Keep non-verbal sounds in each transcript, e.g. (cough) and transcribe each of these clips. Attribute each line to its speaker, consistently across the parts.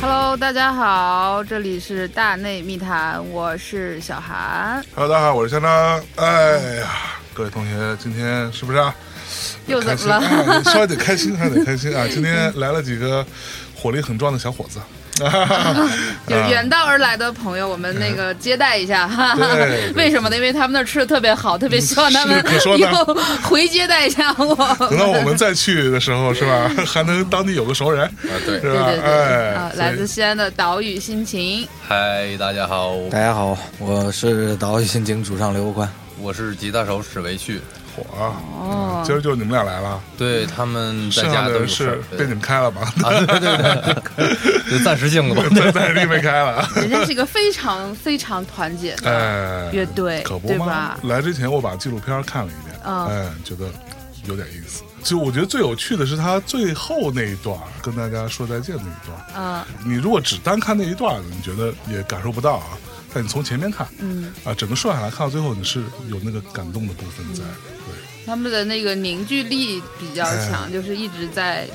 Speaker 1: Hello，大家好，这里是大内密谈，我是小韩，
Speaker 2: Hello，大家好，我是香张。哎呀，各位同学，今天是不是啊？
Speaker 1: 又
Speaker 2: 开
Speaker 1: 怎么
Speaker 2: 心，
Speaker 1: (laughs) 了？
Speaker 2: 哎稍微得开心，还得
Speaker 1: (laughs)
Speaker 2: 开心啊！今天来了几个火力很壮的小伙子。
Speaker 1: 有远道而来的朋友，我们那个接待一下，哈哈
Speaker 2: 对对
Speaker 1: (laughs) 为什么呢？因为他们那儿吃的特别好，特别希望他们
Speaker 2: 是可说
Speaker 1: 以
Speaker 2: 呢
Speaker 1: 后 (laughs) 回接待一下我。
Speaker 2: 等到
Speaker 1: (laughs)
Speaker 2: 我们啊再去的时候，是吧？还能当地有个熟人，
Speaker 3: 啊，
Speaker 2: 是
Speaker 3: 对，
Speaker 1: 对
Speaker 2: 吧？
Speaker 1: 对对，啊
Speaker 2: 哎，，
Speaker 1: 来
Speaker 2: 所
Speaker 1: 自
Speaker 2: 以
Speaker 1: 西安的岛屿心情，
Speaker 3: 嗨，大家好，
Speaker 4: 大家好，我是导演刑警主唱刘宽。
Speaker 3: 我是吉他手史维旭。
Speaker 2: 火啊！
Speaker 1: 哦，
Speaker 2: 今儿就你们俩来了，
Speaker 3: 对他们在
Speaker 2: 剩
Speaker 3: 家
Speaker 2: 下
Speaker 3: 都有
Speaker 2: 的
Speaker 3: 事
Speaker 2: 是
Speaker 3: 儿，
Speaker 2: 被
Speaker 3: 对
Speaker 2: 你们开了吧？ (laughs)
Speaker 3: 啊，对对对对，就暂时性的吧。
Speaker 2: 在在地被开了。
Speaker 1: 人家是一个非常非常团结的
Speaker 2: 哎，
Speaker 1: 乐队，
Speaker 2: 可不
Speaker 1: 对
Speaker 2: 嘛
Speaker 1: 吧？？
Speaker 2: 来之前我把纪录片看了一遍，
Speaker 1: 嗯
Speaker 2: 哎，觉得有点意思。就我觉得最有趣的是他最后那一段儿跟大家说再见那一段儿。
Speaker 1: 嗯
Speaker 2: 你如果只单看那一段儿，你觉得也感受不到啊。但你从前面看
Speaker 1: 嗯，
Speaker 2: 啊，整个顺下来看到最后，你是有那个感动的部分在。
Speaker 1: 嗯
Speaker 2: 对，
Speaker 1: 他们的那个凝聚力比较强，就是一直在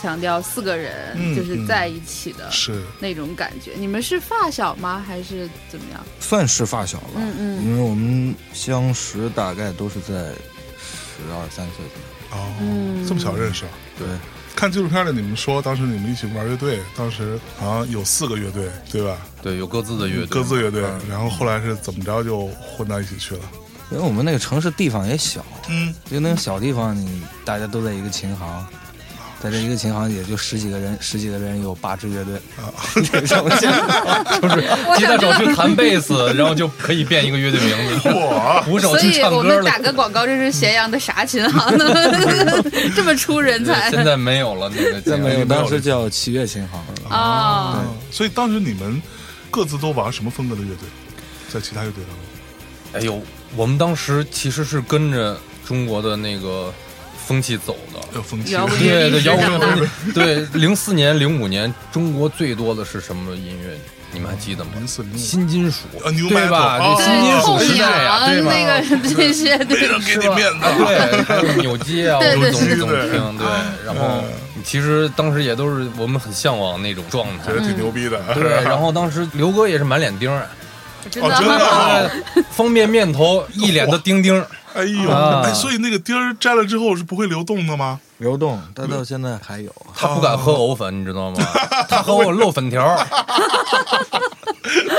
Speaker 1: 强调四个人、
Speaker 2: 哎嗯
Speaker 1: 就是在一起的
Speaker 2: 是
Speaker 1: 那种感觉。你们是发小吗？还是怎么样？
Speaker 4: 算是发小了，
Speaker 1: 嗯嗯
Speaker 4: 因为我们相识大概都是在十二三岁左右。
Speaker 2: 哦，
Speaker 1: 嗯
Speaker 2: 这么巧认识啊。
Speaker 4: 对，
Speaker 2: 看纪录片里你们说，当时你们一起玩乐队，当时好像有四个乐队，对吧？
Speaker 3: 对，有各自的乐队，嗯
Speaker 2: 各自乐队，然后后来是怎么着就混到一起去了？
Speaker 4: 因为我们那个城市地方也小，
Speaker 2: 嗯，
Speaker 4: 就那种小地方，你大家都在一个琴行，在这一个琴行也就十几个人，十几个人有八支乐队， (laughs)
Speaker 3: 吉他手去弹贝斯，然后就可以变一个乐队
Speaker 2: (laughs)
Speaker 3: 名字。
Speaker 2: 我
Speaker 3: 鼓手
Speaker 1: 所
Speaker 3: 去
Speaker 1: 以
Speaker 3: 唱
Speaker 1: 我
Speaker 3: 歌
Speaker 1: 们
Speaker 3: 了
Speaker 1: 打。个广告，这是咸阳的啥琴 (laughs) 行呢？这么出人才
Speaker 3: 对现在没有了那个节
Speaker 4: 在
Speaker 3: 目，
Speaker 4: 没有，当时叫七月琴行。
Speaker 1: 啊！
Speaker 2: 所以当时你们各自都玩什么风格的乐队？在其他乐队当中，
Speaker 3: 哎呦，我们当时其实是跟着中国的那个风气走的。
Speaker 2: 有呃风气
Speaker 1: 摇滚
Speaker 2: (laughs)
Speaker 1: 乐
Speaker 3: 对
Speaker 1: 历
Speaker 3: 对，
Speaker 1: 史
Speaker 3: 摇滚
Speaker 1: 长大
Speaker 3: 乐对，零四年、零五年，中国最多的是什么音乐？你们还记得吗？
Speaker 2: 零四零五。
Speaker 3: 新金属
Speaker 2: 啊，new，
Speaker 3: 对吧？
Speaker 2: metal，
Speaker 3: 这
Speaker 2: 哦
Speaker 3: 新金
Speaker 1: 后
Speaker 3: 属时代啊，
Speaker 1: 仰
Speaker 3: 对吧？
Speaker 1: 那个这些，(laughs)
Speaker 2: 为
Speaker 1: 对
Speaker 2: 了给你
Speaker 1: 说
Speaker 2: 面
Speaker 3: 啊，
Speaker 2: (laughs) 子，
Speaker 3: 对，还有扭街啊，我
Speaker 1: 对对
Speaker 3: 们总
Speaker 1: 对嗯
Speaker 3: 总
Speaker 2: 对
Speaker 3: 听，对。然后其实当时也都是我们很向往那种状
Speaker 2: 觉，
Speaker 3: 态
Speaker 2: 哎得挺牛逼的。 (laughs)
Speaker 3: 对。然后当时刘哥也是满脸钉儿，
Speaker 1: 真
Speaker 2: 哦，真的
Speaker 1: 的。
Speaker 2: 啊，
Speaker 3: 对方便面头一脸的钉钉儿，
Speaker 2: 哎呦，
Speaker 3: 啊
Speaker 2: 哎，所以那个钉儿摘了之后是不会流动的吗？ (laughs)
Speaker 4: 流动，但到现在还有。
Speaker 3: 他不敢喝藕粉，你
Speaker 2: (laughs)
Speaker 3: 知道吗？他喝我漏粉条儿，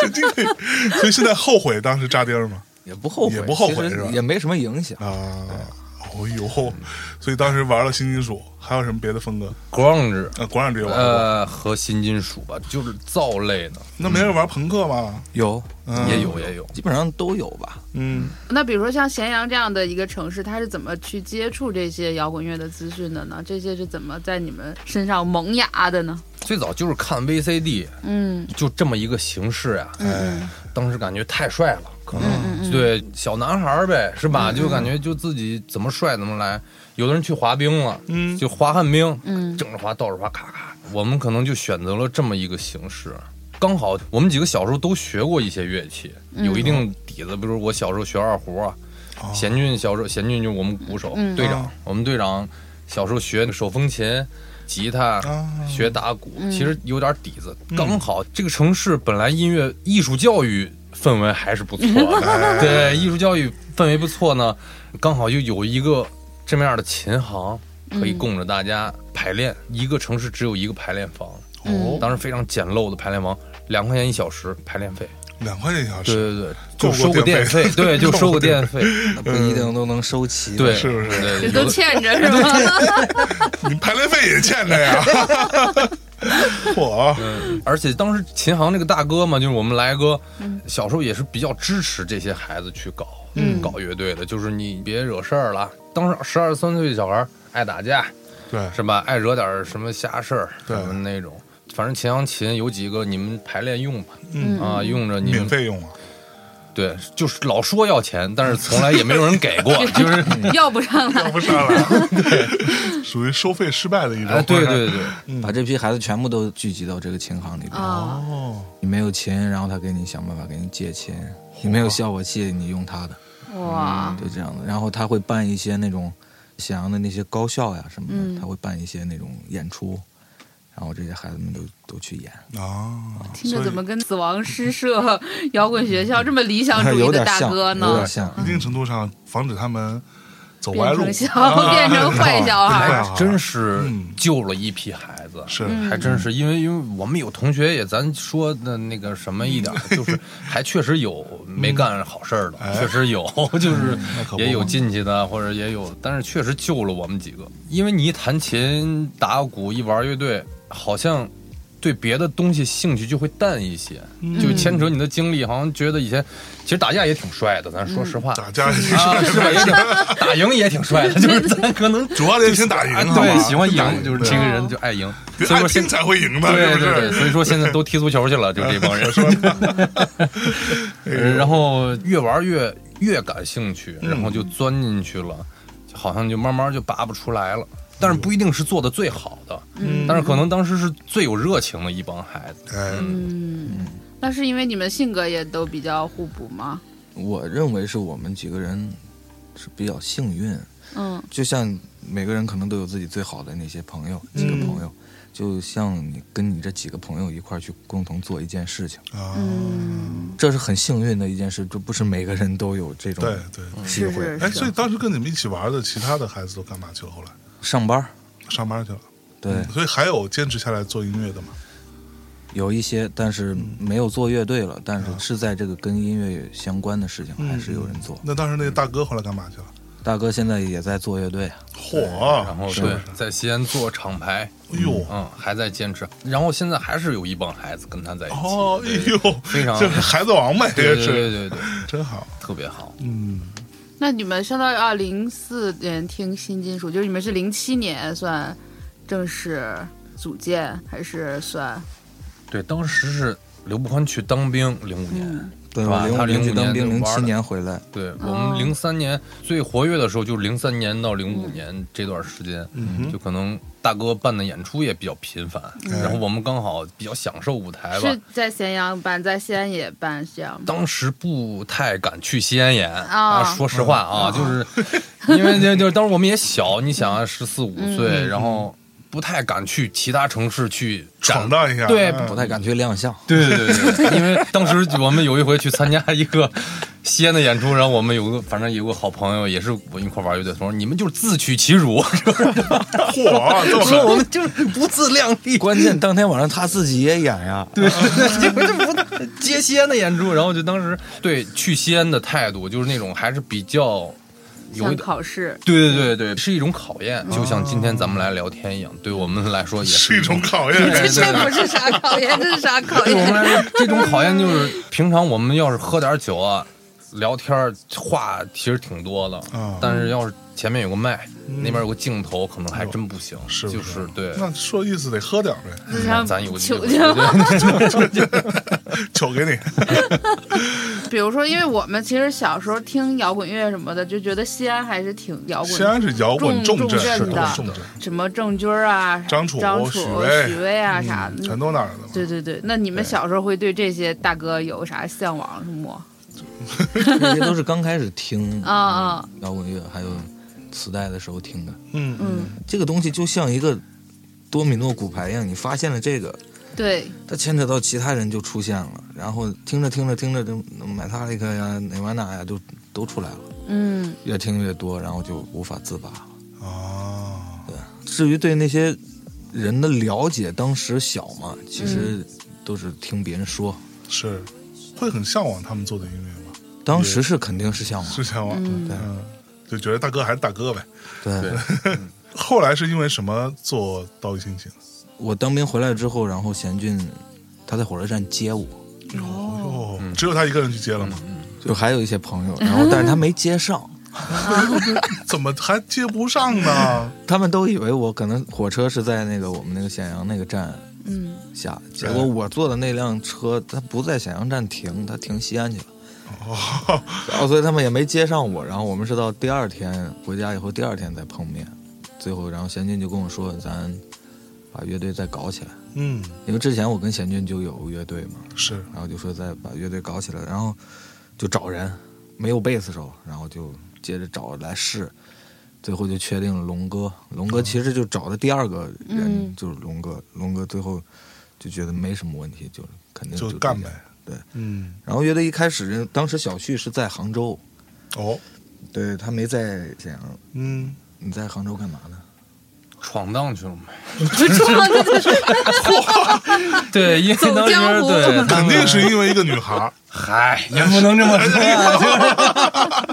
Speaker 2: 这这个，所以现在后悔当时扎钉儿吗？ (laughs)
Speaker 4: 也不后悔，
Speaker 2: 也不后悔
Speaker 4: 其
Speaker 2: 是
Speaker 4: 实
Speaker 2: 吧
Speaker 4: 也没什么影响。
Speaker 2: 啊，哦呦，所以当时玩了新金属，还有什么别的风格？
Speaker 3: grunge，
Speaker 2: 啊，国产只有玩过，
Speaker 3: 呃，和新金属吧，就是造类的
Speaker 2: 那没人玩朋克吗？
Speaker 4: 有，
Speaker 2: 嗯
Speaker 3: 也有也有。
Speaker 4: 基本上都有吧。
Speaker 2: 嗯，
Speaker 1: (laughs) 那比如说像咸阳这样的一个城市，它是怎么去接触这些摇滚乐的资讯的呢？这些是怎么在你们身上萌芽的呢？
Speaker 3: 最早就是看 VCD，
Speaker 1: 嗯
Speaker 3: 就这么一个形式呀、
Speaker 2: 哎，
Speaker 3: 当时感觉太帅了，可能、对小男孩儿呗，是吧？就感觉就自己怎么帅怎么来。有的人去滑冰了，
Speaker 2: 嗯
Speaker 3: 就滑旱冰，
Speaker 1: 嗯
Speaker 3: 正着滑、倒着滑，咔咔。我们可能就选择了这么一个形式。刚好我们几个小时候都学过一些乐器，有一定底子。比如我小时候学二胡啊，贤俊小时候，贤俊就是我们鼓手、
Speaker 1: 嗯
Speaker 3: 队长
Speaker 2: 哦，
Speaker 3: 我们队长小时候学手风琴、吉他，
Speaker 2: 啊，嗯
Speaker 3: 学打鼓，
Speaker 1: 嗯
Speaker 3: 其实有点底子，刚好这个城市本来音乐艺术教育氛围还是不错
Speaker 1: (laughs)
Speaker 2: 哎 (laughs)
Speaker 3: 的，对，艺术教育氛围不错呢，刚好就有一个这么样的琴行
Speaker 1: 嗯
Speaker 3: 可以供着大家排练，一个城市只有一个排练房，
Speaker 1: 嗯
Speaker 3: 当时非常简陋的排练房，两块钱一小时排练费，
Speaker 2: 两块钱一小时，
Speaker 3: 对对对，
Speaker 2: 够
Speaker 3: 就
Speaker 2: 不够
Speaker 3: 收个
Speaker 2: 电
Speaker 3: 电
Speaker 2: 费 (laughs)
Speaker 3: 费，对，就收个电费，
Speaker 4: 那不一定都能收齐。
Speaker 3: 对，
Speaker 2: 是不是
Speaker 3: 对
Speaker 1: 这
Speaker 3: 有
Speaker 1: 都
Speaker 3: 的
Speaker 1: 欠着是吧？
Speaker 2: (laughs) 你排练费也欠着
Speaker 3: (laughs)
Speaker 2: 呀。我
Speaker 3: 而且当时琴行这个大哥嘛，就是我们来哥，小时候也是比较支持这些孩子去搞、
Speaker 1: 嗯
Speaker 3: 搞乐队的，就是你别惹事儿了。当时十二三岁小孩儿爱打架
Speaker 2: 对，
Speaker 3: 是吧？爱惹点儿什么瞎事儿什
Speaker 2: 对
Speaker 3: 么那种。反正秦行琴有几个你们排练用吧，
Speaker 2: 嗯
Speaker 3: 啊，用着你们
Speaker 2: 免费用啊，
Speaker 3: 对，就是老说要钱，但是从来也没有人
Speaker 1: (laughs)
Speaker 3: 给过，就是
Speaker 1: 要不上来
Speaker 2: 要不上来， (laughs) 属于收费失败的一种。
Speaker 3: 哎，对对对，
Speaker 4: 把这批孩子全部都聚集到这个琴行里边。
Speaker 1: 啊，
Speaker 2: 哦，
Speaker 4: 你没有钱，然后他给你想办法给你借钱；你没有效果器，你用他的，
Speaker 1: 哇，
Speaker 4: 就这样的。然后他会办一些那种沈阳的那些高校呀什么的，
Speaker 1: 嗯
Speaker 4: 他会办一些那种演出，然后这些孩子们都都去演，
Speaker 2: 啊，
Speaker 1: 听着
Speaker 2: 所以
Speaker 1: 怎么跟死亡诗社、 (laughs) 摇滚学校这么理想主义
Speaker 4: 有
Speaker 1: 的
Speaker 4: 点
Speaker 1: 大
Speaker 4: 像，
Speaker 1: 哥
Speaker 4: 嗯有
Speaker 1: 呢嗯
Speaker 4: 点？像。
Speaker 2: 一定程度上防止他们走歪
Speaker 1: 变
Speaker 2: 路，啊
Speaker 1: 成小， (laughs) 变成坏小孩
Speaker 2: (laughs) 对
Speaker 1: 儿，
Speaker 2: 啊
Speaker 3: (laughs) 真是
Speaker 2: 嗯
Speaker 3: 救了一批孩子，
Speaker 2: 是
Speaker 3: 还真是，因为因为我们有同学也，咱说的那个什么一点儿，就是还确实有没干好事儿的，
Speaker 2: 哎嗯
Speaker 3: 确实有， (laughs) 就是
Speaker 2: 那可不
Speaker 3: 也有
Speaker 2: 嘛
Speaker 3: 进去的，啊或者也有，但是确实救了我们几个。因为你一弹琴、打鼓、一玩乐队，好像对别的东西兴趣就会淡一些，就牵扯你的精力，好像觉得以前其实打架也挺帅的，咱说实话。
Speaker 2: 打架，
Speaker 3: 啊，是吧？
Speaker 2: (laughs)
Speaker 3: 也挺打赢也挺帅的，就是咱可能
Speaker 2: 主要得先打赢
Speaker 3: 啊，，
Speaker 2: 好
Speaker 3: 对，
Speaker 2: 吧
Speaker 3: 喜欢赢，就是这
Speaker 2: 对啊
Speaker 3: 个人就爱赢，
Speaker 2: 别
Speaker 3: 所
Speaker 2: 爱
Speaker 3: 以说
Speaker 2: 听
Speaker 3: 现
Speaker 2: 才会赢的，是
Speaker 3: 对
Speaker 2: 不
Speaker 3: 对 (laughs) 对，
Speaker 2: 是？
Speaker 3: 所以说现在都踢足球去了，就这帮人。 (laughs)
Speaker 2: 哎呦
Speaker 3: 然后越玩越越感兴趣，然后就钻进去了，好像就慢慢就拔不出来了。但是不一定是做的最好的，
Speaker 2: 嗯
Speaker 3: 但是可能当时是最有热情的一帮孩子。
Speaker 2: 哎，
Speaker 1: 嗯，那是因为你们性格也都比较互补吗？
Speaker 4: 我认为是我们几个人是比较幸运，
Speaker 1: 嗯
Speaker 4: 就像每个人可能都有自己最好的那些朋友，几个朋友，就像你跟你这几个朋友一块儿去共同做一件事情，
Speaker 2: 啊，
Speaker 1: 嗯，
Speaker 4: 这是很幸运的一件事，这不是每个人都有这种
Speaker 2: 对对。
Speaker 4: 机会。
Speaker 1: 是是
Speaker 2: 哎，所以当时跟你们一起玩的其他的孩子都干嘛去了？后来
Speaker 4: 上班儿，
Speaker 2: 上班去了。
Speaker 4: 对，
Speaker 2: 所以还有坚持下来做音乐的嘛？
Speaker 4: 有一些，但是没有做乐队了，但是是在这个跟音乐相关的事情，还是有人做。
Speaker 2: 那当时那个大哥后来干嘛去了？
Speaker 4: 大哥现在也在做乐队啊，
Speaker 2: 嚯！
Speaker 3: 然后
Speaker 2: 是
Speaker 3: 对，在西安做厂牌，
Speaker 2: 哎呦，
Speaker 3: 嗯，还在坚持。然后现在还是有一帮孩子跟他在一起，
Speaker 2: 哦，哎
Speaker 3: 对
Speaker 2: 呦，
Speaker 3: 非
Speaker 2: (laughs)
Speaker 3: 常
Speaker 2: 这是孩子王呗，
Speaker 3: 对
Speaker 2: 这
Speaker 3: 对
Speaker 2: 是
Speaker 3: 对对对，
Speaker 2: 真好。
Speaker 3: 特别好。
Speaker 2: 嗯，
Speaker 1: 那你们相当于啊，零四年听新金属，就是你们是零七年算正式组建，还是算
Speaker 3: 对，当时是刘步欢去当兵，零五年。
Speaker 1: 嗯
Speaker 4: 对
Speaker 3: 吧
Speaker 4: 吧？零
Speaker 3: 他
Speaker 4: 五年去
Speaker 3: 05年
Speaker 4: 当兵，
Speaker 3: 就
Speaker 4: 零
Speaker 3: 玩
Speaker 4: 七
Speaker 3: 了
Speaker 4: 年回来，
Speaker 3: 对我们零三年最活跃的时候，就是零三年到零五年这段时间，就可能大哥办的演出也比较频繁，然后我们刚好比较享受舞台吧
Speaker 1: 是。在咸阳办，在西安也办这样吗？
Speaker 3: 当时不太敢去西安演
Speaker 1: 啊
Speaker 3: 说实话啊，就是因为就就是当时我们也小，你想啊，十四五岁，然后不太敢去其他城市去展
Speaker 2: 闯荡一下，
Speaker 3: 对
Speaker 2: 嗯
Speaker 4: 不太敢去亮相。
Speaker 3: 对对对对，因为当时我们有一回去参加一个西安的演出，然后我们有个反正有个好朋友也是我一块玩乐队，他说你们就是自取其辱， (laughs)
Speaker 2: 嚯，啊这么狠
Speaker 3: 说我们就是不自量力。
Speaker 4: 关键当天晚上他自己也演呀，
Speaker 3: 对， (laughs) 这不这不接西安的演出，然后就当时对去西安的态度就是那种还是比较有一
Speaker 1: 像
Speaker 3: 点。
Speaker 1: 考试，
Speaker 3: 对对对对，是一种考验，就像今天咱们来聊天一样，对我们来说也
Speaker 2: 是一种考验。
Speaker 3: 对
Speaker 1: 这不是啥考验，这是啥考
Speaker 3: (laughs) 对我们
Speaker 1: 验？
Speaker 3: 来说，这种考验 (laughs) 就是平常我们要是喝点酒啊，聊天儿话其实挺多的，
Speaker 2: 啊
Speaker 3: 但是要是前面有个麦，那边有个镜头，可能还真不行，
Speaker 2: 是不
Speaker 3: 嗯哦就是是对。
Speaker 2: 那说意思得喝点儿呗， (laughs)
Speaker 1: 就像
Speaker 3: 咱有机
Speaker 1: 求
Speaker 3: 会，
Speaker 1: 求
Speaker 3: 对对对
Speaker 2: 酒
Speaker 3: (laughs)
Speaker 2: 给你。
Speaker 1: 比如说，因为我们其实小时候听摇滚乐什么的，就觉得西安还是挺摇滚
Speaker 2: 西安是摇滚
Speaker 1: 重
Speaker 2: 镇，
Speaker 1: 重镇
Speaker 2: 是
Speaker 1: 的
Speaker 2: 重镇，
Speaker 1: 什么郑钧儿啊、
Speaker 2: 张楚
Speaker 1: 张楚、
Speaker 2: 许
Speaker 1: 许
Speaker 2: 巍
Speaker 1: 巍啊啥的。
Speaker 2: 嗯全都那儿的嘛。
Speaker 1: 对对对，那你们小时候会对这些大哥有啥向往什么？
Speaker 4: 这些都是刚开始
Speaker 1: (laughs)
Speaker 4: 听
Speaker 1: 啊啊，
Speaker 4: 摇滚乐，还有磁带的时候听的。
Speaker 2: 嗯
Speaker 1: 嗯，
Speaker 4: 这个东西就像一个多米诺骨牌一样，你发现了这个，
Speaker 1: 对，
Speaker 4: 它牵扯到其他人就出现了，然后听着听着听着，就买它那个呀、哪玩哪呀，都都出来了，
Speaker 1: 嗯
Speaker 4: 越听越多，然后就无法自拔了。
Speaker 2: 啊，
Speaker 4: 至于对那些人的了解，当时小嘛，其实都是听别人说，
Speaker 2: 是会很向往他们做的音乐吗？
Speaker 4: 当时是肯定是向往，
Speaker 2: 是向往，
Speaker 1: 嗯
Speaker 2: 嗯，就觉得大哥还是大哥呗。
Speaker 4: 对
Speaker 2: 后来是因为什么做到一心情？
Speaker 4: 我当兵回来之后，然后贤俊他在火车站接我。
Speaker 2: 哦，只有他一个人去接了吗？
Speaker 4: 就还有一些朋 (laughs) 友，然后但是他没接上，
Speaker 2: (laughs) 怎么还接不上呢？
Speaker 4: 他们都以为我可能火车是在那个我们那个咸阳那个站
Speaker 1: 嗯，
Speaker 4: 下，结果我坐的那辆车它不在咸阳站停，它停西安去了，然后 (laughs) 所以他们也没接上我，然后我们是到第二天回家以后，第二天再碰面，最后然后贤俊就跟我说，咱把乐队再搞起来，
Speaker 2: 嗯，
Speaker 4: 因为之前我跟贤俊就有乐队嘛，
Speaker 2: 是
Speaker 4: 然后就说再把乐队搞起来，然后就找人，没有贝斯手，然后就接着找来试，最后就确定了龙哥。龙哥其实就找的第二个人、
Speaker 1: 嗯
Speaker 4: 就是龙哥，龙哥最后就觉得没什么问题，就是肯定
Speaker 2: 就
Speaker 4: 这
Speaker 2: 干
Speaker 4: 样
Speaker 2: 呗。。
Speaker 4: 对，
Speaker 2: 嗯，
Speaker 4: 然后乐队一开始，当时小旭是在杭州，
Speaker 2: 哦，
Speaker 4: 对他没在沈阳。
Speaker 2: 嗯，
Speaker 4: 你在杭州干嘛呢？
Speaker 3: 闯荡去了嘛。
Speaker 1: 对对对
Speaker 3: (laughs) 对，因为
Speaker 1: 走
Speaker 3: 当时
Speaker 1: 江湖
Speaker 3: 对， (laughs)
Speaker 2: 肯定是因为一个女孩儿，
Speaker 3: 嗨，也不哎能这么说，啊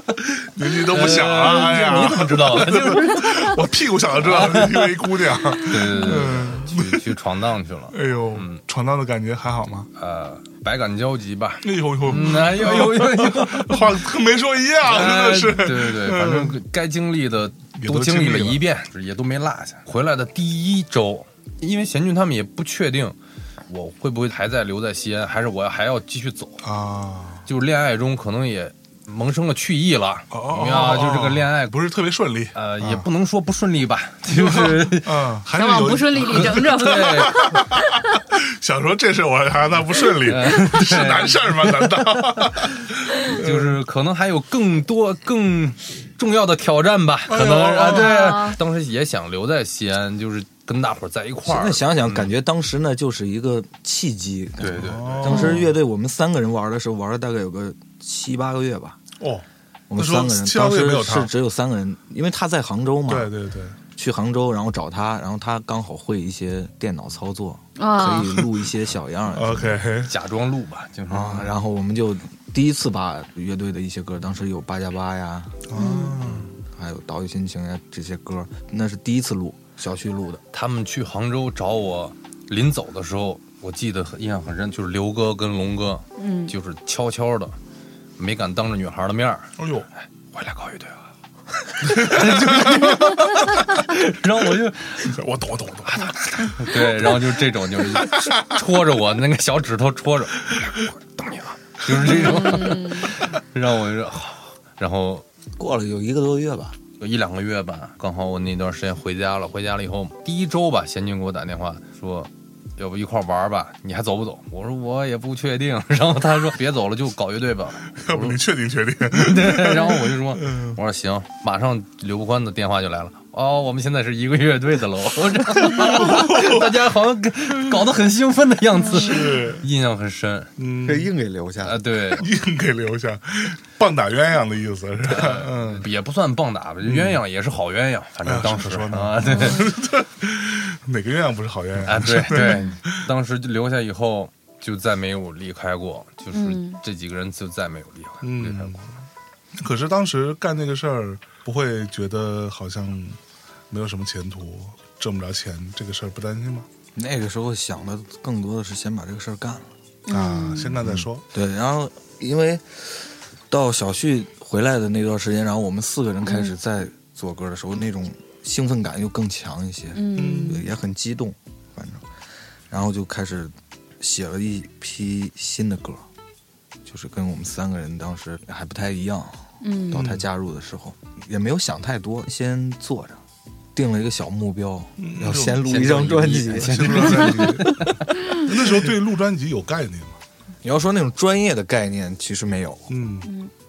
Speaker 2: 年纪都不小啊，哎
Speaker 3: 你
Speaker 2: 呀，
Speaker 3: 怎么知 (laughs) 道的？就是
Speaker 2: (laughs) 我屁股想知道，是因为一姑娘。
Speaker 3: 对对对，去去闯荡去了，
Speaker 2: 哎呦，闯荡的感觉还好吗？
Speaker 3: 呃，百感交集吧。 (laughs)
Speaker 2: 哎呦呦，
Speaker 3: 嗯，哎 (laughs) 呦呦呦呦！
Speaker 2: (laughs) 话跟没说一样，真的是。
Speaker 3: 哎对
Speaker 2: (laughs)
Speaker 3: 对对，反正该经历的
Speaker 2: 也
Speaker 3: 都
Speaker 2: 都
Speaker 3: 经历了
Speaker 2: 经历了
Speaker 3: 一遍，也都没落下。回来的第一周，因为贤俊他们也不确定我会不会还在留在西安，还是我还要继续走。
Speaker 2: 啊，
Speaker 3: 就是恋爱中可能也萌生了去意了，
Speaker 2: 哦哦
Speaker 3: 你看，
Speaker 2: 哦
Speaker 3: 就这个恋爱，
Speaker 2: 不是特啊别顺利，
Speaker 3: 呃，也不能说不顺利吧，
Speaker 2: (laughs)
Speaker 3: 就是。
Speaker 2: 嗯，还是
Speaker 1: 想往
Speaker 2: 有
Speaker 1: 不顺利里整整。
Speaker 3: 对，
Speaker 2: 想说这事儿我还那不顺利，是难事儿吗？难道？
Speaker 3: 就是可能还有更多更重要的挑战吧，可能
Speaker 2: 哎呦
Speaker 3: 啊，
Speaker 1: 啊
Speaker 3: 对，当时也想留在西安，就是跟大伙儿在一块
Speaker 4: 现
Speaker 3: 儿
Speaker 4: 在，想想，感觉当时呢就是一个契机。
Speaker 3: 对对，
Speaker 4: 当时乐队我们三个人玩的时候，玩了大概有个七八个月吧。
Speaker 2: 哦，
Speaker 4: 我们三个人当
Speaker 2: 那时候七八个月没有
Speaker 4: 时
Speaker 2: 他
Speaker 4: 是只有三个人，因为他在杭州嘛，
Speaker 2: 哦对对对，
Speaker 4: 去杭州，然后找他，然后他刚好会一些电脑操作，
Speaker 1: 啊
Speaker 4: 可以录一些小样
Speaker 2: 啊
Speaker 4: 儿
Speaker 2: OK，
Speaker 3: 假装录吧，就是
Speaker 4: 啊。然后我们就第一次把乐队的一些歌，当时有八加八呀，
Speaker 2: 啊
Speaker 4: 还有岛屿心情呀这些歌，那是第一次录，小旭录的。
Speaker 3: 他们去杭州找我，临走的时候，我记得很印象很深，就是刘哥跟龙哥，
Speaker 1: 嗯，
Speaker 3: 就是悄悄的，没敢当着女孩的面儿，
Speaker 2: 哎呦，
Speaker 3: 我俩搞乐队啊。然后我就
Speaker 2: 我懂我懂我懂，
Speaker 3: 对，然后就这种就是戳着我那个小指头戳着，哎等你啊，就是这种， (laughs) 让我就好，然后
Speaker 4: 过了有一个多月吧，
Speaker 3: 有一两个月吧，刚好我那段时间回家了，回家了以后第一周吧，贤君给我打电话说，要不一块儿玩儿吧，你还走不走？我说我也不确定，然后他说别走了，就搞乐
Speaker 2: (laughs)
Speaker 3: 队吧。
Speaker 2: 要不你确定确定？
Speaker 3: 对，然后我就说，我说行，马上刘伯宽的电话就来了。哦，我们现在是一个乐
Speaker 2: (laughs)
Speaker 3: 队的喽，我说大家好像搞得很兴奋的样子，
Speaker 2: 是，
Speaker 3: 印象很深。
Speaker 2: 嗯，
Speaker 4: 这硬给留下
Speaker 3: 啊，对，
Speaker 2: 硬给留下，棒打鸳鸯的意思是吧？嗯，
Speaker 3: 也不算棒打吧，鸳鸯也是好鸳鸯，反正当时
Speaker 2: 哎嗯是说呢
Speaker 3: 啊，对，
Speaker 2: 哪个鸳鸯不是好鸳鸯 (laughs)
Speaker 3: 啊，？对对，当时就留下以后就再没有离开过，就是
Speaker 1: 嗯
Speaker 3: 这几个人就再没有离开
Speaker 2: 嗯
Speaker 3: 离开过。
Speaker 2: 可是当时干这个事儿，不会觉得好像没有什么前途，挣不着钱，这个事儿不担心吗？
Speaker 4: 那个时候想的更多的是先把这个事儿干了。
Speaker 2: 啊，先干再说。
Speaker 4: 对，然后因为到小旭回来的那段时间，然后我们四个人开
Speaker 1: 嗯
Speaker 4: 始在做歌的时候，那种兴奋感又更强一些，
Speaker 1: 嗯
Speaker 4: 对也很激动，反正，然后就开始写了一批新的歌，就是跟我们三个人当时还不太一样。
Speaker 1: 嗯
Speaker 4: 到他加入的时候，也没有想太多，先做着。定了一个小目标，要
Speaker 2: 就
Speaker 4: 先录
Speaker 3: 先
Speaker 4: 一张
Speaker 3: 做
Speaker 4: 专
Speaker 3: 一
Speaker 4: 辑。
Speaker 2: 先录专辑，那时候对录专辑有概念吗？
Speaker 4: (laughs) 你要说那种专业的概念，其实没有。
Speaker 2: 嗯，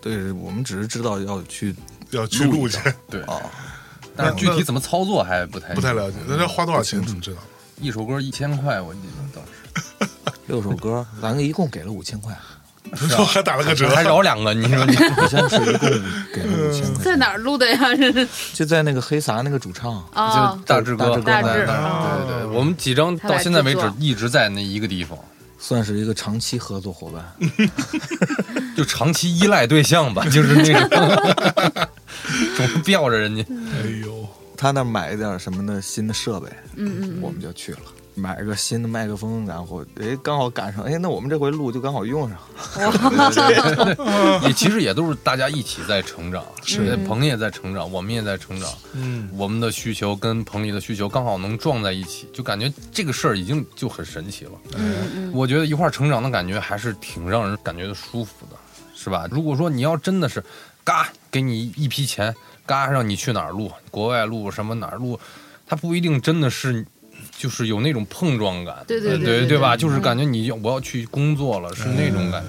Speaker 4: 对我们只是知道要去
Speaker 2: 要去录去，
Speaker 3: 对，
Speaker 2: 哦
Speaker 4: 啊，
Speaker 3: 但是具体怎么操作还不太
Speaker 2: 哎不太了解。那要花多少钱，你知 (laughs) 道吗？
Speaker 3: 一首歌一千块，我记得当时
Speaker 4: 六首歌，咱们一共给了五千块，
Speaker 2: 我啊 (laughs) 还打了个折，
Speaker 3: 还饶两个，你说你
Speaker 4: 好像是一共给了五千块，
Speaker 1: (laughs) 在哪儿录的呀？这是
Speaker 4: 就在那个黑撒那个主唱，
Speaker 1: 啊
Speaker 3: 就，大志
Speaker 4: 大
Speaker 3: 哥，
Speaker 1: 志哥
Speaker 2: 哦
Speaker 3: 对对对，我们几张到现在为止一直在那一个地方，
Speaker 4: 算是一个长期合作伙伴。
Speaker 3: 就长期依赖对象吧，就是那种总是吊着人家。
Speaker 2: 哎呦，
Speaker 4: 他那儿买一点什么的新的设备，
Speaker 1: 嗯嗯
Speaker 4: 我们就去了。买个新的麦克风，然后哎，刚好赶上，哎，那我们这回录就刚好用上。
Speaker 3: 也其实也都是大家一起在成长，是鹏也在成长，我们也在成长，
Speaker 2: 嗯，
Speaker 3: 我们的需求跟彭丽的需求刚好能撞在一起，就感觉这个事儿已经就很神奇了。
Speaker 1: 嗯嗯
Speaker 3: 我觉得一块儿成长的感觉还是挺让人感觉舒服的，是吧？如果说你要真的是，嘎给你一批钱，嘎让你去哪儿录，国外录什么哪儿录，它不一定真的是。就是有那种碰撞感，
Speaker 1: 对对
Speaker 3: 呃
Speaker 1: 对
Speaker 3: 对
Speaker 1: 对
Speaker 3: 吧？
Speaker 1: 对嗯
Speaker 3: 就是感觉你要我要去工作了，是那种感觉。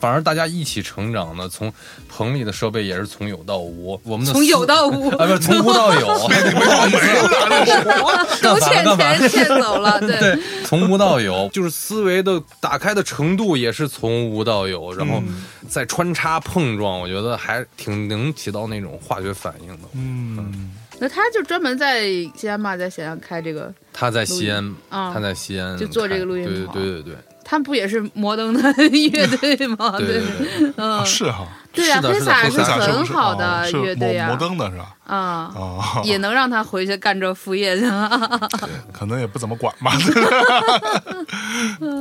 Speaker 3: 反而大家一起成长呢，从棚里的设备也是从有到无，我们的
Speaker 1: 从
Speaker 3: 思
Speaker 1: 有到无，
Speaker 3: 啊，不是从无到
Speaker 1: (laughs)
Speaker 3: 有， (laughs)
Speaker 1: 都
Speaker 3: 干嘛
Speaker 1: 欠
Speaker 3: 干嘛
Speaker 1: 钱欠走了，
Speaker 3: (laughs)
Speaker 1: 对，
Speaker 3: 对，从无到有，就是思维的打开的程度也是从无到有，然后再穿插碰撞，我觉得还挺能起到那种化学反应的。
Speaker 2: 嗯，
Speaker 1: 那他就专门在西安嘛，在咸阳开这个，
Speaker 3: 他在西安，
Speaker 1: 啊
Speaker 3: 嗯他在西安
Speaker 1: 就做这个录音
Speaker 3: 对
Speaker 1: 棚
Speaker 3: 对对对
Speaker 1: 他们不也是摩登的乐队
Speaker 3: (laughs)
Speaker 1: 吗？
Speaker 3: 对对对对，
Speaker 1: 嗯
Speaker 2: 啊，是哈，
Speaker 1: 对呀，
Speaker 3: 是的
Speaker 1: 黑
Speaker 3: 是的
Speaker 1: 撒
Speaker 3: 黑
Speaker 1: 是
Speaker 3: 撒
Speaker 2: 是
Speaker 1: 很
Speaker 2: 不是
Speaker 1: 好
Speaker 2: 哦
Speaker 1: 的
Speaker 2: 是
Speaker 1: 乐队
Speaker 2: 摩摩
Speaker 1: 呀，
Speaker 2: 登的是吧？
Speaker 1: 啊，
Speaker 2: 哦，
Speaker 1: (laughs)
Speaker 2: (laughs)
Speaker 1: 也能让他回去干这副
Speaker 3: (laughs)
Speaker 1: 业去。
Speaker 2: 可能也不怎么管吧。 (laughs)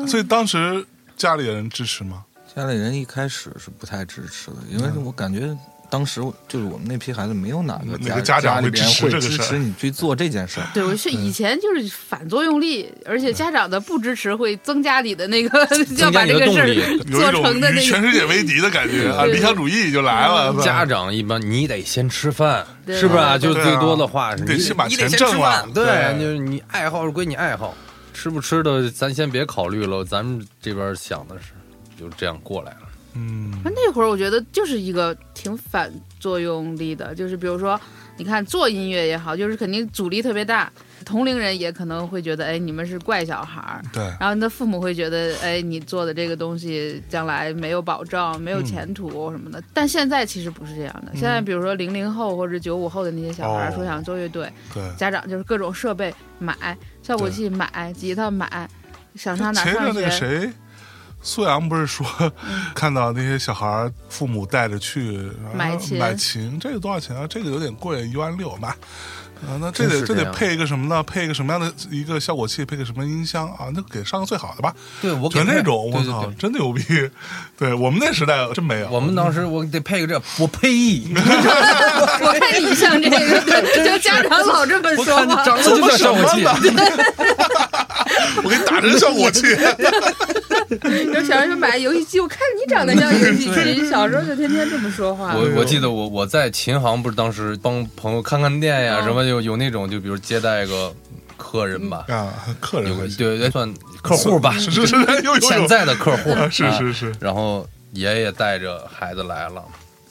Speaker 2: 所以当时家里人支持吗？
Speaker 4: 家里人一开始是不太支持的，因为
Speaker 2: 嗯
Speaker 4: 我感觉当时我就是我们那批孩子没有哪个
Speaker 2: 哪
Speaker 4: 家
Speaker 2: 个家长
Speaker 4: 里
Speaker 2: 会
Speaker 4: 边
Speaker 2: 支持
Speaker 4: 会
Speaker 2: 这个
Speaker 4: 支
Speaker 2: 事儿
Speaker 4: 持你去做这件事儿。 (laughs)
Speaker 1: 对，我
Speaker 3: 嗯
Speaker 1: 是以前就是反作用力，而且家长的不支持会增加你的那个 (laughs) 要
Speaker 3: 增加
Speaker 1: 把
Speaker 3: 你
Speaker 1: 这
Speaker 3: 的
Speaker 1: 个
Speaker 3: 动
Speaker 1: 事
Speaker 3: 力
Speaker 1: 儿
Speaker 2: 有一
Speaker 1: 做
Speaker 2: 种
Speaker 1: 成的
Speaker 2: 与
Speaker 1: 那
Speaker 2: 全
Speaker 1: 个。嗯
Speaker 2: 世界为敌的
Speaker 1: (laughs)
Speaker 2: 感觉啊，
Speaker 1: 对对
Speaker 2: 理想主义就来了。
Speaker 3: (laughs)
Speaker 2: 是吧
Speaker 3: 家长一般你得先吃饭，
Speaker 1: 对
Speaker 3: 是不是啊？
Speaker 1: 对
Speaker 3: 就
Speaker 2: 对
Speaker 3: 最
Speaker 2: 啊
Speaker 3: 多的话是
Speaker 2: 得
Speaker 3: 你
Speaker 2: 先把
Speaker 3: 你得
Speaker 2: 钱
Speaker 3: 吃
Speaker 2: 挣
Speaker 3: 饭
Speaker 2: 了
Speaker 3: 对，
Speaker 1: 啊
Speaker 2: 对
Speaker 3: 就是你爱好是归你爱好，吃不吃的咱先别考虑了，咱们这边想的是就这样过来了。
Speaker 2: 嗯
Speaker 1: 那会儿我觉得就是一个挺反作用力的，就是比如说，你看做音乐也好，就是肯定阻力特别大，同龄人也可能会觉得，哎，你们是怪小孩儿，
Speaker 2: 对，
Speaker 1: 然后你的父母会觉得，哎，你做的这个东西将来没有保障、没有
Speaker 2: 嗯
Speaker 1: 前途什么的。但现在其实不是这样的，现在比如说零零后或者九五后的那些小孩儿
Speaker 2: 哦
Speaker 1: 说想做乐队，
Speaker 2: 对。
Speaker 1: 家长就是各种设备买，效果器买，吉他买，想上哪
Speaker 2: 前一阵
Speaker 1: 上
Speaker 2: 那个
Speaker 1: 学。嗯
Speaker 2: 谁，苏阳不是说、 (laughs) 看到那些小孩儿父母带着去然后
Speaker 1: 买琴
Speaker 2: 买琴，这个多少钱啊？这个有点贵，一万六买。啊，那这
Speaker 3: 真
Speaker 2: 得
Speaker 3: 是
Speaker 2: 这
Speaker 3: 这
Speaker 2: 得
Speaker 3: 样
Speaker 2: 配一个什么呢？配一个什么样的一个效果器？配个什么音箱啊？那给上个最好的吧。
Speaker 3: 对我给
Speaker 2: 全
Speaker 3: 他
Speaker 2: 这种，我
Speaker 3: 对对
Speaker 2: 操，
Speaker 3: 对
Speaker 2: 真牛逼！对我们那时代真没有，
Speaker 3: 我们当时我得配个这，我呸！
Speaker 1: (laughs) 我看你像这个，对
Speaker 2: (laughs)
Speaker 1: 就家长老这么
Speaker 3: 我
Speaker 1: 说
Speaker 3: 看你
Speaker 1: 嘛。
Speaker 3: 长得就像效果
Speaker 2: 怎么什么
Speaker 3: 器，
Speaker 2: 我给你打成效果
Speaker 3: (laughs)
Speaker 2: 器。
Speaker 1: 有小时候买游戏机，我看你长得像游戏机，小时候就天天这么说话。
Speaker 3: 我我记得我我在琴行不是当时帮朋友看看店呀
Speaker 1: 嗯
Speaker 3: 什么有有那种就比如接待个客人吧，
Speaker 2: 啊，客人
Speaker 3: 有个
Speaker 2: 还行
Speaker 3: 对对算客户吧，
Speaker 2: 是是是，又又
Speaker 3: 潜
Speaker 2: 又
Speaker 3: 在的客户
Speaker 2: 啊是
Speaker 3: 啊
Speaker 2: 是是，
Speaker 3: 然后爷爷带着孩子来了，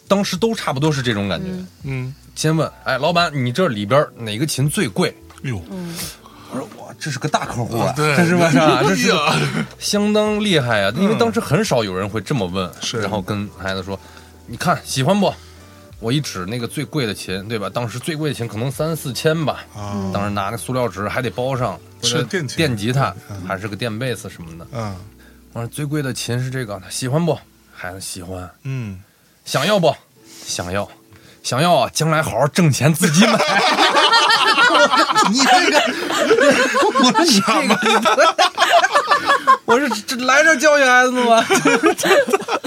Speaker 3: 当时都差不多是这种感觉。
Speaker 1: 嗯
Speaker 2: 嗯，
Speaker 3: 先问，哎，老板，你这里边哪个琴最贵？
Speaker 2: 哟，
Speaker 1: 嗯
Speaker 3: 我说哇，这是个大客户啊，
Speaker 2: 对，
Speaker 3: 这是吧？是吧这是
Speaker 2: 呀，
Speaker 3: 相当厉害啊，因为
Speaker 2: 嗯
Speaker 3: 当时很少有人会这么问，
Speaker 2: 是
Speaker 3: 然后跟孩子说，你看喜欢不？我一指那个最贵的琴，对吧？当时最贵的琴可能三四千吧，
Speaker 2: 啊，
Speaker 3: 当时拿那塑料纸还得包上，
Speaker 2: 是
Speaker 3: 或者
Speaker 2: 电琴
Speaker 3: 电吉他
Speaker 2: 嗯
Speaker 3: 还是个电贝斯什么的。
Speaker 2: 嗯
Speaker 3: 我说最贵的琴是这个，喜欢不？孩子喜欢。
Speaker 2: 嗯，
Speaker 3: 想要不？想要，想要啊！将来好好挣钱自己买。你这个，我说你这个，我说这来这儿教育孩子的 (laughs) 吗？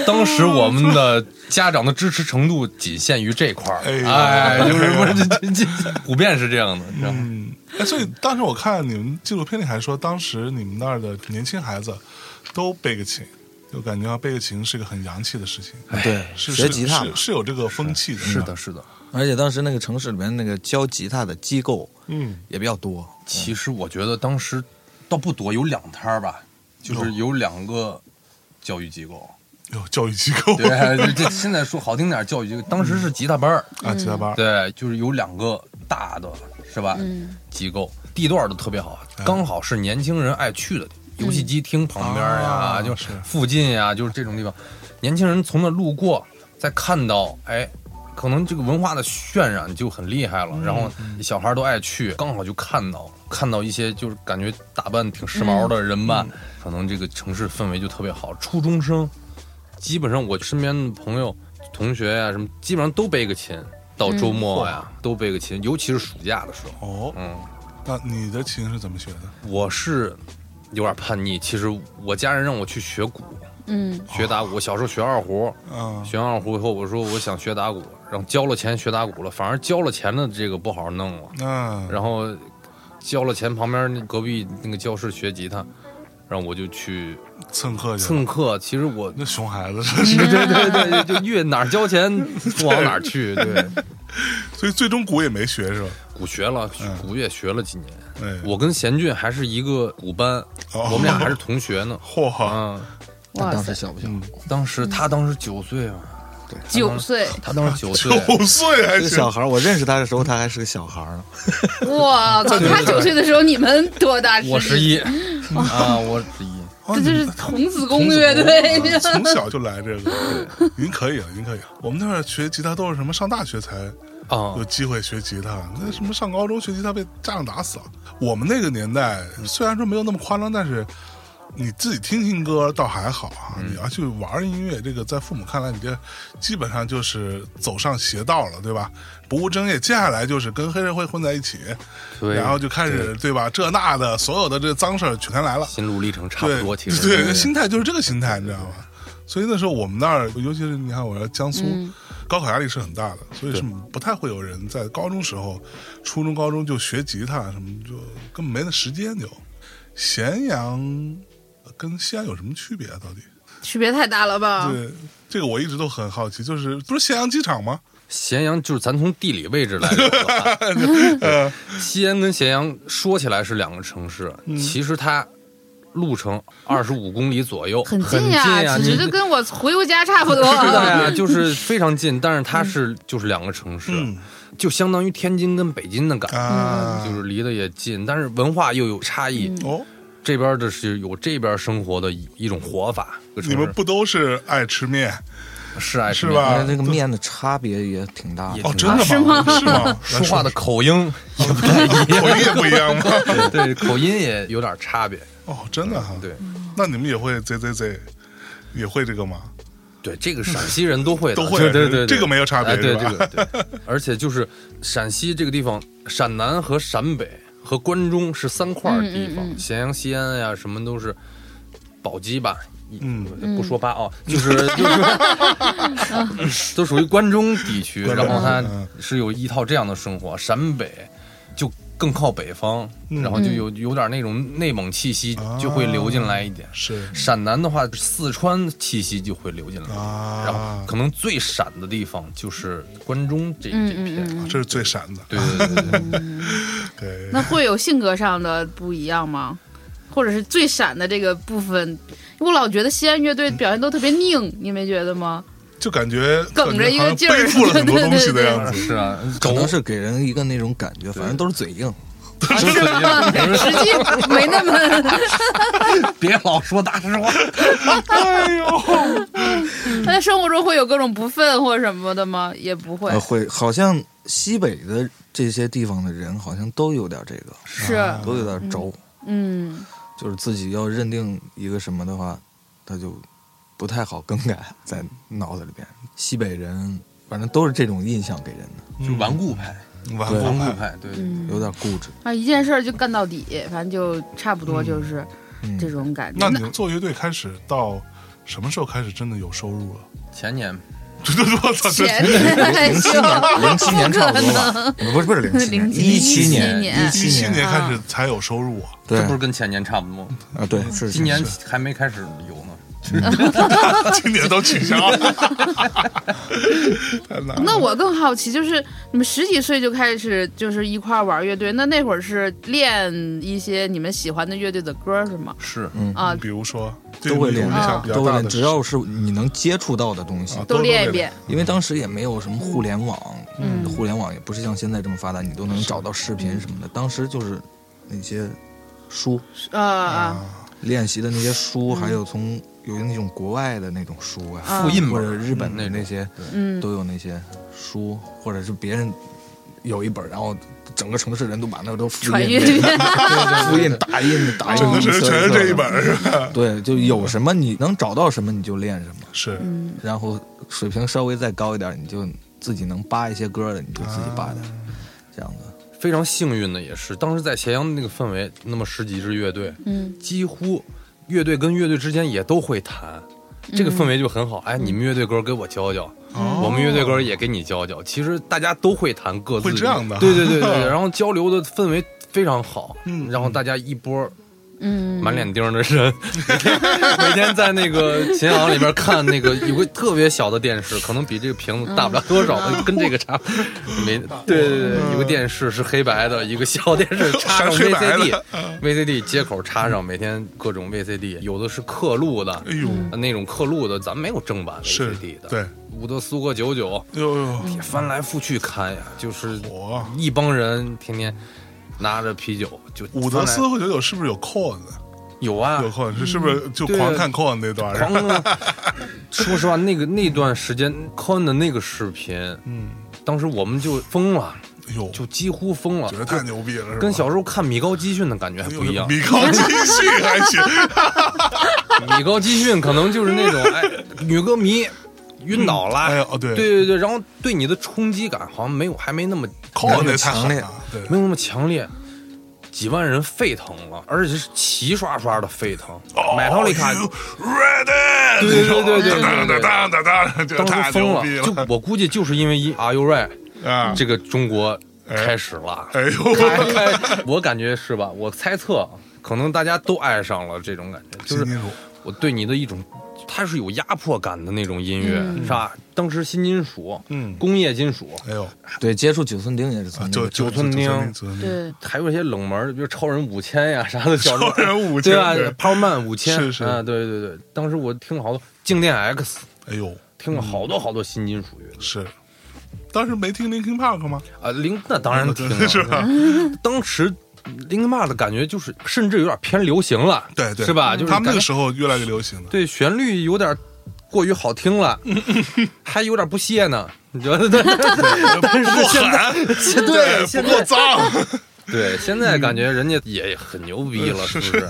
Speaker 3: 当时我们的家长的支持程度仅限于这块儿，
Speaker 2: 哎呦
Speaker 3: 哎，就是不是这这这普遍是这样的，你知道吗？
Speaker 2: 嗯，哎，所以当时我看你们纪录片里还说，当时你们那儿的年轻孩子都背个琴，就感觉背个琴是个很洋气的事情，
Speaker 4: (laughs) 对，
Speaker 2: 是
Speaker 4: 学吉他嘛
Speaker 2: 是是，是有这个风气的，
Speaker 3: 是的，，是的。
Speaker 4: 而且当时那个城市里面那个教吉他的机构
Speaker 2: 嗯，
Speaker 4: 也比较多。
Speaker 3: 其实我觉得当时倒不多，有两摊儿吧，就是有两个教育机构。
Speaker 2: 有教育机构
Speaker 3: 对，这这现在说好听点儿，教育机构当时是吉他班儿，
Speaker 2: 啊，吉他班儿，
Speaker 3: 对，就是有两个大的，是吧？
Speaker 1: 嗯
Speaker 3: 机构地段儿都特别好，啊刚好是年轻人爱去的地方，游戏机厅旁边儿呀、
Speaker 2: 啊
Speaker 3: 就是附近呀、就是这种地方，年轻人从那路过，再看到，哎。可能这个文化的渲染就很厉害了，然后小孩儿都爱去，刚好就看到了看到一些就是感觉打扮挺时髦的人吧，可能这个城市氛围就特别好。初中生基本上我身边的朋友、同学呀、什么，基本上都背个琴，到周末呀、都背个琴，尤其是暑假的时
Speaker 2: 哦，
Speaker 3: 候。嗯，
Speaker 2: 那你的琴是怎么学的？
Speaker 3: 我是有点叛逆，其实我家人让我去学鼓，
Speaker 1: 嗯，
Speaker 3: 学打鼓。小时候学二胡，
Speaker 2: 啊，
Speaker 3: 学完二胡以后，我说我想学打鼓，然后交了钱学打鼓了，反而交了钱的这个不好好弄了，
Speaker 2: 那
Speaker 3: 然后交了钱旁边那隔壁那个教室学吉他。然后我就去
Speaker 2: 蹭课去了。
Speaker 3: 蹭课。其实 (laughs) 我
Speaker 2: 那熊孩子真是， (laughs)
Speaker 3: 对对对对，就越哪儿交钱往哪儿去。对，
Speaker 2: 所以最终鼓也没学是吧？
Speaker 3: 鼓学了，鼓也学了几年。
Speaker 2: 哎，
Speaker 3: 我跟贤俊还是一个鼓班，
Speaker 2: 哦
Speaker 3: 我们俩还是同学呢。
Speaker 2: 嚯，
Speaker 3: 嗯，
Speaker 4: 那
Speaker 1: 哇
Speaker 4: 当时
Speaker 1: 塞，
Speaker 4: 小不小？
Speaker 3: 当时
Speaker 1: 嗯
Speaker 3: 他当时九岁嘛，
Speaker 1: 九岁，
Speaker 3: 他当时九岁，
Speaker 2: 九岁还
Speaker 4: 这个
Speaker 2: 行
Speaker 4: 小，孩儿，我认识他的时候，他还是个小孩
Speaker 3: 啊
Speaker 4: 儿呢。
Speaker 1: 哇靠！
Speaker 3: 对
Speaker 1: 他九岁的时候，你们多大？
Speaker 3: (laughs) 我十，一啊，我十一。
Speaker 2: 哦
Speaker 1: 这
Speaker 2: 你
Speaker 1: 就
Speaker 2: 们
Speaker 1: 是童子攻略，
Speaker 3: 童子
Speaker 1: 对，
Speaker 2: 嗯 (laughs) 从小就来这个，您可以了，啊您可以了。我们那会儿学吉他都是什么上大学才
Speaker 3: 啊
Speaker 2: 有，机会学吉他，那什么上高中学吉他被家长打死了。我们那个年代虽然说没有那么夸张，但是你自己听听歌倒还好啊，你要去玩音乐，这个在父母看来，你这基本上就是走上邪道了，对吧？不务正业，接下来就是跟黑社会混在一起，
Speaker 3: 对，
Speaker 2: 然后就开始对吧？这那的所有的这脏事儿全来了。
Speaker 3: 心路历程差
Speaker 2: 对
Speaker 3: 不多，其实嗯
Speaker 2: 对，那心态就是这个心态，你知道吗？所以那时候我们那儿，尤其是你看，我要江苏，高考压力是很大的，所以是不太会有人在高中时候、初中、高中就学吉他什么，就根本没那时间就。咸阳跟西安有什么区别啊？到底？
Speaker 1: (laughs) 区别太大了吧？
Speaker 2: 对，这个我一直都很好奇，就是不是咸阳机场吗？
Speaker 3: 咸阳就是咱从地理位置 (laughs) 来聊的话，嗯对西安跟咸阳说起来是两个城市，其实它路程二十五公里左右，
Speaker 1: 很
Speaker 3: 近
Speaker 1: 近呀，
Speaker 3: 你
Speaker 1: 其实就跟我回我家差不多。啊
Speaker 3: 是的呀，就是非常近，但是它是
Speaker 1: 嗯
Speaker 3: 就是两个城市，
Speaker 2: 嗯
Speaker 3: 就相当于天津跟北京的感觉。
Speaker 2: 啊，
Speaker 3: 嗯就是离得也近，但是文化又有差
Speaker 1: 嗯
Speaker 3: 异。
Speaker 2: 哦，
Speaker 3: 这边的是有这边生活的一一种活法，这个城
Speaker 2: 你们
Speaker 3: 市
Speaker 2: 不都是爱吃面？
Speaker 3: 是爱吃
Speaker 2: 是
Speaker 3: 面
Speaker 2: 吧啊
Speaker 4: 而且那个面的差别也挺大
Speaker 3: 也
Speaker 4: 的。
Speaker 2: 哦，
Speaker 3: 挺
Speaker 2: 真的
Speaker 3: 大
Speaker 2: 吗？
Speaker 1: 是吗
Speaker 2: 是吗？
Speaker 3: (laughs) 说话的
Speaker 2: (laughs)
Speaker 3: 口音也不太一样，
Speaker 2: 口音也不一样吗？
Speaker 3: 对，口音也有点差别。
Speaker 2: 哦，真的哈。
Speaker 3: 对，
Speaker 2: 那你们也会 Z Z Z，也会这个吗？
Speaker 3: 对，这个陕西人都会的，
Speaker 2: 都会
Speaker 3: 对对对，对
Speaker 2: 这个没有差别
Speaker 3: 哎
Speaker 2: 是
Speaker 3: 对这
Speaker 2: 吧
Speaker 3: 个对。而且就是陕西这个地方，陕南和陕北和关中是三块儿地方，
Speaker 1: 嗯嗯嗯
Speaker 3: 咸阳、西安呀、什么都是宝鸡吧。
Speaker 2: 嗯，
Speaker 3: 不说八啊，就是就是，
Speaker 1: 嗯 (laughs)
Speaker 3: (laughs) 都属于关中地区，
Speaker 2: 关
Speaker 3: 然
Speaker 2: 中
Speaker 3: 后它
Speaker 2: 嗯
Speaker 3: 是有一套这样的生活。陕北就更靠北方，
Speaker 2: 嗯啊
Speaker 3: 然后就有有点那种内蒙气息就会流进来一点。
Speaker 2: 是
Speaker 3: 陕南的话，四川气息就会流进来，
Speaker 2: 啊，
Speaker 3: 然后可能最闪的地方就是关中这这
Speaker 1: 嗯
Speaker 3: 片。
Speaker 1: 嗯嗯。
Speaker 2: 这是最闪的，
Speaker 3: 对对对 (laughs) 对，
Speaker 2: 对，
Speaker 1: 那会有性格上的不一样吗？或者是最闪的这个部分，我老觉得西安乐队表现都特别拧，你没觉得吗？
Speaker 2: 就感觉
Speaker 1: 梗着一个劲儿
Speaker 2: 感觉好像背负了很多东西的
Speaker 1: 对对对
Speaker 2: 样
Speaker 3: 对
Speaker 2: 子。
Speaker 3: 是啊，
Speaker 4: 可能
Speaker 3: 狗
Speaker 4: 是给人一个那种感觉，反正都是嘴硬。
Speaker 1: 是吗？ (laughs) 实际没那么，
Speaker 3: (laughs) 别老说大实话。
Speaker 2: 哎呦，
Speaker 1: 那生活中会有各种不忿或什么的吗？也不会
Speaker 4: 呃，，会好像西北的这些地方的人，好像都有点这个，
Speaker 1: 是，
Speaker 3: 啊
Speaker 4: 都有点轴，
Speaker 1: 嗯，
Speaker 4: 就是自己要认定一个什么的话，他就不太好更改在脑子里边。西北人反正都是这种印象给人的，
Speaker 3: (laughs) 就顽固派，
Speaker 2: 顽
Speaker 4: 对
Speaker 2: 固
Speaker 3: 顽固
Speaker 2: 派，
Speaker 3: 派，对，
Speaker 1: 嗯
Speaker 4: 有点固执。
Speaker 1: 啊，一件事儿就干到底，反正就差不多就是
Speaker 4: 嗯
Speaker 1: 这种感觉。
Speaker 2: 那你们做乐队开始到什么时候开始真的有收入了？ (laughs)
Speaker 3: 前年
Speaker 2: 这都我
Speaker 1: (laughs)
Speaker 2: 操，这
Speaker 3: (laughs)
Speaker 1: 钱太
Speaker 4: 零七
Speaker 1: 秀
Speaker 4: 年，
Speaker 1: (laughs) 了，
Speaker 4: 零七年差不多吧，不是不是零七年，
Speaker 1: 07
Speaker 4: 一七
Speaker 1: 年
Speaker 4: 一
Speaker 2: 一
Speaker 4: 七
Speaker 2: 七
Speaker 4: 年，
Speaker 2: 年开始才有收入啊，
Speaker 4: 对
Speaker 3: 这不是跟前年差不多吗？
Speaker 4: 啊，对，是是
Speaker 3: 今年
Speaker 4: 是
Speaker 3: 还没开始有呢。
Speaker 2: 今年都取消 (laughs) 了，太难
Speaker 1: (laughs)
Speaker 2: 了。
Speaker 1: 那我更好奇，就是你们十几岁就开始就是一块儿玩乐队，那那会儿是练一些你们喜欢的乐队的歌是吗？
Speaker 3: 是，
Speaker 1: 啊，
Speaker 2: 嗯比如说，对
Speaker 4: 都会
Speaker 2: 你有
Speaker 4: 练
Speaker 2: 影响比较
Speaker 4: 都会
Speaker 2: 大的
Speaker 4: 练，
Speaker 2: 是，
Speaker 4: 只要是你能接触到的东西
Speaker 2: 啊，
Speaker 1: 都
Speaker 2: 都
Speaker 1: 练一
Speaker 2: 练
Speaker 1: 遍。
Speaker 4: 因为当时也没有什么互联网，
Speaker 3: 嗯
Speaker 4: 互联网也不是像现在这么发达，你都能找到视频什么的。
Speaker 3: 嗯
Speaker 4: 当时就是那些书
Speaker 1: 啊啊，
Speaker 4: 练习的那些书，还有从有那种国外的那种书啊，
Speaker 3: 复印
Speaker 4: 或
Speaker 3: 本
Speaker 4: 者日本的
Speaker 3: 嗯那
Speaker 4: 那些，
Speaker 1: 嗯，
Speaker 4: 都有那些书，或者是别人有一本，然后整个城市人都把那个都复
Speaker 1: 传
Speaker 4: 印
Speaker 1: 阅
Speaker 4: 了，
Speaker 1: 一遍
Speaker 4: 复印打印打印，
Speaker 2: 整个城市全是这一本，是吧？
Speaker 4: 对，就有什么你能找到什么你就练什么。
Speaker 2: (laughs) 是，
Speaker 4: 然后水平稍微再高一点，你就自己能扒一些歌的，你就自己扒点，这样子。
Speaker 3: 非常幸运的也是，当时在咸阳那个氛围，那么十几支乐队，
Speaker 1: 嗯，
Speaker 3: 几乎乐队跟乐队之间也都会谈，这个氛围就很好。哎，你们乐队歌给我教教，
Speaker 2: 哦
Speaker 3: 我们乐队歌也给你教教。其实大家都会弹各自
Speaker 2: 会这样的 (laughs)
Speaker 3: 对对对对，然后交流的氛围非常好，
Speaker 2: 嗯
Speaker 3: 然后大家一波
Speaker 1: 嗯，
Speaker 3: 满脸钉儿的人， (laughs) 每天在那个琴行里边看那个 (laughs) 有个特别小的电视，可能比这个屏幕大不了多少，跟这个差没。对对对，有个电视是黑白的，一个小电视插上
Speaker 2: 还黑白
Speaker 3: VCD，
Speaker 2: 的嗯
Speaker 3: VCD 接口插上，每天各种 VCD，有的是刻录的，
Speaker 2: 哎呦，
Speaker 3: 那种刻录的，咱没有正版
Speaker 2: 是
Speaker 3: VCD 的。
Speaker 2: 对，
Speaker 3: 伍德苏格九九
Speaker 2: 呦呦，
Speaker 4: 嗯
Speaker 3: 也翻来覆去看呀，就是
Speaker 2: 我
Speaker 3: 一帮人天天拿着啤酒就
Speaker 2: 伍德
Speaker 3: 翻来
Speaker 2: 斯和九九是不是有扣子？
Speaker 3: 有啊
Speaker 2: 有，扣子是是不是就狂看扣子那段？
Speaker 3: 狂
Speaker 2: (laughs)
Speaker 3: 啊！说实话，那个那段时间看的那个视频，
Speaker 2: 嗯，
Speaker 3: 当时我们就疯了，
Speaker 2: 哎呦，
Speaker 3: 就几乎疯了
Speaker 2: 觉，得太牛逼了，是吧？哎
Speaker 3: 跟小时候看米高基训的感觉还不一样。
Speaker 2: (laughs) 米高
Speaker 3: (laughs)
Speaker 2: 继续还行，
Speaker 3: 米高基训可能就是那种哎，女歌迷晕倒了，
Speaker 2: 哎呦，对
Speaker 3: 对，对对，然后对你的冲击感好像没有，还没那么
Speaker 2: 扣子那太狠了，对，哦
Speaker 3: 没有那么强烈。几万人沸腾了，而且是齐刷刷的沸腾。
Speaker 2: 哦
Speaker 3: 买套利卡
Speaker 2: ready，当当当当当，这
Speaker 3: 当
Speaker 2: 太
Speaker 3: 时疯
Speaker 2: 牛
Speaker 3: 了
Speaker 2: 逼，
Speaker 3: 就
Speaker 2: 了
Speaker 3: 我估计就是因为一 Are You Right
Speaker 2: 啊！
Speaker 3: 这个中国开始了，
Speaker 2: 哎
Speaker 3: 开
Speaker 2: 呦，
Speaker 3: 开，我感觉是吧？我猜测，可能大家都爱上了这种感觉，就
Speaker 2: 金
Speaker 3: 是
Speaker 2: 金属，
Speaker 3: 我对你的一种，它是有压迫感的那种音乐，是吧？当时新金属，
Speaker 2: 嗯
Speaker 3: 工业金属，
Speaker 2: 哎呦，
Speaker 4: 对，接触九寸钉也是从
Speaker 2: 啊
Speaker 3: 嗯
Speaker 4: 那
Speaker 2: 九
Speaker 4: 个
Speaker 2: 九
Speaker 3: 寸钉
Speaker 2: 九寸钉，
Speaker 1: 对，
Speaker 3: 还有一些冷门儿，比如超人五千呀啥的，小时候
Speaker 2: 超人5000
Speaker 3: 对吧
Speaker 2: 对
Speaker 3: ？Power Man 五千
Speaker 2: 是是
Speaker 3: 啊，对对对，当时我听了好多静电 X，
Speaker 2: 哎呦，
Speaker 3: 听了好多好多新金属乐队
Speaker 2: 是，当时没听 Linkin Park 吗？
Speaker 3: 啊，零那当 (laughs) 然听了，
Speaker 2: 是吧？
Speaker 3: 当时 Linkin Park 的感觉就是，甚至有点偏流行了，
Speaker 2: 对对
Speaker 3: 是吧？就
Speaker 2: 嗯
Speaker 3: 是
Speaker 2: 他们那
Speaker 3: 感
Speaker 2: 个
Speaker 3: 觉
Speaker 2: 时候越来越流行了，
Speaker 3: 对旋律有点过于好听了，还有点不屑呢， (laughs) 你觉得？但是现在，
Speaker 2: (laughs)
Speaker 3: 现对
Speaker 2: 不
Speaker 3: 现
Speaker 2: 够
Speaker 3: 在
Speaker 2: 脏， (laughs)
Speaker 3: 对现在感觉人家也很牛逼了，是不是？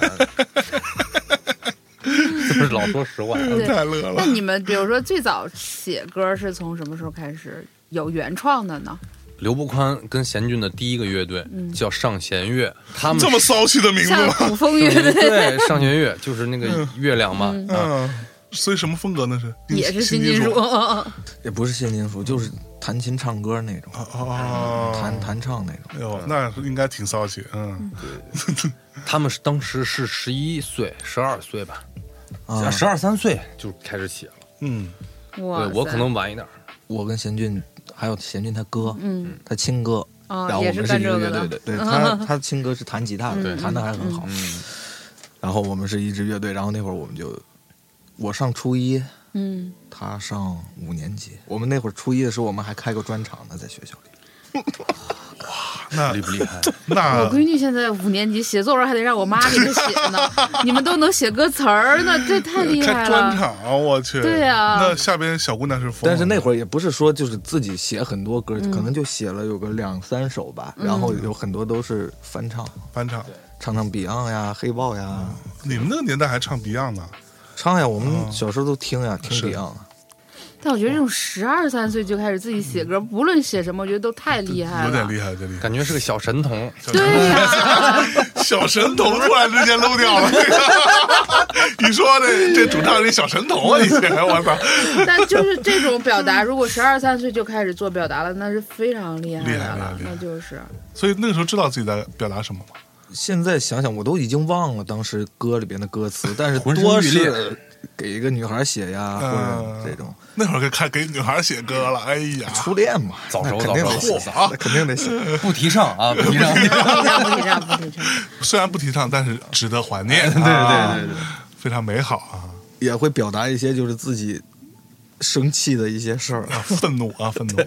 Speaker 3: 是不是老说实话？
Speaker 2: 太乐
Speaker 1: 那
Speaker 2: 了。
Speaker 1: 你们比如说最早写歌是从什么时候开始有原创的
Speaker 4: (laughs)
Speaker 1: 呢？
Speaker 3: 刘伯宽跟贤俊的第一个乐队
Speaker 1: 嗯
Speaker 3: 叫上弦乐，他们
Speaker 2: 这么骚气的名字
Speaker 1: 像
Speaker 2: 吗？
Speaker 1: 古风乐队
Speaker 3: 对上弦乐就是那个月亮嘛，啊
Speaker 2: 嗯，所以什么风格那是？
Speaker 1: 也是新金
Speaker 2: 金
Speaker 1: 属，
Speaker 2: 啊
Speaker 4: 也不是新金属，就是弹琴唱歌那种，
Speaker 2: 啊！
Speaker 4: 弹弹唱那种。
Speaker 2: 哎呦，那应该挺骚气，嗯，
Speaker 3: 他们是当时是十一岁、十二岁吧，
Speaker 4: 啊，
Speaker 3: 十二三岁就开始写了。
Speaker 2: 嗯，
Speaker 1: 哇
Speaker 3: 对
Speaker 1: 塞，
Speaker 3: 我可能晚一点 (laughs) 儿，
Speaker 4: 我跟贤俊还有贤俊他哥，
Speaker 1: 嗯
Speaker 4: 他亲哥，
Speaker 1: 啊
Speaker 4: 然后我
Speaker 1: 也
Speaker 4: 们
Speaker 1: 干
Speaker 4: 一
Speaker 1: 这
Speaker 4: 个
Speaker 1: 个
Speaker 4: 乐队
Speaker 1: 的，嗯
Speaker 4: 的，
Speaker 1: (laughs)
Speaker 4: 对他他亲哥是弹吉他的，弹的还很好。然后我们是一支乐队，然后那会儿我们就，我上初一，
Speaker 1: 嗯，
Speaker 4: 他上五年级。我们那会儿初一的时候，我们还开过专场呢，在学校里。
Speaker 2: 嗯那
Speaker 3: 厉不厉害？
Speaker 1: 我
Speaker 2: 那
Speaker 1: 闺女现在五年级，写作文还得让我妈给她写呢，你们都能写歌词儿呢，这太厉害
Speaker 2: 开专
Speaker 1: 了。
Speaker 2: 场，啊我去，
Speaker 1: 对啊呀
Speaker 2: 那下边小姑娘是疯了，
Speaker 4: 但是那会儿也不是说就是自己写很多歌，
Speaker 1: 嗯
Speaker 4: 可能就写了有个两三首吧，然后有很多都是翻唱，
Speaker 2: 翻唱，
Speaker 4: 唱唱 Beyond 呀、黑豹呀，
Speaker 2: 你们那个年代还唱 Beyond 呢，
Speaker 4: 唱呀，我们小时候都听呀，听
Speaker 2: 是
Speaker 4: Beyond。
Speaker 1: 但我觉得这种十二三岁就开始自己写歌，无论写什么，我觉得都太厉害了。
Speaker 2: 有点厉害，有点厉害。
Speaker 3: 感觉是个小神童，
Speaker 1: 对呀、 (laughs)
Speaker 2: 小神童突然之间搂掉了，你说这这主唱是一小神童啊？以前我操，
Speaker 1: 但就是这种表达，如果十二三岁就开始做表达了，那是非常厉害的
Speaker 2: 厉害厉害
Speaker 1: 了。
Speaker 2: 厉害
Speaker 1: 那就是 (laughs)
Speaker 2: 所以那个时候知道自己在表达什么吗？
Speaker 4: 现在想想，我都已经忘了当时歌里边的歌
Speaker 3: (laughs)
Speaker 4: 词，但是
Speaker 3: 浑身
Speaker 4: 多
Speaker 3: 欲裂
Speaker 4: 是给一个女孩写呀，
Speaker 2: 嗯
Speaker 4: 或者这种
Speaker 2: 那会儿给看给女孩写歌了，哎呀，
Speaker 4: 初恋嘛，
Speaker 3: 早熟
Speaker 4: 那肯定
Speaker 3: 早
Speaker 4: 得
Speaker 3: 熟啊
Speaker 4: 写，
Speaker 2: 嚯
Speaker 4: 那肯定得写。 (laughs)
Speaker 3: 不提倡 (laughs) 啊，不提倡。
Speaker 1: 不提倡，不提倡，不提倡。
Speaker 2: 虽然不提倡，但是值得怀
Speaker 4: (laughs)
Speaker 2: 念，对
Speaker 3: 对对对，
Speaker 2: 非常美好啊，
Speaker 4: 也会表达一些就是自己生气的一些事儿。 (laughs)
Speaker 2: 愤怒啊，愤怒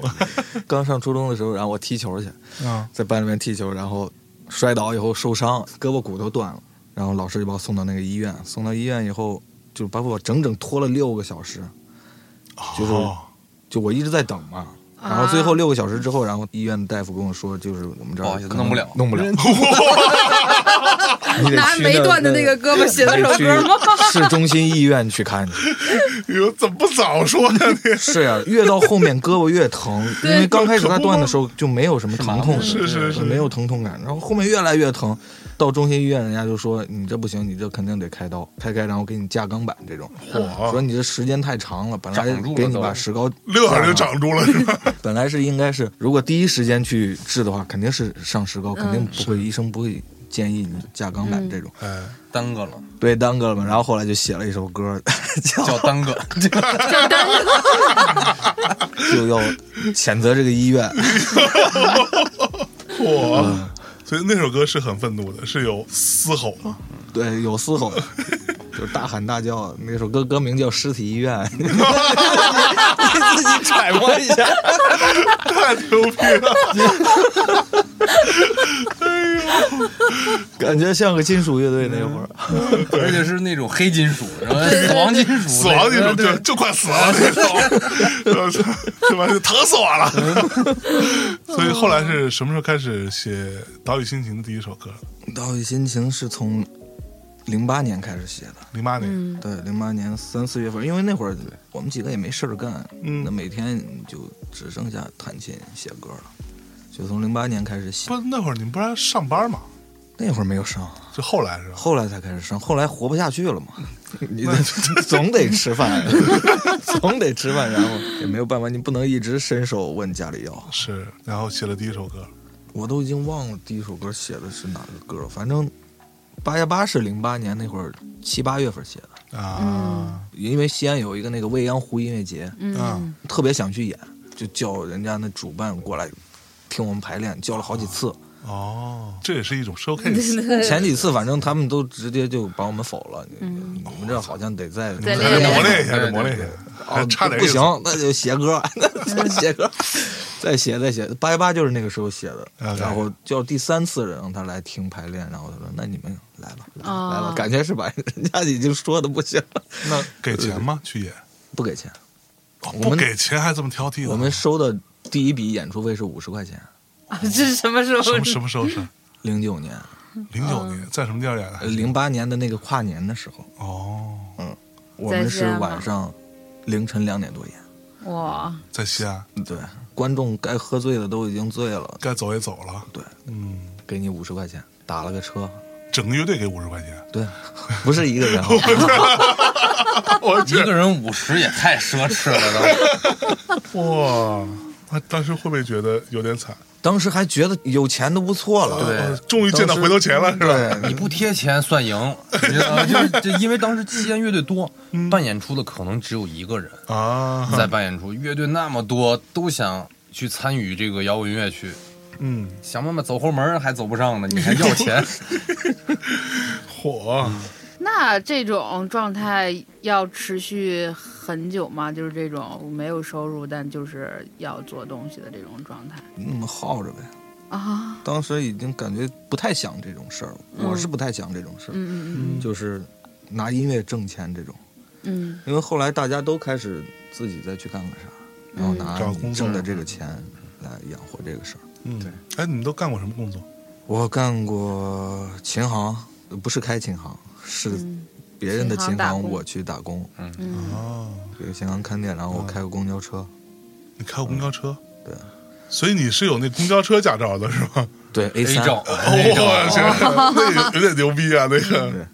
Speaker 4: 刚上初中的时候，然后我踢球去，
Speaker 2: 啊， (laughs)
Speaker 4: 在班里面踢球，然后摔倒以后受伤，胳膊骨头断了，然后老师就把我送到那个医院，送到医院以后，就把我整整拖了六个小时，就是
Speaker 2: 哦
Speaker 4: 就我一直在等嘛。
Speaker 1: 啊
Speaker 4: 然后最后六个小时之后，然后医院的大夫跟我说，就是我们这
Speaker 3: 不好
Speaker 4: 儿
Speaker 3: 意思
Speaker 4: 可能
Speaker 3: 弄不了
Speaker 4: 弄不了，你得
Speaker 1: 拿
Speaker 4: 去
Speaker 1: 没
Speaker 4: 那
Speaker 1: 断的那个胳膊写了首歌吗？ (laughs)
Speaker 4: 市中心医院去看去。
Speaker 2: 哟，怎么不早说呢？你
Speaker 4: 是呀、越到后面胳膊越疼，因
Speaker 1: 对
Speaker 4: 为刚开始他断的时候就没有什么疼痛，
Speaker 2: 是是是
Speaker 4: 没有疼痛感，然后后面越来越疼，到中心医院人家就说你这不行，你这肯定得开刀，开开然后给你架钢板这种，
Speaker 2: 嚯
Speaker 4: 说你这时间太长了，本
Speaker 3: 长
Speaker 4: 来
Speaker 3: 住了
Speaker 4: 给你
Speaker 3: 都
Speaker 4: 把石膏
Speaker 2: 六小时就长住了是吧？
Speaker 4: 本来是应该是，如果第一时间去治的话，肯定是上石膏，肯定不会，医生不会建议你加钢板这种，
Speaker 2: 哎，
Speaker 3: 耽搁了，
Speaker 4: 对，耽搁了嘛。然后后来就写了一首歌，叫
Speaker 3: 叫耽 (laughs) 搁，
Speaker 1: 叫单个，
Speaker 4: 就要谴责这个医院，
Speaker 2: 嚯！所以那首歌是很愤怒的，是有嘶吼吗？
Speaker 4: 对，有嘶 (laughs) 吼，就是大喊大叫。那首歌歌名叫《尸体医院》， (laughs) 你 (laughs) 自己揣摩一下。
Speaker 2: (laughs) 太牛逼了！
Speaker 4: 感觉像个金属乐队那会儿，
Speaker 3: 而且是那种黑金 (laughs) 属，然后死亡金属，
Speaker 2: 死亡那种，
Speaker 3: 对
Speaker 2: 就就快死了那种，
Speaker 3: (laughs)
Speaker 2: 我操，他妈就疼死我了。
Speaker 3: 嗯
Speaker 2: (laughs) 所以后来是什么时候开始写《岛屿心情》的第一首歌？
Speaker 4: 《岛屿心情》是从零八年开始写的。
Speaker 2: 零八年，
Speaker 1: 嗯，
Speaker 4: 对，零八年三四月份，因为那会儿我们几个也没事儿干，
Speaker 2: 嗯
Speaker 4: 那每天就只剩下弹琴写歌了，就从零八年开始写
Speaker 2: 不。，那会儿你们不是还上班吗？
Speaker 4: 那会儿没有上，
Speaker 2: 就后来是吧？
Speaker 4: 后来才开始上，后来活不下去了嘛， (laughs) 你得 (laughs) 总得吃饭，总得吃饭，然后也没有办法，你不能一直伸手问家里要。
Speaker 2: 是，然后写了第一首歌，
Speaker 4: 我都已经忘了第一首歌写的是哪个歌了，反正八幺八是零八年那会儿七八月份写的，
Speaker 2: 啊，
Speaker 3: 嗯
Speaker 4: 因为西安有一个那个未央湖音乐节，
Speaker 2: 嗯
Speaker 1: 嗯，
Speaker 4: 特别想去演，就叫人家那主办过来听我们排练，叫了好几次。
Speaker 2: 哦，这也是一种 showcase，
Speaker 4: (laughs) 前几次反正他们都直接就把我们否了。你们这好像得再
Speaker 1: 再
Speaker 2: 还得
Speaker 1: 练
Speaker 2: 磨嗯练一下，
Speaker 3: 对
Speaker 2: 得磨练一
Speaker 3: 对
Speaker 2: 下，
Speaker 4: 哦
Speaker 2: 还，差点
Speaker 4: 不
Speaker 2: 意思
Speaker 4: 行，那就写歌， (laughs) 那就写歌，再写再写。八一八就是那个时候写的，
Speaker 2: OK
Speaker 4: 然后叫第三次让他来听排练，然后他说：“那你们来吧，来吧，
Speaker 1: 哦
Speaker 4: 来吧。”感觉是把人家已经说的不行了，
Speaker 2: 那给钱吗？去演？
Speaker 4: 不给钱。
Speaker 2: 哦
Speaker 4: 我
Speaker 2: 不
Speaker 4: 们
Speaker 2: 给钱还这么挑剔呢？
Speaker 4: 我们收的第一笔演出费是五十块钱，
Speaker 1: 啊这是什么时候
Speaker 2: 什？么什么时候是？
Speaker 4: 零九年、
Speaker 3: 嗯
Speaker 2: 零九年在什么地儿演的？
Speaker 4: 零八年的那个跨年的时候。
Speaker 2: 哦，
Speaker 4: 我
Speaker 1: 在
Speaker 4: 们
Speaker 1: 西
Speaker 4: 是
Speaker 1: 安
Speaker 4: 晚
Speaker 1: 吗
Speaker 4: 上凌晨两点多演，
Speaker 1: 哇，
Speaker 2: 在西安，
Speaker 4: 对，观众该喝醉的都已经醉了，
Speaker 2: 该走也走了，
Speaker 4: 对，
Speaker 2: 嗯，
Speaker 4: 给你五十块钱，打了个车，
Speaker 2: 整个乐队给五十块钱，
Speaker 4: 对，不是一个
Speaker 2: (laughs)
Speaker 4: 人啊，
Speaker 2: 我
Speaker 3: 一个人五十也太奢侈了，
Speaker 2: 哇，那当时会不会觉得有点惨？
Speaker 4: 当时还觉得有钱都不错了，
Speaker 3: 对
Speaker 2: 哦终于见到回头钱了，是吧？
Speaker 3: 都。你不贴钱算赢，你知 (laughs) 道吗？就是就因为当时西安乐队多，办演出的可能只有一个人
Speaker 2: 啊，
Speaker 3: 在办演出，乐队那么多，都想去参与这个摇滚乐去，
Speaker 2: 嗯，
Speaker 3: 想办法走后门儿还走不上呢，你还
Speaker 2: (laughs)
Speaker 3: 要钱？
Speaker 2: 火，
Speaker 1: 那这种状态要持续很久吗？就是这种没有收入，但就是要做东西的这种状态
Speaker 4: 那么耗着呗。
Speaker 1: 啊，
Speaker 4: 当时已经感觉不太想这种事儿，
Speaker 1: 嗯
Speaker 4: 我是不太想这种事儿，
Speaker 1: 嗯嗯
Speaker 4: 就是拿音乐挣钱这种，
Speaker 1: 嗯
Speaker 4: 因为后来大家都开始自己再去干个啥，
Speaker 1: 嗯
Speaker 4: 然后拿
Speaker 2: 找工
Speaker 4: 你
Speaker 2: 作
Speaker 4: 挣的这个钱来养活这个事儿。
Speaker 2: 嗯，哎，你们都干过什么工作？
Speaker 4: 我干过琴行，不是开琴行，是
Speaker 1: 嗯
Speaker 4: 别人的
Speaker 1: 琴行
Speaker 4: 琴
Speaker 1: 打
Speaker 4: 行
Speaker 1: 工
Speaker 4: 我去打工，
Speaker 1: 嗯嗯，
Speaker 2: 哦，
Speaker 4: 给个琴行看店，然后我
Speaker 2: 嗯
Speaker 4: 开个公交车。
Speaker 2: 你开过公交车，
Speaker 4: 对
Speaker 2: 所以你是有那公交车驾照的是吧？
Speaker 4: 对 A
Speaker 3: A 照
Speaker 4: 三，，
Speaker 3: A 照
Speaker 2: 哎我去，那个有点牛逼啊，那个，
Speaker 4: 对，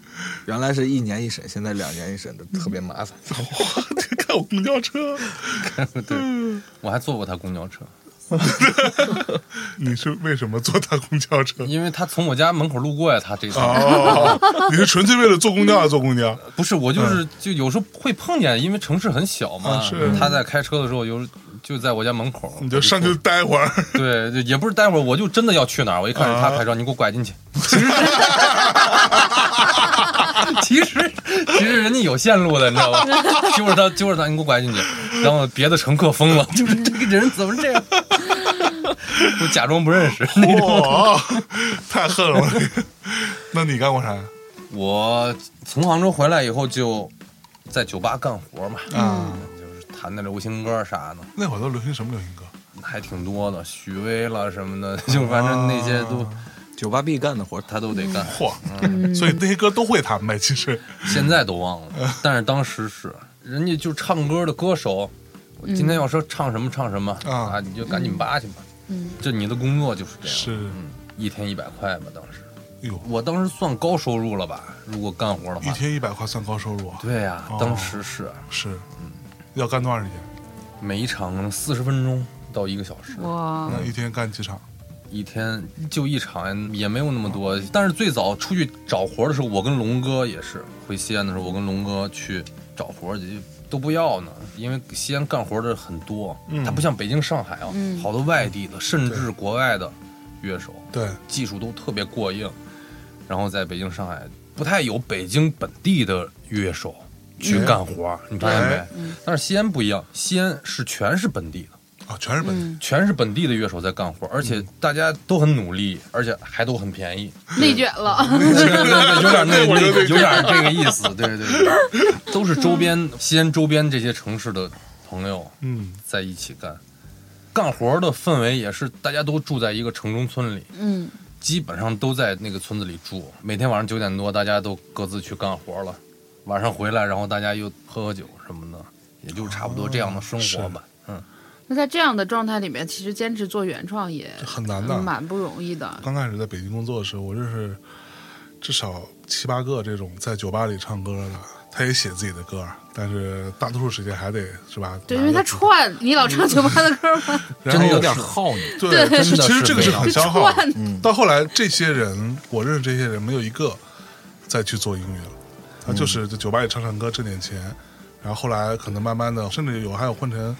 Speaker 4: 原来是一年一审，现在两年一审的，特别麻烦。
Speaker 2: 哇，这开我公交车，
Speaker 3: 对，我还坐过他公交车，
Speaker 2: 你是为什么坐大公交车？
Speaker 3: 因为他从我家门口路过呀，他这趟
Speaker 2: 哦，你是纯粹为了坐公交而坐公交？
Speaker 3: 不是我就是就有时候会碰见，因为城市很小嘛
Speaker 2: 嗯啊是，
Speaker 3: 他在开车的时候有时就在我家门口，
Speaker 2: 你就上去待会儿，
Speaker 3: (laughs) 对，就也不是待会儿我就真的要去哪儿，我一看是他拍照，你给我拐进去。 (laughs) 其实，其实人家有线路的，你知道吧？揪着他，揪着他，你给我拐进去，然后别的乘客疯了，就是这个人怎么这样？ (laughs) 我假装不认识 (laughs) 那种。
Speaker 2: 哇，哦太恨了！那你干过啥呀？
Speaker 3: 我从杭州回来以后就在酒吧干活嘛，
Speaker 1: 嗯
Speaker 2: 啊，
Speaker 3: 就是弹的流行歌啥的，
Speaker 2: 那会儿都流行什么流行歌？
Speaker 3: 还挺多的，许巍了什么的，就反正那些都
Speaker 4: 酒吧必干的活，
Speaker 3: 他都得干。
Speaker 2: 嚯，所以那些歌都会弹呗，其实
Speaker 3: 现在都忘了，但是当时是人家就唱歌的歌手，我今天要说唱什么唱什么
Speaker 2: 啊
Speaker 3: 啊，你就赶紧扒去吧。
Speaker 1: 嗯，
Speaker 3: 这你的工作就是这样，
Speaker 2: 是，
Speaker 3: 一天一百块吧，当时
Speaker 2: 哟，
Speaker 3: 我当时算高收入了吧？如果干活的
Speaker 2: 一
Speaker 3: 话，
Speaker 2: 天一百块算高收入啊？
Speaker 3: 对呀、
Speaker 2: 哦
Speaker 3: 当时是
Speaker 2: 是，要干多长时间？
Speaker 3: 每一场四十分钟到一个小时，
Speaker 1: 哇，
Speaker 2: 那一天干几场？
Speaker 3: 一天就一场，也没有那么多。但是最早出去找活的时候，我跟龙哥也是回西安的时候，我跟龙哥去找活就都不要呢，因为西安干活的很多，
Speaker 2: 嗯
Speaker 3: 它不像北京、上海啊，
Speaker 1: 嗯
Speaker 3: 好多外地的，甚至
Speaker 2: 对
Speaker 3: 国外的乐手，
Speaker 2: 对，
Speaker 3: 技术都特别过硬。然后在北京、上海不太有北京本地的乐手去
Speaker 2: 嗯
Speaker 3: 干活，你发现没
Speaker 2: 哎？
Speaker 3: 但是西安不一样，西安是全是本地的。
Speaker 2: 啊，全是本地，
Speaker 1: 嗯，
Speaker 3: 全是本地的乐手在干活，而
Speaker 4: 嗯
Speaker 3: 且大家都很努力，而且还都很
Speaker 4: (laughs)
Speaker 3: 便宜，
Speaker 1: 内卷了，
Speaker 3: 对对对有点那
Speaker 2: 我觉得
Speaker 3: 那
Speaker 2: 对
Speaker 3: 有点这个意
Speaker 4: (laughs)
Speaker 3: 思，对对对，都是周边西安周边这些城市的朋友
Speaker 2: 嗯，
Speaker 3: 在一起干，干活的氛围也是大家都住在一个城中村里，
Speaker 1: 嗯，
Speaker 3: 基本上都在那个村子里住，每天晚上九点多大家都各自去干活了，晚上回来然后大家又喝喝酒什么的，也就差不多这样的生活吧，嗯。
Speaker 1: 那在这样的状态里面，其实坚持做原创也
Speaker 2: 很难的。
Speaker 1: 蛮不容易的。
Speaker 2: 刚开始在北京工作的时候，我认识至少七八个这种在酒吧里唱歌的，他也写自己的歌，但是大多数时间还得是吧？
Speaker 1: 对，因为他串你老唱酒吧的歌嘛，
Speaker 2: 然
Speaker 4: 真的
Speaker 2: 后
Speaker 4: 有点耗你。
Speaker 2: 对，
Speaker 1: 对
Speaker 2: 其实其实这个是很消耗的。
Speaker 1: 串
Speaker 2: 到后来，这些人，我认识这些人，没有一个再去做音乐了。他就是在酒吧里唱唱歌，挣点钱，然后后来可能慢慢的，甚至有还有混成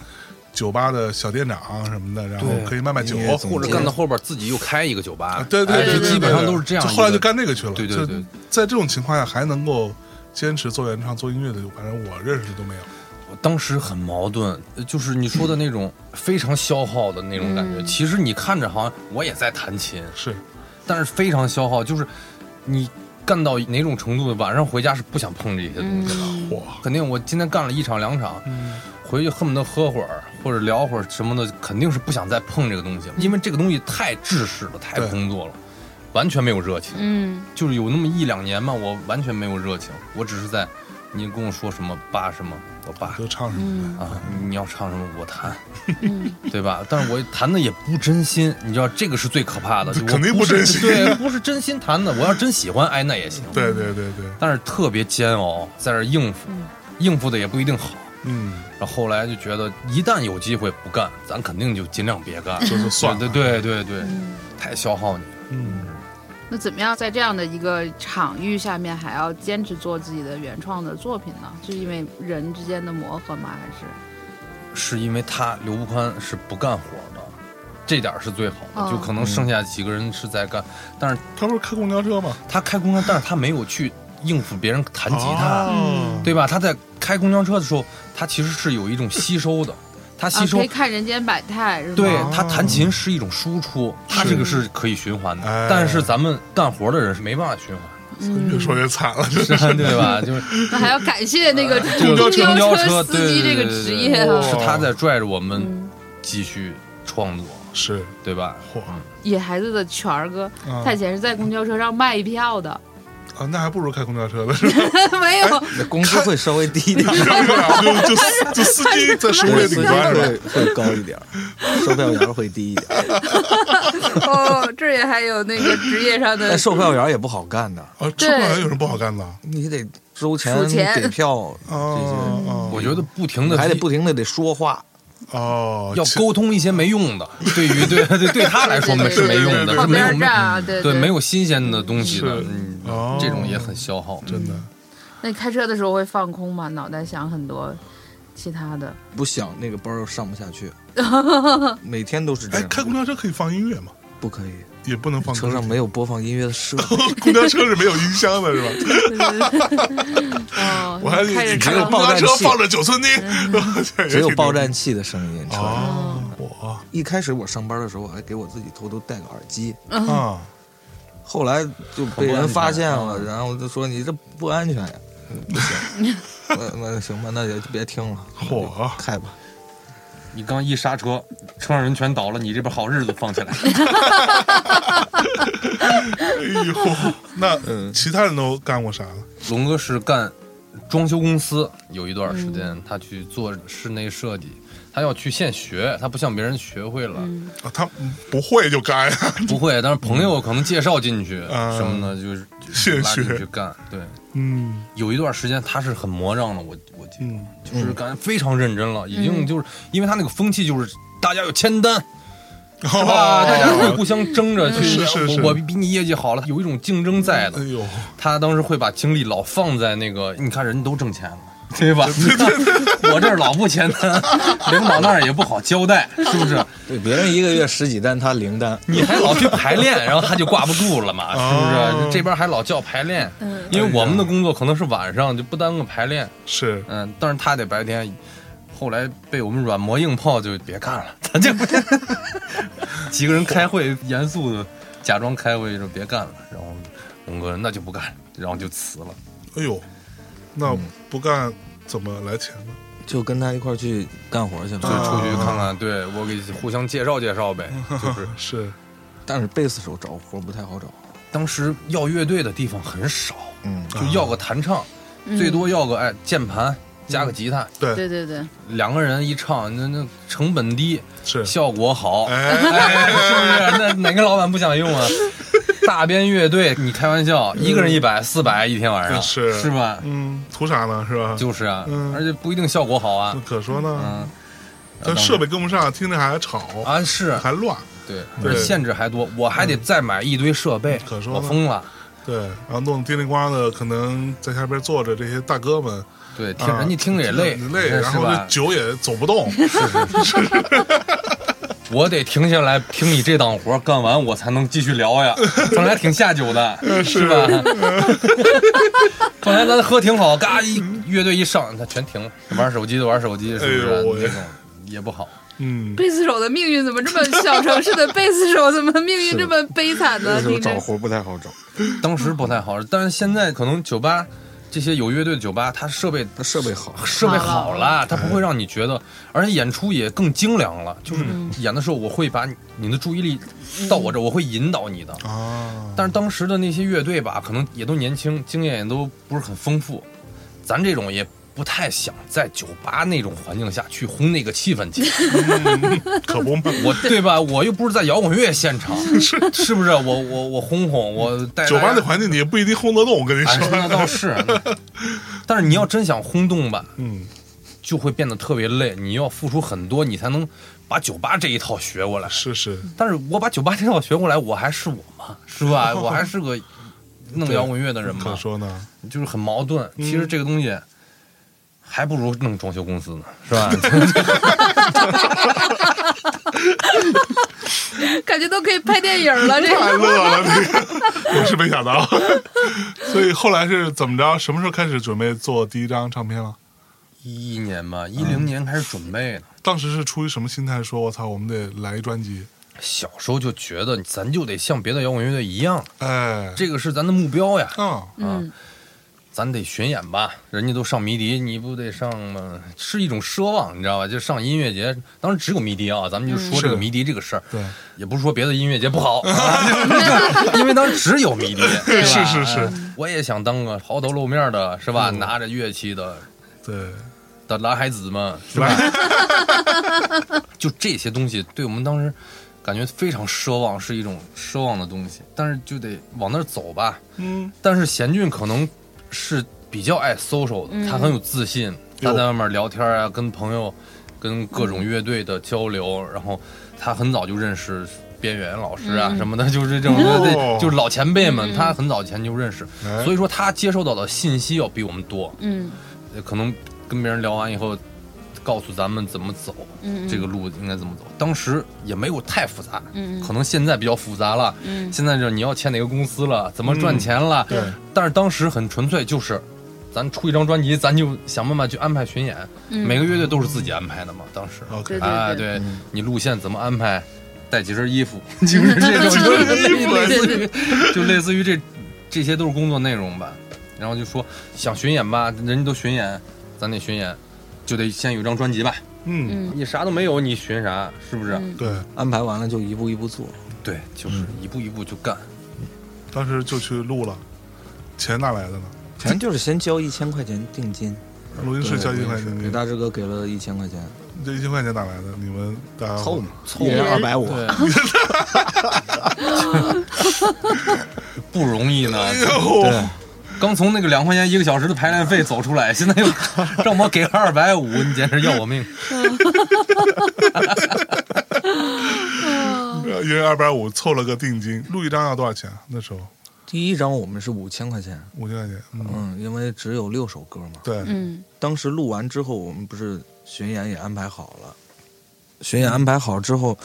Speaker 2: 酒吧的小店长什么的，然后
Speaker 4: 对
Speaker 2: 可以卖卖酒
Speaker 4: 音，乐总
Speaker 3: 或
Speaker 4: 监
Speaker 3: 者干到后边自己又开一个酒吧
Speaker 2: 啊，对对
Speaker 3: 哎
Speaker 2: 对，
Speaker 3: 这
Speaker 2: 对
Speaker 3: 基
Speaker 2: 对
Speaker 3: 本上
Speaker 2: 对
Speaker 3: 都是这样一
Speaker 2: 就
Speaker 3: 个。
Speaker 2: 后来就干那个去了。
Speaker 3: 对对
Speaker 2: 就
Speaker 3: 对
Speaker 2: 在这种情况下还能够坚持做原创、做音乐的，反正我认识的都没有。
Speaker 3: 我当时很矛盾，呃就是你说的那种非常消耗的那种感觉。
Speaker 1: 嗯
Speaker 3: 其实你看着好像我也在弹琴，
Speaker 2: 是，
Speaker 3: 但是非常消耗，就是你干到哪种程度，晚上回家是不想碰这些东西了。
Speaker 1: 嗯，
Speaker 2: 哇，
Speaker 3: 肯定我今天干了一场两场，
Speaker 2: 嗯，
Speaker 3: 回去恨不得喝会儿或者聊会儿什么的，肯定是不想再碰这个东西了，因为这个东西太制式了，太
Speaker 2: 对
Speaker 3: 工作了，完全没有热情。
Speaker 1: 嗯，
Speaker 3: 就是有那么一两年吧，我完全没有热情，我只是在你跟我说什么爸什么，我爸
Speaker 2: 就唱什么
Speaker 1: 嗯，
Speaker 3: 啊，你要唱什么我弹，
Speaker 1: 嗯，
Speaker 3: 对吧？但是我弹的也不真心，你知道这个是最可怕的，就我
Speaker 2: 肯定不
Speaker 3: 不是
Speaker 2: 真心
Speaker 3: 对，不是真心弹的。我要真喜欢，哎，那也行，
Speaker 2: 对对对对，
Speaker 3: 但是特别煎熬，在这儿应付，应付的也不一定好。
Speaker 2: 嗯，
Speaker 3: 然后后来就觉得，一旦有机会不干，咱肯定就尽量别干，
Speaker 2: 就是算了，
Speaker 3: 对对对对，太消耗你了。
Speaker 2: 嗯，
Speaker 1: 那怎么样在这样的一个场域下面还要坚持做自己的原创的作品呢？是因为人之间的磨合吗？还是
Speaker 3: 是因为他刘步宽是不干活的，这点儿是最好的，
Speaker 1: 哦
Speaker 3: 就可能剩下几个人是在干，但是
Speaker 2: 他不是开公交车吗？
Speaker 3: 他开公交，但是他没有去应付别人弹吉他，嗯
Speaker 2: 哦
Speaker 3: 对吧？他在开公交车的时候，他其实是有一种吸收
Speaker 1: (laughs)
Speaker 3: 的，他吸
Speaker 1: 啊，
Speaker 3: 收，
Speaker 1: 可以看人间百态是吗？
Speaker 3: 对
Speaker 2: 哦
Speaker 3: 他弹琴是一种输出，他这个
Speaker 1: 是
Speaker 3: 是可以循环的，
Speaker 2: 哎
Speaker 3: 但是咱们干活的人是没办法循环。
Speaker 1: 嗯
Speaker 2: 越说越惨了，就是
Speaker 3: 是 (laughs) 对吧？就是
Speaker 1: 那还要感谢那个
Speaker 3: 这个公交车
Speaker 1: 车司机这个职业
Speaker 3: 对对对对
Speaker 1: 啊，
Speaker 3: 是他在拽着我们
Speaker 1: 嗯，
Speaker 3: 继续创作，
Speaker 2: 是
Speaker 3: 对吧？
Speaker 2: 嚯
Speaker 1: 野孩子的权儿哥，
Speaker 2: 啊
Speaker 1: 他以前是在公交车上卖票的，
Speaker 2: 啊，那还不如开公交车呢，是吧？
Speaker 1: 没有，
Speaker 4: (laughs) 那工资会稍微低一
Speaker 2: (laughs)
Speaker 4: 点，
Speaker 2: 就就就司机在食物
Speaker 4: 对
Speaker 2: 链
Speaker 4: 司
Speaker 2: 顶
Speaker 4: 机
Speaker 2: 端是吧？
Speaker 4: 会会高一点，售票员会低一
Speaker 2: (laughs)
Speaker 4: 点，
Speaker 1: 哦，这也还有那个职业上的
Speaker 4: 但售票员也不好干的，
Speaker 2: 啊，车票员有什么不好干的？
Speaker 4: 你得收
Speaker 1: 数
Speaker 4: 钱
Speaker 1: 钱
Speaker 4: 给票，
Speaker 2: (laughs) 哦哦，
Speaker 3: 我觉得不停的
Speaker 4: 还得不停的得说话，
Speaker 2: 哦，
Speaker 3: 要
Speaker 2: 其
Speaker 3: 沟通一些没用的，对于对对对他来说没是没用的，是
Speaker 1: 旁
Speaker 3: 没有
Speaker 1: 边
Speaker 3: 没
Speaker 1: 站
Speaker 3: 有
Speaker 1: 啊，对
Speaker 3: 对没。有新鲜的东西的
Speaker 2: 是，
Speaker 3: 嗯
Speaker 2: 哦，
Speaker 3: 这种也很消耗。
Speaker 2: 真的
Speaker 1: 那你开车的时候会放空吗？脑袋想很多其他的，
Speaker 4: 不想那个班儿上不下
Speaker 2: (laughs)
Speaker 4: 去，每天都是这
Speaker 2: 哎，
Speaker 4: 样，
Speaker 2: 开公交车可以放音乐吗？
Speaker 4: 不可以，
Speaker 2: 也不能放歌
Speaker 4: 车上没有播放音乐的设
Speaker 2: (laughs)
Speaker 4: 备，
Speaker 2: 公交车是没有音箱的，是吧？
Speaker 1: 哦，
Speaker 2: 我还以
Speaker 1: 开
Speaker 2: 为
Speaker 1: 着
Speaker 2: 你
Speaker 1: 车
Speaker 2: 开
Speaker 4: 只有
Speaker 2: 公
Speaker 4: 爆
Speaker 2: 交
Speaker 4: 炸
Speaker 2: 车
Speaker 4: 器
Speaker 2: 放着九寸钉， (laughs)
Speaker 4: 只有爆炸器的声音。车上
Speaker 2: 啊！我
Speaker 4: 一开始我上班的时候，我还给我自己偷偷戴个耳机，
Speaker 2: 啊，
Speaker 4: 后来就被人发现了，然后就说你这不安全呀，不行，那那行吧，那也就别听了，
Speaker 2: 嚯
Speaker 4: 开吧。
Speaker 3: 你刚一刹车，车上人全倒了，你这边好日子放起来。
Speaker 2: 哎呦， (laughs) 那其他人都干过啥了？
Speaker 3: 龙哥是干装修公司，有一段时间他去做室内设计，他要去现学，他不像别人学会了，
Speaker 2: 啊，他不会就干，
Speaker 3: 不会，但是朋友可能介绍进去
Speaker 2: 嗯
Speaker 3: 什么的，就是就是
Speaker 2: 现
Speaker 3: 拉进
Speaker 2: 学
Speaker 3: 去干。对，
Speaker 2: 嗯
Speaker 3: 有一段时间他是很魔障的，我我记得。
Speaker 2: 嗯，
Speaker 3: 就是感觉非常认真了，已经就是因为他那个风气就是大家要签单，是吧？
Speaker 2: 哦嗯
Speaker 3: 大家会互相争着去，
Speaker 2: 是是是
Speaker 3: 我我比你业绩好了，有一种竞争在的
Speaker 2: 哎。呦，
Speaker 3: 他当时会把精力老放在那个，你看人都
Speaker 2: (laughs)
Speaker 3: 挣钱了。对吧？我这儿老不钱难， (laughs) 领导那儿也不好交代，是不
Speaker 2: (laughs)
Speaker 3: 是？
Speaker 4: 对，别人一个月十几单，他零单，
Speaker 3: 你还老去排练，然后他就挂不住了嘛，是不
Speaker 2: 哦嗯
Speaker 3: 是？这边还老叫排练，因为我们的工作可能是晚上，就不耽误排练。
Speaker 2: 是
Speaker 3: 嗯，但是他得白天，后来被我们软磨硬泡就别干了， (laughs) 咱就几个人开会，严肃的假装开会说别干了，然后龙哥那就不干，然后就辞了。
Speaker 2: 哎呦，那不干怎么来钱呢？
Speaker 4: 就跟他一块儿去干活去
Speaker 3: 就
Speaker 4: 了。
Speaker 2: 啊
Speaker 3: 出去看看，对我给互相介绍介绍呗。就是
Speaker 2: (laughs) 是
Speaker 4: 但是贝斯手找活不太好找，
Speaker 3: 当时要乐队的地方很少，
Speaker 4: 嗯，
Speaker 3: 就要个弹唱，最多要个哎键盘加个吉他，
Speaker 2: 对
Speaker 1: 对对对，
Speaker 3: 两个人一唱，那那成本低，
Speaker 2: 是，
Speaker 3: 效果好，
Speaker 2: 哎，
Speaker 3: 哎，是不是？那哪个老板不想用啊？大编乐队，你开玩笑，一个人一百、四百一天晚上，
Speaker 2: 嗯是
Speaker 3: 啊是吧？
Speaker 2: 嗯，图啥呢？是吧？
Speaker 3: 就是啊
Speaker 2: 嗯，
Speaker 3: 而且不一定效果好啊
Speaker 2: 那，可说呢，
Speaker 3: 嗯，
Speaker 2: 这设备跟不上，听着还吵，
Speaker 3: 啊是，
Speaker 2: 还乱，
Speaker 3: 对，
Speaker 2: 对嗯
Speaker 3: 而限制还多，我还得再买一堆设备，
Speaker 2: 可说呢
Speaker 3: 我疯了，
Speaker 2: 对，然后弄得叮铃咣的，可能在下边坐着这些大哥们，
Speaker 3: 对，听
Speaker 2: 啊
Speaker 3: 人家听着也累，
Speaker 2: 累，
Speaker 3: 是
Speaker 2: 然后这
Speaker 3: 吧？
Speaker 2: 酒也走不
Speaker 3: (laughs)
Speaker 2: 动， (laughs)
Speaker 3: 我得停下来听你这档活干完，我才能继续聊
Speaker 2: (laughs)
Speaker 3: 呀。本来挺下酒的，是吧？本来咱喝挺好，嘎一乐队一上，他全停了，玩手机的玩手机，是不
Speaker 2: 哎
Speaker 3: 是？
Speaker 2: 呦喂
Speaker 3: 这种也不好。
Speaker 2: 嗯，
Speaker 1: 贝斯手的命运怎么这么小城市的贝斯手怎么命运这么悲惨呢？
Speaker 4: 时候
Speaker 1: 听
Speaker 4: 找
Speaker 1: 着，
Speaker 4: 活不太好找，
Speaker 3: 当时不太好，但是现在可能酒吧这些有乐队的酒吧，它设备
Speaker 4: 他设备好，
Speaker 3: 设备好了，嗯它不会让你觉得，而且演出也更精良了。就是演的时候，我会把你你的注意力到我这儿，我会引导你的。
Speaker 2: 啊，
Speaker 3: 但是当时的那些乐队吧，可能也都年轻，经验也都不是很丰富，咱这种也不太想在酒吧那种环境下去轰那个气氛 (laughs) 去，
Speaker 2: 可不嘛，
Speaker 3: 我对吧？我又不是在摇滚乐现 (laughs) 场，是不是？我我我轰轰，我带
Speaker 2: 酒吧那
Speaker 3: 那
Speaker 2: 环境你也不一定轰得动，我跟你
Speaker 3: 哎，
Speaker 2: 说，
Speaker 3: 那
Speaker 2: (laughs)
Speaker 3: 倒是，但是你要真想轰动吧，
Speaker 2: 嗯，
Speaker 3: 就会变得特别累，你要付出很多，你才能把酒吧这一套学过来。
Speaker 2: 是是，
Speaker 3: 但是我把酒吧这套学过来，我还是我嘛，是
Speaker 2: (laughs)
Speaker 3: 吧？我还是个弄摇滚乐的人嘛
Speaker 2: 可，说呢，
Speaker 3: 就是很矛盾。
Speaker 2: 嗯
Speaker 3: 其实这个东西还不如弄装修公司呢，是吧？
Speaker 2: (laughs)
Speaker 1: 感觉都可以拍电影了。这
Speaker 2: 太
Speaker 1: 个
Speaker 2: 乐了，这个我是没想到， (laughs) 所以后来是怎么着？什么时候开始准备做第一张唱片了？
Speaker 3: 一一年吧，一零年开始准备的。
Speaker 2: 当时是出于什么心态？说我操，我们得来一专辑，
Speaker 3: 小时候就觉得咱就得像别的摇滚乐队一样，
Speaker 2: 哎，
Speaker 3: 这个是咱的目标呀，
Speaker 2: 啊，
Speaker 1: 嗯，
Speaker 3: 咱得巡演吧。人家都上迷笛，你不得上吗？是一种奢望，你知道吧？就上音乐节，当时只有迷笛啊，咱们就说这个
Speaker 2: 嗯是
Speaker 3: 迷笛这个事儿，
Speaker 2: 对，
Speaker 3: 也不是说别的音乐节不好，啊 (laughs) 因为当时只有迷笛，对
Speaker 2: (laughs)
Speaker 3: 吧
Speaker 2: 是是是嗯
Speaker 3: 哎我也想当个抛头露面的，是吧？拿着乐器的，
Speaker 2: 对，
Speaker 3: 的男孩子嘛，是吧？
Speaker 2: 来，
Speaker 3: (laughs) 就这些东西，对我们当时感觉非常奢望，是一种奢望的东西，但是就得往那儿走吧。
Speaker 2: 嗯，
Speaker 3: 但是贤俊可能是比较爱 social 的，
Speaker 1: 嗯
Speaker 3: 他很有自信，他在外面聊天啊，跟朋友、跟各种乐队的交流，然后他很早就认识。边缘老师啊
Speaker 1: 嗯
Speaker 3: 什么的，就是这种，
Speaker 2: 哦
Speaker 3: 就是老前辈们，
Speaker 1: 嗯
Speaker 3: 他很早以前就认识，
Speaker 2: 哎
Speaker 3: 所以说他接受到的信息要比我们多，
Speaker 1: 嗯
Speaker 3: 呃可能跟别人聊完以后，告诉咱们怎么走，
Speaker 1: 嗯，
Speaker 3: 这个路应该怎么走。当时也没有太复杂，
Speaker 1: 嗯
Speaker 3: 可能现在比较复杂了。
Speaker 1: 嗯
Speaker 3: 现在就是你要签哪个公司了，怎么赚钱了？
Speaker 2: 对，
Speaker 3: 但是当时很纯粹，就是咱出一张专辑，咱就想办法去安排巡演。
Speaker 1: 嗯哦
Speaker 3: 每个乐队都是自己安排的嘛，当时。
Speaker 1: 对
Speaker 2: ，OK，
Speaker 1: 嗯
Speaker 3: 哎，
Speaker 1: 对
Speaker 3: 对你路线怎么安排？带几身
Speaker 1: (laughs)
Speaker 3: 衣服，就是这种，就是类
Speaker 1: 对
Speaker 3: 类
Speaker 1: 对
Speaker 3: 似于， (laughs) 就类似于这，这些都是工作内容吧。然后就说想巡演吧，人家都巡演，咱得巡演，就得先有一张专辑吧。
Speaker 2: 嗯，
Speaker 1: 嗯
Speaker 3: 你啥都没有，你寻啥？是不是？
Speaker 1: 嗯
Speaker 2: 对，
Speaker 4: 安排完了就一步一步做，
Speaker 3: 对，就是一步一步就干。
Speaker 2: 当时就去录了，钱哪来的呢？
Speaker 4: 反正就是先交一千块钱定金，
Speaker 2: 录音室交一千块
Speaker 4: 给
Speaker 2: 钱，
Speaker 4: 大志哥给了一千块钱，
Speaker 2: 你这一千块钱哪来的？你们大家
Speaker 4: 凑嘛，
Speaker 3: 凑
Speaker 4: 一人
Speaker 1: 合
Speaker 4: 二百五，
Speaker 3: 对，不容易
Speaker 2: 哎
Speaker 3: 呢。
Speaker 2: 哟，
Speaker 3: (laughs) 刚从那个两块钱一个小时的排练费走出来，现在又 (laughs) 让我给二百五，你简直要我命！
Speaker 2: 呃，因为二百五凑了个定金，录一张要多少钱啊？那时候
Speaker 4: 第一张我们是五千块钱，
Speaker 2: 五千块钱，嗯，
Speaker 4: 嗯，因为只有六首歌嘛。
Speaker 2: 对，
Speaker 1: 嗯
Speaker 4: 当时录完之后，我们不是巡演也安排好了，巡演安排好之后，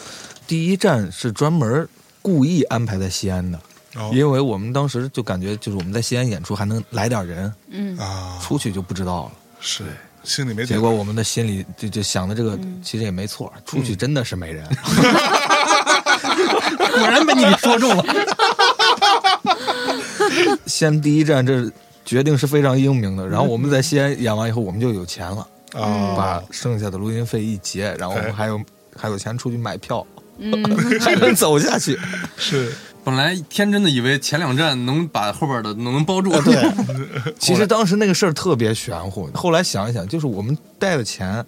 Speaker 4: 第一站是专门故意安排在西安的，
Speaker 2: 然后
Speaker 4: 因为我们当时就感觉就是我们在西安演出还能来点人，
Speaker 1: 嗯
Speaker 2: 啊，
Speaker 4: 出去就不知道了。
Speaker 2: 是心里没底
Speaker 4: 结果我们的心里就就想的这个
Speaker 2: 嗯
Speaker 4: 其实也没错，出去真的是没人。 (laughs)
Speaker 3: 果然被你说中了。
Speaker 4: 西安第一站这决定是非常英
Speaker 2: 嗯
Speaker 4: 明的，然后我们在西安演完以后，我们就有钱了，
Speaker 2: 啊
Speaker 4: 把，剩下的录音费一结，然后我
Speaker 2: 哎
Speaker 4: 们还有还有钱出去买
Speaker 2: (laughs)
Speaker 4: 票，
Speaker 1: 嗯，
Speaker 4: 还能走下去。
Speaker 2: 是
Speaker 3: 本来天真的以为前两站能把后边的能包住，对，
Speaker 4: 其实当时那个事儿特别玄乎，后来想一想，就是我们带的钱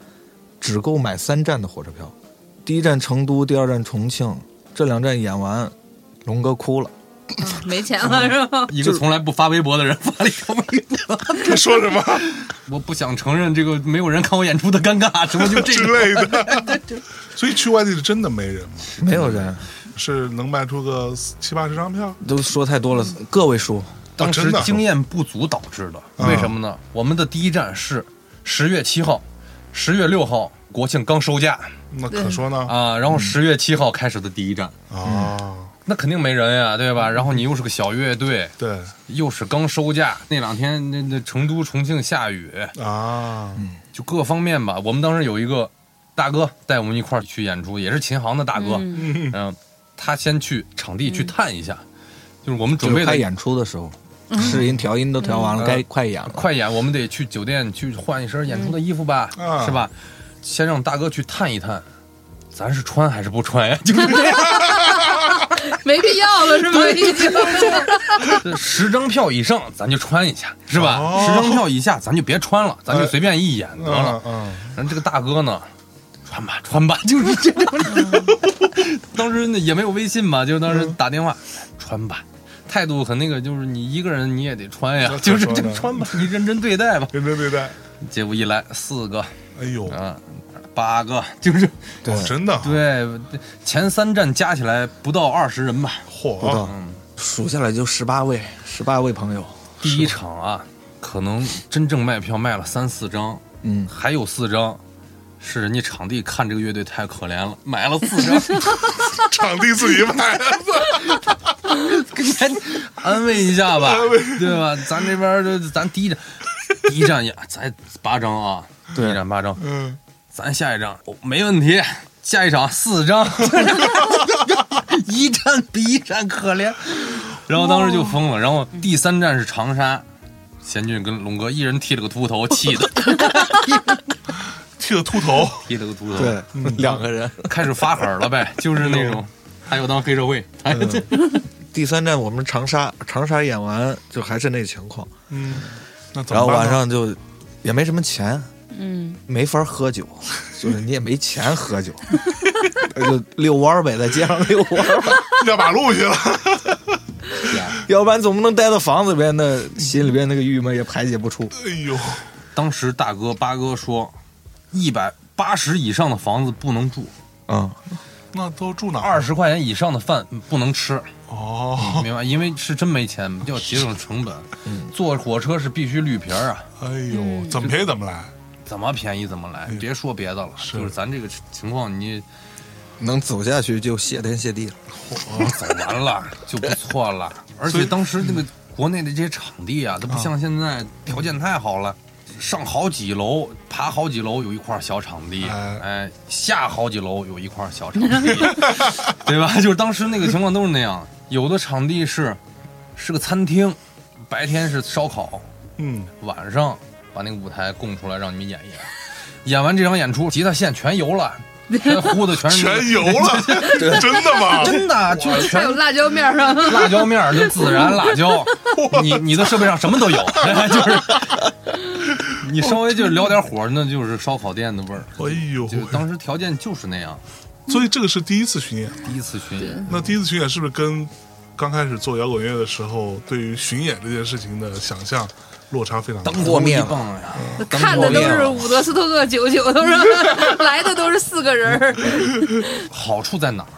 Speaker 4: 只够买三站的火车票，第一站成都，第二站重庆，这两站演完，龙哥哭了，
Speaker 1: 没钱了是吧？
Speaker 3: (laughs) 一个从来不发微博的人发了一条微博，
Speaker 2: 他说什么
Speaker 3: 我不想承认这个没有人看我演出的尴尬，什么 (laughs) 就
Speaker 2: (laughs)
Speaker 3: 这
Speaker 2: 之
Speaker 3: 个。
Speaker 2: 类
Speaker 3: (laughs)
Speaker 2: 的，所以去外地是真的没人吗？
Speaker 4: 没有人，
Speaker 2: 是能卖出个七八十张票？
Speaker 4: 都说太多了，个位数，
Speaker 3: 当
Speaker 2: 啊真
Speaker 3: 时
Speaker 2: 的
Speaker 3: 经验不足导致的，
Speaker 2: 啊
Speaker 3: 为什么呢？我们的第一站是十月七号，十月六号国庆刚收假
Speaker 2: 那可说呢
Speaker 3: 啊，然后十月七号开始的第一站，
Speaker 4: 嗯
Speaker 2: 啊，
Speaker 3: 那肯定没人呀，对吧？然后你又是个小乐队，
Speaker 2: 对
Speaker 3: 又是刚收假，那两天那那成都、重庆下雨，
Speaker 2: 啊，
Speaker 4: 嗯
Speaker 3: 就各方面吧。我们当时有一个大哥带我们一块儿去演出，也是琴行的大哥，
Speaker 2: (laughs)
Speaker 3: 嗯、
Speaker 2: 嗯，
Speaker 3: 他先去场地去探一下，就是我们
Speaker 4: 就
Speaker 3: 准备
Speaker 4: 是快
Speaker 3: 的
Speaker 4: 演出的嗯时候，试音调音都调完了，
Speaker 3: 嗯
Speaker 4: 该快演了。
Speaker 3: 快演，我们得去酒店去换一身演出的衣服吧，
Speaker 2: 嗯啊
Speaker 3: 是吧？先让大哥去探一探，咱是穿还是不穿呀？ (laughs) 就是这样，
Speaker 1: 没必要了是吗？已经
Speaker 3: 十张票以上咱就穿一下，是吧？
Speaker 2: 哦
Speaker 3: 十张票以下咱就别穿了，咱就随便一演得了。
Speaker 2: 嗯嗯，
Speaker 3: 然后这个大哥呢，穿吧穿吧， (laughs) 就是这种。当时那也没有微信嘛，就当时打电话，哎穿吧。态度很那个，就是你一个人你也得穿呀
Speaker 2: 那，可
Speaker 3: 就是
Speaker 2: 说
Speaker 3: 这
Speaker 2: 呢
Speaker 3: 穿吧，你认真对待吧。
Speaker 2: 认真对待。
Speaker 3: 结果一来四个
Speaker 2: 哎呦，
Speaker 3: 啊，八个，就是
Speaker 2: 哦真的，
Speaker 3: 对前三站加起来不到二十人吧。
Speaker 4: 不
Speaker 2: 嚯啊
Speaker 4: 到，哦数下来就十八位，十八位朋友，
Speaker 3: 第一场啊，可能真正卖票卖了三四张，
Speaker 4: 嗯，
Speaker 3: 还有四张是人家场地看这个乐队太可怜了，买了四 (laughs) 张。
Speaker 2: 场地自己
Speaker 4: (laughs)
Speaker 2: 买，
Speaker 3: 安慰一下吧，对吧？咱这边儿就咱第一站，第一站也咱八张啊，第一站八张，
Speaker 2: 嗯，
Speaker 3: 咱下一张、哦没问题，下一场四张， (laughs) 一站比一站可怜。然后当时就疯了，然后第三站是长沙，贤俊跟龙哥一人剃了个秃头，气的
Speaker 2: 剃个秃头，
Speaker 3: 剃了个秃头，
Speaker 4: 对，两个人。
Speaker 3: 开始发狠了呗，就是那种他要当黑社会，他要
Speaker 4: 第三站我们长沙，长沙演完就还是那情况，
Speaker 2: 嗯，那怎
Speaker 4: 然
Speaker 2: 么
Speaker 4: 后
Speaker 2: 办
Speaker 4: 晚
Speaker 2: 呢
Speaker 4: 上就也没什么钱，
Speaker 1: 嗯
Speaker 4: 没法喝酒， (laughs) 就是你也没钱喝酒， (laughs) 就遛弯儿呗，在街上遛弯儿吧，
Speaker 2: 压马路去了， (laughs)
Speaker 4: 要不然总不能待到房子里边，那心里边那个郁闷也排解不出。
Speaker 2: 哎呦，
Speaker 3: (laughs) 当时大哥八哥说，一百八十以上的房子不能住，
Speaker 4: 嗯，
Speaker 2: 那都住哪儿？
Speaker 3: 二十块钱以上的饭不能吃，
Speaker 2: 哦，
Speaker 3: 明白？因为是真没钱，要节省成本。坐火车是必须绿皮儿啊，
Speaker 2: 哎呦，怎么便宜怎么来，
Speaker 3: 怎么便宜怎么来，别说别的了，就是咱这个情况，你
Speaker 4: 能走下去就谢天谢地了。
Speaker 3: 走完了就不错了。而且当时那个国内的这些场地啊，它不像现在条件太好了。上好几楼，爬好几楼有一块小场地，
Speaker 2: 哎
Speaker 3: 哎，下好几楼有一块小场地， (laughs) 对吧？ (laughs) 就是当时那个情况都是那样，有的场地是是个餐厅，白天是烧烤，
Speaker 2: 嗯，
Speaker 3: 晚上把那个舞台供出来让你们演一演。 (laughs) 演完这场演出，吉他线全油了，全糊的全是
Speaker 2: 全油
Speaker 3: (laughs)
Speaker 2: 了，真的吗？
Speaker 3: 真的就
Speaker 1: 还
Speaker 3: 全
Speaker 1: 有辣椒面儿上，
Speaker 3: 辣椒面儿就孜然辣椒，你你的设备上什么都有， (laughs) 就是你稍微就燎点火，那就是烧烤店的味儿。
Speaker 2: 哎呦，
Speaker 3: 就当时条件就是那样，
Speaker 2: 所以这个是第一次巡演，
Speaker 3: 第一次巡演，
Speaker 2: 那第一次巡演是不是跟刚开始做摇滚乐的时候对于巡演这件事情的想象落差非常大？
Speaker 4: 和面了
Speaker 3: 棒呀！
Speaker 1: 看的都是伍德斯托克九九，都是来的都是四个人儿，
Speaker 3: 好处在哪儿？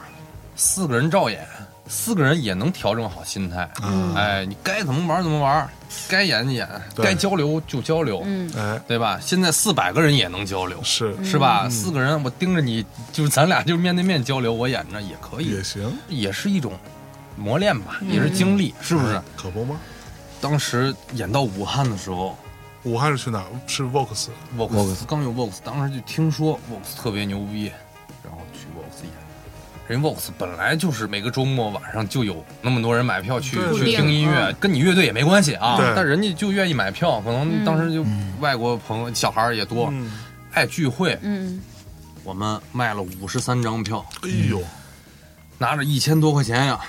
Speaker 3: 四个人照演，四个人也能调整好心态。
Speaker 2: 嗯
Speaker 3: 哎，你该怎么玩怎么玩，该演就演，
Speaker 2: 对
Speaker 3: 该交流就交流，
Speaker 1: 嗯，
Speaker 2: 哎，
Speaker 3: 对吧？现在四百个人也能交流，
Speaker 2: 是
Speaker 3: 是吧？
Speaker 2: 嗯
Speaker 3: 四个人我盯着你，就是咱俩就是面对面交流，我演着也可以
Speaker 2: 也，行，
Speaker 3: 也是一种磨练吧，也是经
Speaker 2: 嗯
Speaker 3: 历，是不是？
Speaker 2: 哎可不吗？
Speaker 3: 当时演到武汉的时候，
Speaker 2: 武汉是去哪儿？是 Vox，
Speaker 3: Vox 刚有 Vox，当时就听说 Vox 特别牛逼，然后去 Vox 演。人 Vox 本来就是每个周末晚上就有那么多人买票去
Speaker 2: 对
Speaker 3: 去
Speaker 2: 对
Speaker 3: 听音乐
Speaker 1: 嗯，
Speaker 3: 跟你乐队也没关系啊
Speaker 2: 对。
Speaker 3: 但人家就愿意买票，可能
Speaker 1: 嗯
Speaker 3: 当时就外国朋友小孩儿也多，
Speaker 2: 嗯，
Speaker 3: 爱聚会。
Speaker 1: 嗯，
Speaker 3: 我们卖了五十三张票，
Speaker 2: 哎呦，
Speaker 3: 拿着一千多块钱呀，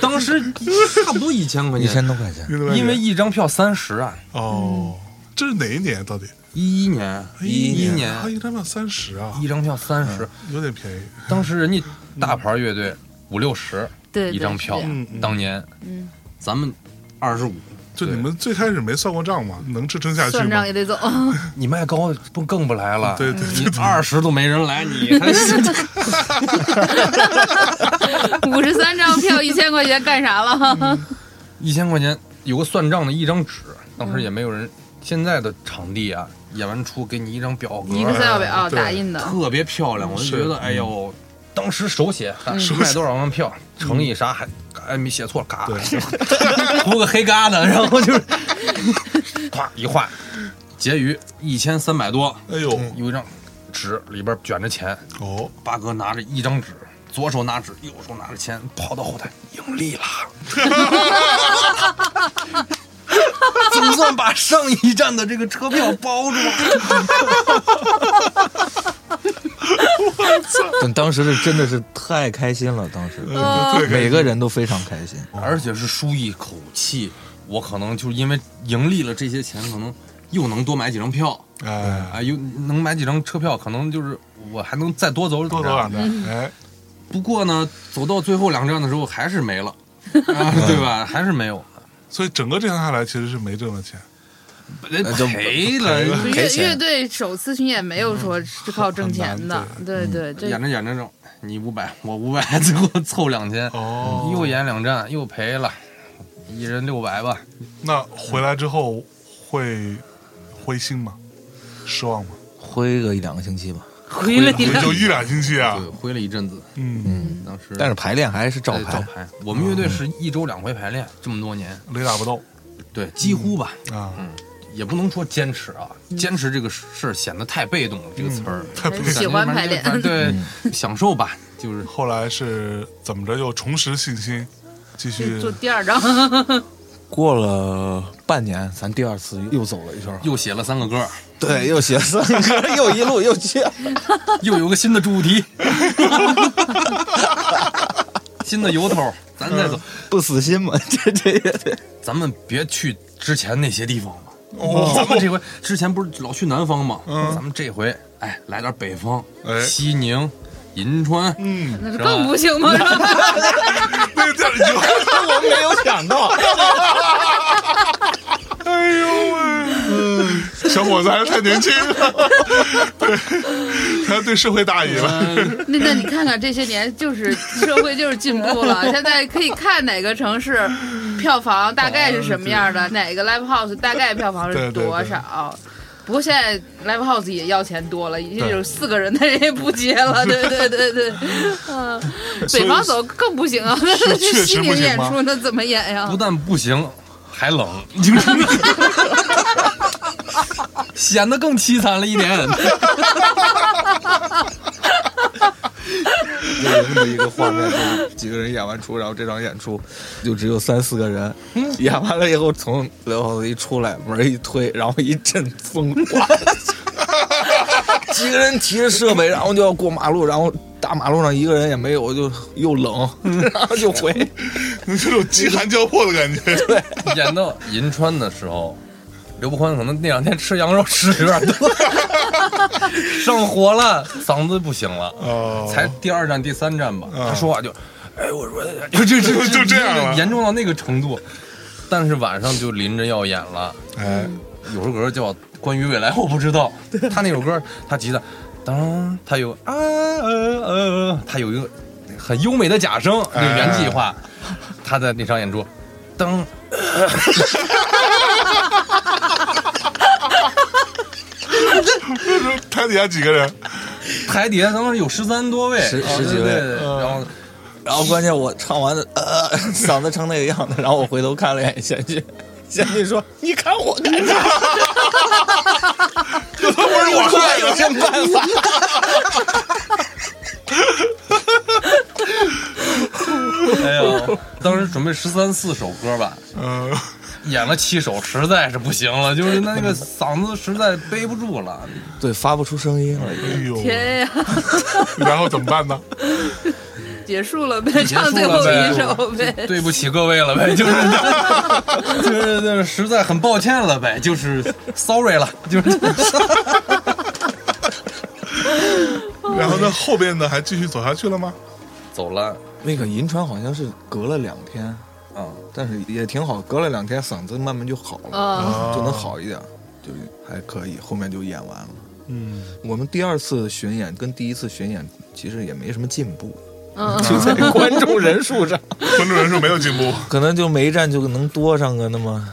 Speaker 3: 当时差不多一千块
Speaker 4: 一
Speaker 3: 钱，
Speaker 4: 千多块钱，
Speaker 2: 你怎么感觉
Speaker 3: 嗯因为一张票三十啊。
Speaker 2: 哦，这是哪一年到底？
Speaker 3: 一一年，一
Speaker 2: 11
Speaker 3: 年
Speaker 2: 啊，一张票三十啊，
Speaker 3: 一张票三十，
Speaker 2: 有点便宜。
Speaker 3: 当时人家大牌乐队五六十
Speaker 1: 对，
Speaker 3: 一张票
Speaker 1: 对是
Speaker 2: 嗯嗯，
Speaker 3: 当年
Speaker 1: 嗯，
Speaker 3: 咱们二十五，
Speaker 2: 就你们最开始没算过账吗？能支撑下去
Speaker 1: 算账
Speaker 2: 吗
Speaker 1: 也？得走，
Speaker 3: 你卖高不更不来
Speaker 2: 嗯
Speaker 3: 了？
Speaker 2: 对对对
Speaker 3: 你二十都没人
Speaker 1: (laughs)
Speaker 3: 来，你还
Speaker 1: 五十三张票一千块钱干啥了？
Speaker 3: 一千块钱有个算账的一张纸，当时也没有人。现在的场地啊，演完出给你一张表格，
Speaker 1: 一个 Excel 表
Speaker 2: 对
Speaker 1: 哦打印的，
Speaker 3: 特别漂亮，我就是觉得哎呦，嗯当时手写
Speaker 2: 手
Speaker 3: 卖多少张票乘以啥还。哎，没写错，嘎，
Speaker 2: 对
Speaker 3: (laughs) 涂个黑疙瘩，然后就是，咵一画，结余一千三百多，嗯
Speaker 2: 哎呦，
Speaker 3: 有一张纸里边卷着钱，
Speaker 2: 哦，
Speaker 3: 八哥拿着一张纸，左手拿纸，右手拿着钱，跑到后台，盈利了。 (laughs) 总算把上一站的这个车票包住了。
Speaker 4: 但当时是真的是太开心了，当时
Speaker 1: 呃
Speaker 2: 对，
Speaker 4: 每个人都非常开心。
Speaker 3: 而且是舒一口气。我可能就是因为盈利了这些钱，可能又能多买几张票，
Speaker 2: 哎，
Speaker 3: 啊，又能买几张车票，可能就是我还能再多走
Speaker 2: 多走两
Speaker 1: 嗯
Speaker 2: 站，哎，
Speaker 3: 不过呢，走到最后两站的时候还是没了，啊、对吧？还是没有，
Speaker 2: 所以整个这趟下来其实是没挣到钱，
Speaker 3: 得
Speaker 4: 就
Speaker 3: 呃赔了。
Speaker 1: 乐
Speaker 4: 赔钱
Speaker 1: 乐队首次巡演没有说是靠挣钱的，对对，这
Speaker 3: 演着演着这，你五百，我五百， (laughs) 最后凑两千，
Speaker 2: 哦
Speaker 3: 又演两站又赔了，一人六百吧。
Speaker 2: 那回来之后会灰心吗？失望吗？
Speaker 4: 挥个一两个星期吧，
Speaker 1: 回了你
Speaker 2: 也
Speaker 1: 了
Speaker 2: 就一两星期啊
Speaker 3: 嗯对，，灰了一阵子，
Speaker 2: 嗯，
Speaker 3: 当时
Speaker 4: 但是排练还是照
Speaker 3: 对照
Speaker 4: 排。
Speaker 3: 排，我们乐队是一周两回排练，这么多年，
Speaker 2: 雷打不动
Speaker 3: 对，几乎吧，
Speaker 2: 啊，
Speaker 3: 嗯，也不能说坚持啊，坚持这个事儿显得太被动了，这个词儿。
Speaker 2: 嗯太嗯不
Speaker 1: 喜欢排练
Speaker 3: 反正对，享受吧，就是
Speaker 2: 后来是怎么着又重拾信心，继续
Speaker 1: (laughs) 去哎做第二张，
Speaker 4: 过了半年，咱第二次又走了一圈，
Speaker 3: 又写了三个歌，
Speaker 4: 对，又写三歌， (laughs) 又一路又去。
Speaker 3: 又有个新的主题， (laughs) 新的由头，咱再
Speaker 2: 嗯
Speaker 3: 走，
Speaker 4: (laughs) 不死心嘛，这这 (laughs) 这，
Speaker 3: 咱们别去之前那些地方了。
Speaker 2: 哦
Speaker 3: 咱们这回之前不是老去南方吗？
Speaker 2: 嗯
Speaker 3: 咱们这回哎来点北方，
Speaker 2: 哎
Speaker 3: 西宁、银川，
Speaker 2: 嗯，
Speaker 1: 那
Speaker 3: 是吧
Speaker 1: 更不行吗？
Speaker 2: 那个地
Speaker 1: (laughs)
Speaker 2: 儿已经
Speaker 4: 我没有想到， (laughs)
Speaker 2: 哎呦喂，小伙子还是太年轻
Speaker 1: (laughs)
Speaker 2: 了，对，还对社会大意了。(laughs)
Speaker 3: 嗯
Speaker 1: 那那你看看这些年，就是社会就是进步
Speaker 2: (laughs)
Speaker 1: 了，现在可以看哪个城市票房大概是什么样的，哪个 live house 大概票房
Speaker 2: 嗯对
Speaker 1: 是
Speaker 2: 对
Speaker 1: 多
Speaker 2: 对
Speaker 1: 少。不过现在 live house 也要钱多了，也
Speaker 2: 对
Speaker 1: 有四个人他也不接了，对对对
Speaker 2: (laughs)
Speaker 1: 对，嗯、
Speaker 2: 所以
Speaker 1: 北方走更不行啊，那去
Speaker 2: 确
Speaker 1: 西
Speaker 2: 实不
Speaker 1: 宁
Speaker 2: 行
Speaker 1: 演
Speaker 2: 吗
Speaker 1: 出那怎么演呀
Speaker 3: 不？但不行，还 (laughs) 冷，显得更凄惨了一点。
Speaker 4: 这是一个画面，就是几个人演完出，然后这场演出就只有三四个人，演完了以后从刘浩子一出来，门一推，然后一阵风刮， (laughs) 几个人提着设备，然后就要过马路，然后大马路上一个人也没有，就又冷， (laughs) 然后就回，
Speaker 2: 有这种饥寒交迫的感觉。对，
Speaker 3: (laughs) 演到银川的时候，刘伯欢可能那两天吃羊肉吃的有点多， (laughs) 上火了，嗓子不行了。
Speaker 2: 哦，
Speaker 3: 才第二站、第三站吧，
Speaker 2: 嗯
Speaker 3: 他说话就，哎，我说就就哦 (laughs) 就
Speaker 2: 就这样了
Speaker 3: 严重到那个程度。但是晚上就临着要演了，
Speaker 2: 哎，
Speaker 3: 嗯有首歌叫《关于未来我不知道》，他那首歌他急的，当，它有啊呃呃，它有一个很优美的假声，那个原计划，
Speaker 4: 哎
Speaker 3: 他在那场演出，当，
Speaker 2: 台底下几个人，
Speaker 3: 台底下当时有十三多位，
Speaker 4: 十
Speaker 3: 啊
Speaker 4: 十几
Speaker 3: 对
Speaker 4: 位嗯
Speaker 3: 对对然后
Speaker 4: 然后关键我唱完的，呃， (laughs) 嗓子成那个样子，然后我回头看了一眼贤俊，贤俊说：“你看我干 (laughs) 啥？
Speaker 2: 不是我
Speaker 4: 快有什么办法 (laughs)
Speaker 3: 哎呦，当时准备十三四首歌吧，
Speaker 2: 嗯，
Speaker 3: 演了七首，实在是不行了，就是那个嗓子实在背不住
Speaker 4: (laughs)
Speaker 3: 了。？”
Speaker 4: 对，发不出声音了。
Speaker 2: 哎呦，
Speaker 1: 天呀，
Speaker 2: 然后怎么
Speaker 1: (laughs)
Speaker 2: 办呢？
Speaker 1: 结束了呗，
Speaker 3: 结束了
Speaker 1: 唱最后
Speaker 3: 呗
Speaker 1: 一首呗。
Speaker 3: 对不起各位了呗，就是 (laughs) 就是就是实在很抱歉了呗，就是 sorry 了，就是 (laughs)
Speaker 2: 然后那后边呢，还继续走下去了吗？
Speaker 3: 走了。
Speaker 4: 那个银川好像是隔了两天，
Speaker 3: 嗯，
Speaker 4: 但是也挺好，隔了两天嗓子慢慢就好了，
Speaker 1: 嗯，
Speaker 2: 啊
Speaker 4: 就能好一点，就是还可以。后面就演完了。
Speaker 2: 嗯，
Speaker 4: 我们第二次巡演跟第一次巡演其实也没什么进步，
Speaker 1: 嗯
Speaker 4: 就在观众人数上，
Speaker 2: 观众人数没有进步，
Speaker 4: 可能就每一站就能多上个那么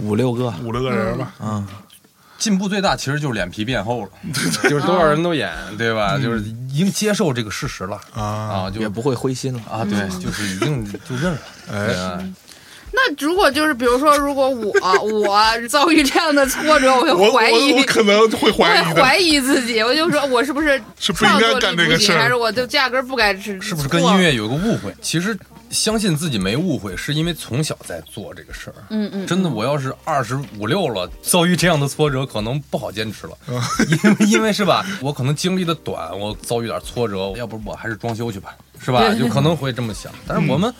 Speaker 4: 五六个
Speaker 2: 五六个人吧。
Speaker 4: 啊。
Speaker 3: 进步最大其实就是脸皮变厚了， (laughs) 就是多少人都演， (laughs) 嗯对吧？就是已经接受这个事实了
Speaker 2: 啊，
Speaker 3: 啊，就
Speaker 4: 也不会灰心了。
Speaker 3: 啊，对，就是已经就 (laughs) 认了。对
Speaker 2: 哎，
Speaker 3: 啊
Speaker 1: 那如果就是比如说，如果我我遭遇这样的挫折，我
Speaker 2: 我
Speaker 1: 会怀
Speaker 2: 我
Speaker 1: 疑
Speaker 2: 我，可能会怀疑
Speaker 1: 会 (laughs)
Speaker 2: 的，
Speaker 1: 怀疑自己，我就说我是不是
Speaker 2: 是不应
Speaker 1: 创
Speaker 2: 该
Speaker 1: 作
Speaker 2: 干
Speaker 1: 力
Speaker 2: 这
Speaker 1: 不
Speaker 2: 个事
Speaker 1: 行，还是
Speaker 2: 儿。
Speaker 1: 我就压根儿不该是
Speaker 3: 是不是跟音？乐有个误会？其实相信自己没误会，是因为从小在做这个事儿。
Speaker 1: 嗯嗯，
Speaker 3: 真的，我要是二十五六了，遭遇这样的挫折，可能不好坚持了，因为因为是吧？我可能经历的短，我遭遇点挫折，要不我还是装修去吧，是吧？就可能会这么想。但是我们、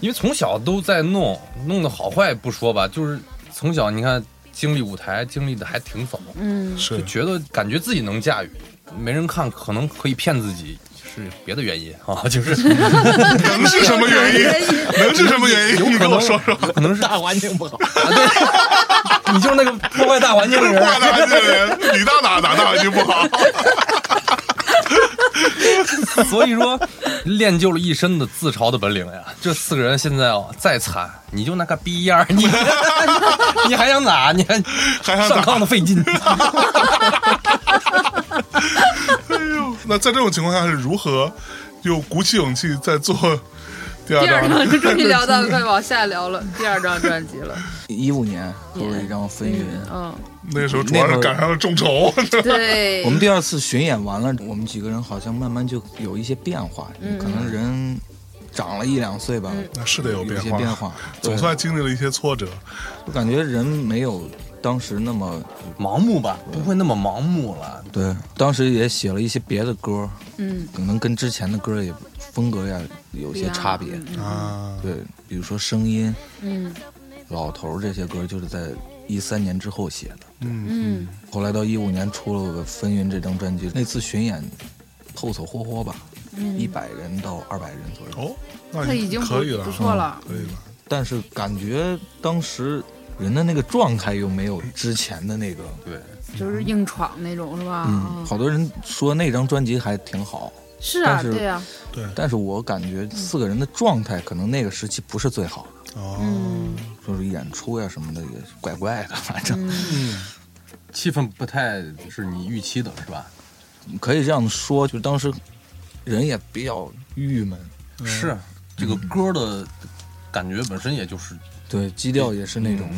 Speaker 3: 因为从小都在弄，弄的好坏不说吧，就是从小你看经历舞台经历的还挺早，
Speaker 1: 嗯
Speaker 2: 是
Speaker 3: 就觉得感觉自己能驾驭，没人看可能可以骗自己，是别的原因啊，就是。
Speaker 2: 能是什么原因？能是什么原因？你跟我说说。
Speaker 3: 可能是啊，
Speaker 4: 大环境不好，
Speaker 3: 对，你就是那个破坏大环境的
Speaker 2: 哇，
Speaker 3: 人。
Speaker 2: 大环境人，你到哪哪大环境不
Speaker 4: (laughs)
Speaker 2: 好？
Speaker 3: 所以说，练就了一身的自嘲的本领呀。这四个人现在哦，再惨，你就那个逼样儿，你你还想咋？你还
Speaker 2: 还想咋
Speaker 3: 上炕都费劲。
Speaker 4: 哎
Speaker 2: 那在这种情况下是如何又鼓起勇气再做第
Speaker 1: (laughs)
Speaker 2: 二
Speaker 1: 第二
Speaker 2: 张
Speaker 1: 张
Speaker 4: (laughs)
Speaker 2: 呢？
Speaker 1: 就终于聊
Speaker 2: (laughs)
Speaker 1: 到快往下聊了，第二张专辑了。
Speaker 4: 一五年出了一张《风云》，啊
Speaker 1: 嗯，
Speaker 2: 那时候主要是赶上了众
Speaker 4: (laughs)
Speaker 2: 筹，
Speaker 1: 对，
Speaker 4: 我们第二次巡演完了，我们几个人好像慢慢就有一些变化，可能人长了一两岁吧，
Speaker 2: 那是得有
Speaker 4: 有
Speaker 2: 变
Speaker 4: 一些
Speaker 2: 化，
Speaker 4: 变化，
Speaker 2: 总算经历了一些挫折。
Speaker 4: 对就感觉人没有当时那么
Speaker 3: 盲目吧，不会那么盲目了。
Speaker 4: 对。当时也写了一些别的歌，
Speaker 1: 嗯，
Speaker 4: 可能跟之前的歌也风格呀有些差别，
Speaker 2: 啊，
Speaker 4: 对，比如说声音，
Speaker 1: 嗯
Speaker 4: 老头儿这些歌就是在一三年之后写的。
Speaker 2: 嗯，
Speaker 1: 嗯
Speaker 4: 后来到一五年出了《风云》这张专辑，那次巡演凑凑合合吧，一
Speaker 1: 嗯，
Speaker 4: 百、人到二百人左右。
Speaker 2: 哦，那
Speaker 1: 他已经不
Speaker 2: 可以了，
Speaker 1: 不错了
Speaker 2: 嗯可以了。
Speaker 4: 但是感觉当时人的那个状态又没有之前的那个，
Speaker 3: 对，
Speaker 1: 就是硬闯那种是吧？
Speaker 4: 嗯，好多人说那张专辑还挺好，
Speaker 1: 是啊，
Speaker 4: 但是
Speaker 1: 对呀，
Speaker 2: 对，
Speaker 4: 但是我感觉四个人的状态可能那个时期不是最好的。
Speaker 2: 哦，
Speaker 1: 嗯
Speaker 4: 就是演出呀什么的也是怪怪的，反正
Speaker 1: 嗯
Speaker 3: 气氛不太是你预期的，是吧？
Speaker 4: 可以这样说，就是当时人也比较郁闷，
Speaker 3: 是这个歌的感觉本身也就是
Speaker 4: 对，基调也是那种，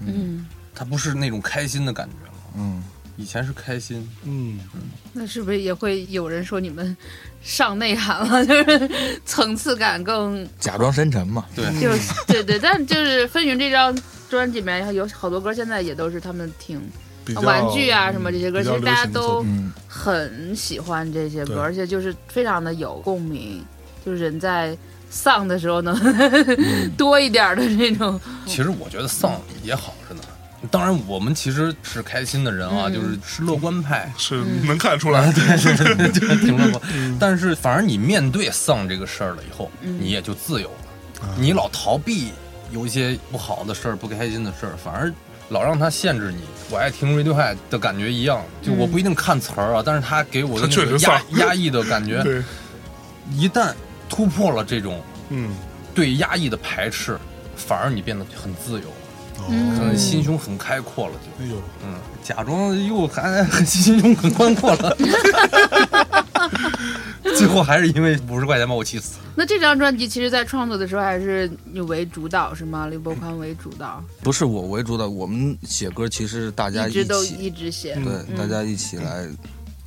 Speaker 3: 嗯，
Speaker 1: 嗯，
Speaker 3: 它不是那种开心的感觉了。
Speaker 4: 嗯，
Speaker 3: 以前是开心，
Speaker 2: 嗯，
Speaker 1: 那是不是也会有人说你们上内涵了， (laughs) 就是层次感更
Speaker 4: 假装深沉嘛，
Speaker 3: 对，
Speaker 1: (laughs)
Speaker 2: 嗯
Speaker 1: 就是对对，但就是《风云》这张专辑里面有好多歌，现在也都是他们挺
Speaker 2: 比较
Speaker 1: 玩具啊什么这些歌，
Speaker 2: 比
Speaker 1: 其
Speaker 2: 较
Speaker 1: 实大家
Speaker 2: 流行的作
Speaker 1: 都
Speaker 2: 品
Speaker 4: 嗯。
Speaker 1: 很喜欢这些
Speaker 2: 对，
Speaker 1: 歌，而且就是非常的有共鸣，就是人在丧的时候能 (laughs) 多一点的这种，
Speaker 3: 其实我觉得丧也好着呢。当然，我们其实是开心的人啊，
Speaker 1: 嗯
Speaker 3: 就是是乐观派
Speaker 2: 是能看出 (laughs) 来，
Speaker 3: 对对对，
Speaker 2: 嗯
Speaker 3: 就是挺乐观。但是，反而你面对丧这个事儿了以后，
Speaker 2: 嗯
Speaker 3: 你也就自由
Speaker 2: 啊
Speaker 3: 了。你老逃避有一些不好的事儿、不开心的事儿，反而老让它限制你，我爱听 Radiohead 的感觉一样，就我不一定看词儿啊，但是他给我的
Speaker 2: 它嗯
Speaker 3: 那
Speaker 2: 确
Speaker 3: 个
Speaker 2: 实
Speaker 3: 压
Speaker 2: 丧
Speaker 3: 压抑的感
Speaker 2: (laughs)
Speaker 3: 觉，
Speaker 2: 对，
Speaker 3: 一旦突破了这种
Speaker 2: 嗯，
Speaker 3: 对压抑的排斥，反而你变得很自由，
Speaker 2: 哦，
Speaker 1: 嗯
Speaker 3: 很心胸很开阔了，就
Speaker 2: 哎呦，
Speaker 3: 嗯，假装又还很心胸很宽阔了， (laughs) 最后还是因为五十块钱把我气死。
Speaker 1: 那这张专辑其实，在创作的时候还是你为主导是吗？刘
Speaker 2: 嗯
Speaker 1: 伯宽为主导，
Speaker 4: 不是我为主导，我们写歌其实是大家
Speaker 1: 一直都
Speaker 4: 起，
Speaker 1: 一直写。
Speaker 4: 对，
Speaker 1: 嗯
Speaker 4: 大家一起来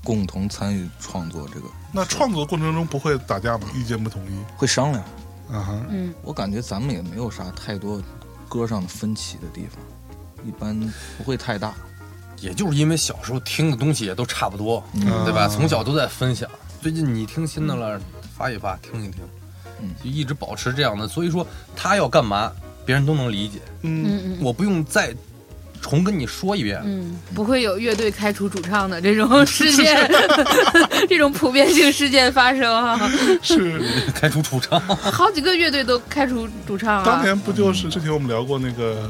Speaker 4: 共同参与创作，这个
Speaker 2: 那创作过程中不会打架吗？意见不统一
Speaker 4: 会商量。
Speaker 2: 啊哈，
Speaker 1: 嗯，
Speaker 4: 我感觉咱们也没有啥太多歌上的分歧的地方，一般不会太大。
Speaker 3: 也就是因为小时候听的东西也都差不多，
Speaker 2: 嗯
Speaker 3: 对吧？从小都在分享。最近你听新的了，发一发，听一听，
Speaker 4: 嗯
Speaker 3: 就一直保持这样的。所以说他要干嘛，别人都能理解，
Speaker 2: 嗯，
Speaker 1: 嗯嗯
Speaker 3: 我不用再重跟你说一遍。
Speaker 1: 嗯，不会有乐队开除主唱的这种事件，这种普遍性事件发生啊！
Speaker 2: 是，
Speaker 3: (laughs) 开除主唱，
Speaker 1: 好几个乐队都开除主唱
Speaker 2: 当
Speaker 1: 啊，
Speaker 2: 年不就是之前我们聊过那个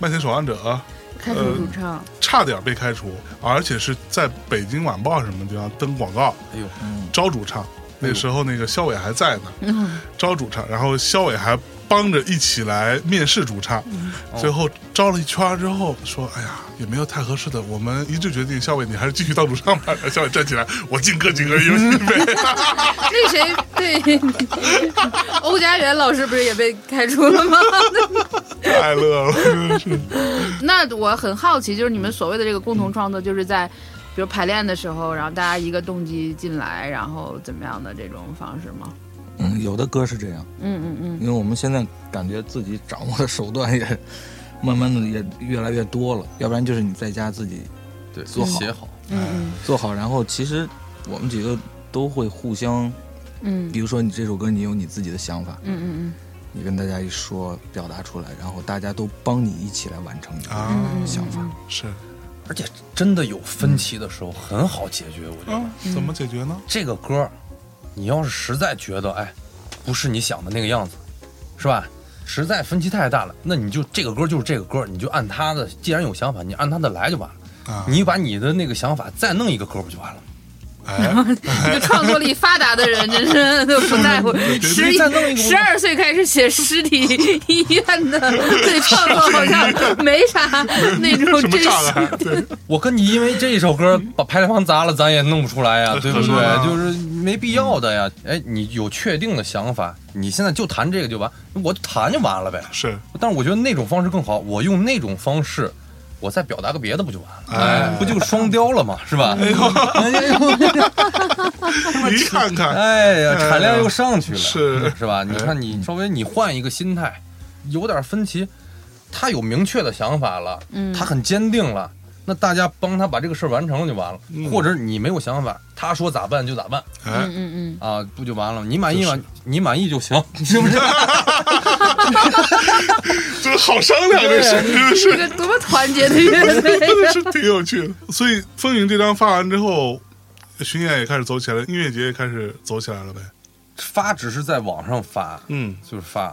Speaker 2: 麦田守望者，
Speaker 1: 开除主唱，
Speaker 2: 差点被开除，而且是在北京晚报什么地方登广告
Speaker 3: 哎呦，
Speaker 2: 招主唱。那时候那个肖伟还在呢，
Speaker 1: 嗯，
Speaker 2: 招主唱，然后肖伟还帮着一起来面试主唱，
Speaker 1: 嗯
Speaker 2: 最后招了一圈儿之后说：“哎呀，也没有太合适的，我们一致决定，肖伟你还是继续当主唱吧。”然后肖伟站起来，我进歌几个游戏
Speaker 1: 嗯
Speaker 2: 杯，
Speaker 1: 那谁对 (laughs) 欧家园老师不是也被开除了吗？
Speaker 2: (laughs)
Speaker 1: (laughs)
Speaker 2: 太乐了，真是。
Speaker 1: 那我很好奇，就是你们所谓的这个共同创作，就是在比如排练的时候，然后大家一个动机进来，然后怎么样的这种方式吗？
Speaker 4: 嗯，有的歌是这样，
Speaker 1: 嗯嗯
Speaker 4: 因为我们现在感觉自己掌握的手段也慢慢的也越来越多了，要不然就是你在家自己
Speaker 3: 对，
Speaker 4: 做好
Speaker 3: 写好，
Speaker 1: 嗯嗯
Speaker 4: 做好，然后其实我们几个都会互相，
Speaker 1: 嗯
Speaker 4: 比如说你这首歌你有你自己的想法，
Speaker 1: 嗯嗯
Speaker 4: 你跟大家一说表达出来，然后大家都帮你一起来完成你的
Speaker 2: 啊
Speaker 1: 嗯，
Speaker 4: 想法。
Speaker 2: 是
Speaker 3: 而且真的有分歧的时候很好解决，我觉得。
Speaker 2: 啊，怎么解决呢？
Speaker 3: 这个歌儿，你要是实在觉得哎，不是你想的那个样子，是吧？实在分歧太大了，那你就这个歌就是这个歌，你就按他的，既然有想法，你按他的来就完了。
Speaker 2: 啊，
Speaker 1: 嗯
Speaker 3: 你把你的那个想法再弄一个歌不就完了？
Speaker 2: 哎，
Speaker 1: 嗯， (laughs) 一个创作力发达的人，真是都不在
Speaker 3: (laughs)
Speaker 1: 乎。十
Speaker 3: 再弄一个
Speaker 1: 十二岁开始写尸体医院的，对创作好像没啥那种
Speaker 2: 什么
Speaker 1: 真
Speaker 2: 障
Speaker 1: 实
Speaker 3: (laughs)
Speaker 2: 碍？对，
Speaker 3: 我跟你因为这首歌把排练房砸了，咱也弄不出来呀，对
Speaker 2: (laughs)
Speaker 3: 不
Speaker 2: 是啊
Speaker 3: 对？就是没必要的呀。哎，你有确定的想法，你现在就弹这个就完，我就弹就完了呗。
Speaker 1: (laughs)
Speaker 2: 是，
Speaker 3: 但是我觉得那种方式更好，我用那种方式，我再表达个别的不就完了？
Speaker 2: 哎
Speaker 3: 不就双雕了吗？是吧？
Speaker 2: 你看看，
Speaker 3: 哎呀，产量又上去了，
Speaker 2: 是
Speaker 3: 是吧？你
Speaker 2: 哎
Speaker 3: 看你稍微你换一个心态，有点分歧，他有明确的想法了，
Speaker 1: 嗯
Speaker 3: 他很坚定了。那大家帮他把这个事儿完成了就完了，
Speaker 2: 嗯
Speaker 3: 或者你没有想法，他说咋办就咋办
Speaker 2: 哎
Speaker 1: 嗯，嗯
Speaker 3: 啊，不就完了？你满意
Speaker 2: 就
Speaker 3: 吗？你满意就行， (laughs) 是不是？
Speaker 2: 这好商量，这事儿真
Speaker 1: 嗯，这
Speaker 2: 是。
Speaker 1: 个多么团结的 (laughs)
Speaker 2: 嗯
Speaker 1: 乐队
Speaker 2: 真的是挺有趣的。所以《风云》这张发完之后，巡演也开始走起来了，音乐节也开始走起来了呗。
Speaker 3: 发只是在网上发，
Speaker 2: 嗯，
Speaker 3: 就是发，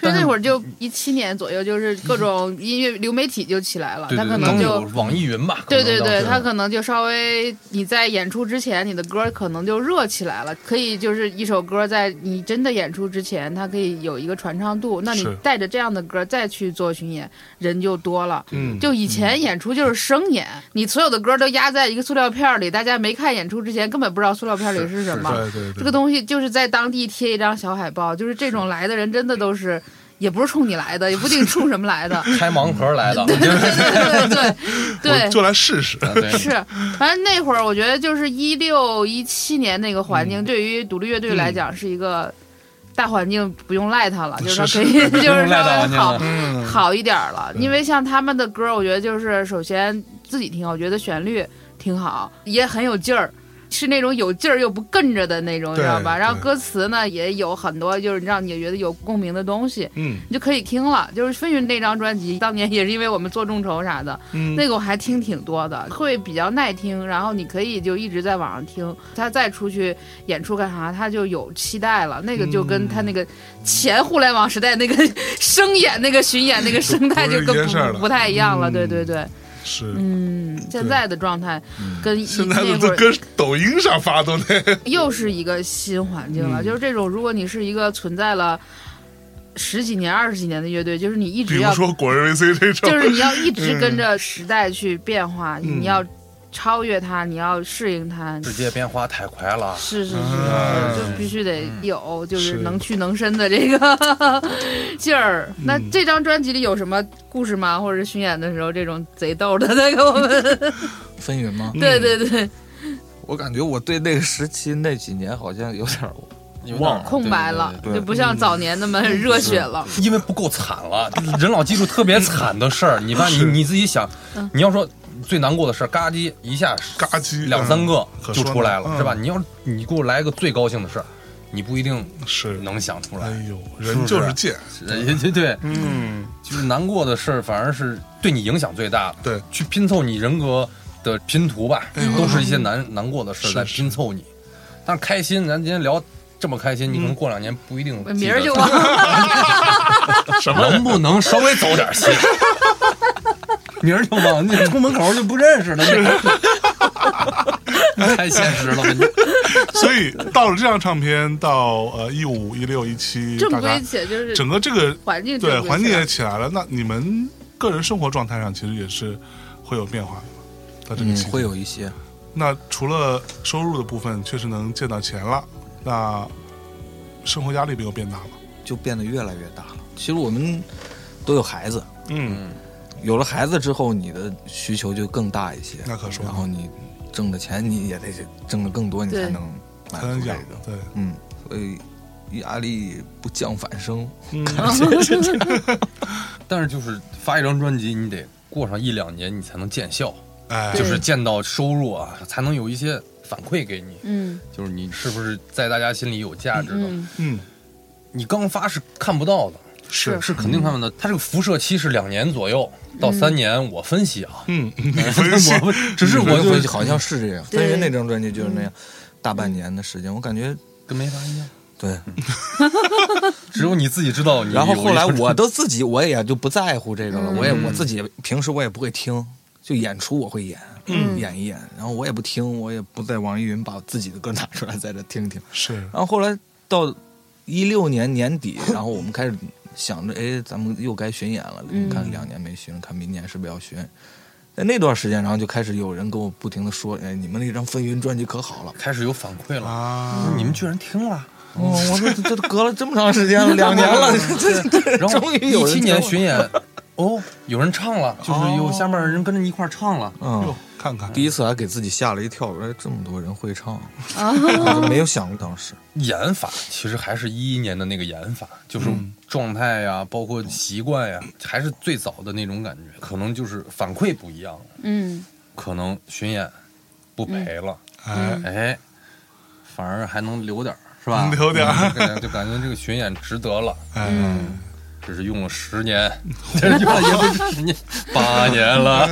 Speaker 1: 所以那会儿就一七年左右，就是各种音乐流媒体就起来了，
Speaker 3: 对
Speaker 1: 他
Speaker 3: 对
Speaker 1: 啊可
Speaker 3: 对，
Speaker 1: 能
Speaker 3: 刚有
Speaker 1: 就。
Speaker 3: 网易云吧，
Speaker 1: 对对
Speaker 3: 可能
Speaker 1: 对，
Speaker 3: 当时
Speaker 1: 他可能就稍微你在演出之前，你的歌可能就热起来了，可以就是一首歌在你真的演出之前，它可以有一个传唱度。那你
Speaker 2: 是
Speaker 1: 带着这样的歌再去做巡
Speaker 3: 嗯
Speaker 1: 演，人就多了。
Speaker 2: 嗯
Speaker 1: 就以前演出就是生演，你所有的歌都压在一个塑料片儿里，大家没看演出之前根本不知道塑料片儿里
Speaker 3: 是
Speaker 1: 是什
Speaker 3: 是
Speaker 1: 么。
Speaker 2: 对对对，
Speaker 1: 这个东西就是在当地贴一张小海报，就是这种来的人真的都是，也不是冲你来的，也不一定冲什么来
Speaker 3: (laughs)
Speaker 1: 的。
Speaker 3: 开盲盒来
Speaker 1: (laughs)
Speaker 3: 的，
Speaker 1: 对对对对
Speaker 2: 我就来试试。
Speaker 3: 啊对
Speaker 1: 对，是。反正那会儿我觉得就是一六一七年那个环境，对于独立乐队来讲是一个大环境，不用赖它了，就是它可以就是
Speaker 3: 赖大
Speaker 1: 稍微
Speaker 3: 环境
Speaker 1: 好
Speaker 3: 了
Speaker 2: 嗯，
Speaker 1: 好一点儿了。因为像他们的歌，我觉得就是首先自己听，我觉得旋律挺好，也很有劲儿。是那种有劲儿又不跟着的那种，你知道吧？
Speaker 2: 对
Speaker 1: 然后
Speaker 2: 对
Speaker 1: 歌词呢也有很多，就是让你觉得有共鸣的东西，
Speaker 2: 嗯
Speaker 1: 你就可以听了。就是《风云》那张专辑，当年也是因为我们做众筹啥的，
Speaker 2: 嗯，
Speaker 1: 那个我还听挺多的，会比较耐听。然后你可以就一直在网上听，他再出去演出干啥，他就有期待了。那个就跟他那个前互联网时代那个 (laughs) 声演、那个巡演、那个声带
Speaker 2: 不
Speaker 1: 就是
Speaker 2: 一
Speaker 1: 跟
Speaker 2: 件事儿
Speaker 1: 不
Speaker 2: 了
Speaker 1: 不太一样了。
Speaker 2: 嗯
Speaker 1: 对对对，
Speaker 2: 是。
Speaker 1: 嗯，现在的状态跟一
Speaker 2: 嗯现在的
Speaker 1: 那
Speaker 2: 都
Speaker 1: 会儿
Speaker 2: 跟抖音上发都那
Speaker 1: 又是一个新环境了。
Speaker 2: 嗯
Speaker 1: 就是这种，如果你是一个存在了十几年、二十几年的乐队，就是你一
Speaker 2: 比
Speaker 1: 直
Speaker 2: 如
Speaker 1: 要，
Speaker 2: 说果仁 VC 这
Speaker 1: (laughs)
Speaker 2: 种，
Speaker 1: 就是你要一直跟着时代去变化，
Speaker 2: 嗯
Speaker 1: 你要超越它，你要适应它。
Speaker 3: 世界变化太快了，
Speaker 1: 是是是
Speaker 2: 啊嗯
Speaker 1: 是，就必须得有，就是
Speaker 2: 是
Speaker 1: 能屈能伸的这个 (laughs) 劲儿。那
Speaker 2: 嗯
Speaker 1: 这张专辑里有什么故事吗？或者是巡演的时候这种贼逗的，再给我们。
Speaker 4: 纷纭
Speaker 2: 嗯
Speaker 4: 吗？
Speaker 1: (laughs) 对对对，
Speaker 4: 嗯我感觉我对那个时期那几年好像有点儿
Speaker 3: 有点
Speaker 4: 忘
Speaker 1: 空白了，
Speaker 4: 对对对
Speaker 1: 就不
Speaker 2: 嗯
Speaker 1: 像早年那么热血了。
Speaker 3: 因为不够惨了，人老记住特别惨的事儿，你吧，
Speaker 2: (laughs)
Speaker 3: 你
Speaker 2: 是
Speaker 3: 你自己想
Speaker 1: 嗯，
Speaker 3: 你要说最难过的事儿，嘎叽一下，
Speaker 2: 嘎叽
Speaker 3: 两三个
Speaker 2: 嗯可
Speaker 3: 就
Speaker 2: 说呢
Speaker 3: 出来了，
Speaker 2: 嗯
Speaker 3: 是吧？你要你给我来个最高兴的事儿，你不一定
Speaker 2: 是，
Speaker 3: 能想出
Speaker 2: 哎
Speaker 3: 来。
Speaker 2: 呦，
Speaker 3: 是
Speaker 2: 人
Speaker 3: 不是
Speaker 2: 就是贱，哎
Speaker 3: 对对对，
Speaker 2: 嗯，
Speaker 3: (laughs) 就是难过的事儿，反而是对你影响最大的。
Speaker 2: 对，
Speaker 3: 去拼凑你人格的拼图吧，
Speaker 2: 呦
Speaker 3: 都是一些难难过的事
Speaker 2: 嗯
Speaker 3: 儿
Speaker 2: 是
Speaker 3: 在
Speaker 2: 是
Speaker 3: 拼凑你。但是开心，咱今天聊这么开心，你可
Speaker 2: 嗯
Speaker 3: 能过两年不一定记
Speaker 1: (laughs)
Speaker 3: 得
Speaker 1: 明儿就忘了，
Speaker 2: 什么
Speaker 3: 能不能稍微走点
Speaker 2: (laughs)
Speaker 3: 心？明儿就忘，你出门口就不认识了，你太现实了吧你？
Speaker 2: 所以到了这张唱片，到呃一五、一六、一七，
Speaker 1: 正
Speaker 2: 大
Speaker 1: 规
Speaker 2: 家
Speaker 1: 且就是
Speaker 2: 整个这个
Speaker 1: 环境
Speaker 2: 对
Speaker 1: 正规
Speaker 2: 环境
Speaker 1: 起来
Speaker 2: 也起来了。那你们个人生活状态上其实也是会有变化的嘛，到这个
Speaker 4: 嗯
Speaker 2: 期间、
Speaker 4: 会有一些。
Speaker 2: 那除了收入的部分，确实能见到钱了，那生活压力没有变大了。
Speaker 4: 就变得越来越大了。其实我们都有孩子，
Speaker 2: 嗯，
Speaker 4: 有了孩子之后，你的需求就更大一些。
Speaker 2: 那可说呢
Speaker 4: 然后你挣的钱你也得挣的更多，你
Speaker 1: 对
Speaker 4: 才能满
Speaker 2: 才能
Speaker 4: 足这
Speaker 2: 养
Speaker 4: 个。
Speaker 2: 对，
Speaker 4: 嗯，所以压力不降反升。
Speaker 2: 嗯，
Speaker 3: 但是就是发一张专辑，你得过上一两年，你才能见效，
Speaker 2: 哎，
Speaker 3: 就
Speaker 1: 对
Speaker 3: 是见到收入啊，才能有一些反馈给你。
Speaker 1: 嗯
Speaker 3: 就是你是不是在大家心里有价值的？
Speaker 1: 嗯
Speaker 2: 嗯，
Speaker 3: 你刚发是看不到的，
Speaker 1: 是
Speaker 3: 是肯定看不
Speaker 4: 嗯
Speaker 3: 到的。它这个辐射期是两年左右到三年，我分析啊， (laughs)
Speaker 2: 嗯，你分析
Speaker 3: 我不只是我
Speaker 4: 就
Speaker 3: 就
Speaker 4: 好像是这样，
Speaker 1: 对嗯
Speaker 4: 但是那张专辑就是那样，大半年的时间，我感觉
Speaker 3: 跟没发一样。
Speaker 4: 对。
Speaker 3: 只有你自己知道嗯你有一
Speaker 4: 然
Speaker 3: 个。
Speaker 4: 后后来我都自己我也就不在乎这个了，
Speaker 1: 嗯
Speaker 4: 我也我自己平时我也不会听，就演出我会演，
Speaker 1: 嗯
Speaker 4: 演一演，然后我也不听，我也不在网易云把自己的歌拿出来在这听听。
Speaker 2: 是
Speaker 4: 然后后来到一六年年底，然后我们开始想着，哎，咱们又该巡演了，
Speaker 1: 嗯
Speaker 4: 你看两年没巡，看明年是不是要巡。在那段时间，然后就开始有人跟我不停的说：“哎，你们那张《风云》专辑可好了。
Speaker 3: 开始有反馈了，
Speaker 2: 啊，
Speaker 3: 你们居然
Speaker 4: (laughs)
Speaker 3: 听了。
Speaker 4: 哦”我说这都隔了这么长时间了，两年
Speaker 3: (laughs)
Speaker 4: 了，这这这
Speaker 3: 然后
Speaker 4: 终于有
Speaker 3: 一
Speaker 4: 人
Speaker 3: 七
Speaker 4: 听
Speaker 3: 年
Speaker 4: 了哦
Speaker 3: 巡演，哦，有人唱了，就是有下面人跟着一块儿唱了。
Speaker 4: 嗯
Speaker 2: 哟，，看看，
Speaker 4: 第一次还给自己吓了一跳，我说这么多人会唱，
Speaker 1: 啊，
Speaker 4: 没有想过当时。
Speaker 3: 演法其实还是一一年的那个演法，就是
Speaker 4: 嗯
Speaker 3: 状态呀、包括习惯呀、还是最早的那种感觉。可能就是反馈不一样，
Speaker 1: 嗯
Speaker 3: 可能巡演不赔了，
Speaker 2: 哎，
Speaker 3: 哎，反而还能留点儿，是吧？
Speaker 2: 留点儿
Speaker 3: 嗯就感觉就感觉这个巡演值得了。
Speaker 1: 嗯
Speaker 2: 哎，
Speaker 3: 这是用了十
Speaker 2: (laughs)
Speaker 3: 年，这是用了也不是十年，八年了。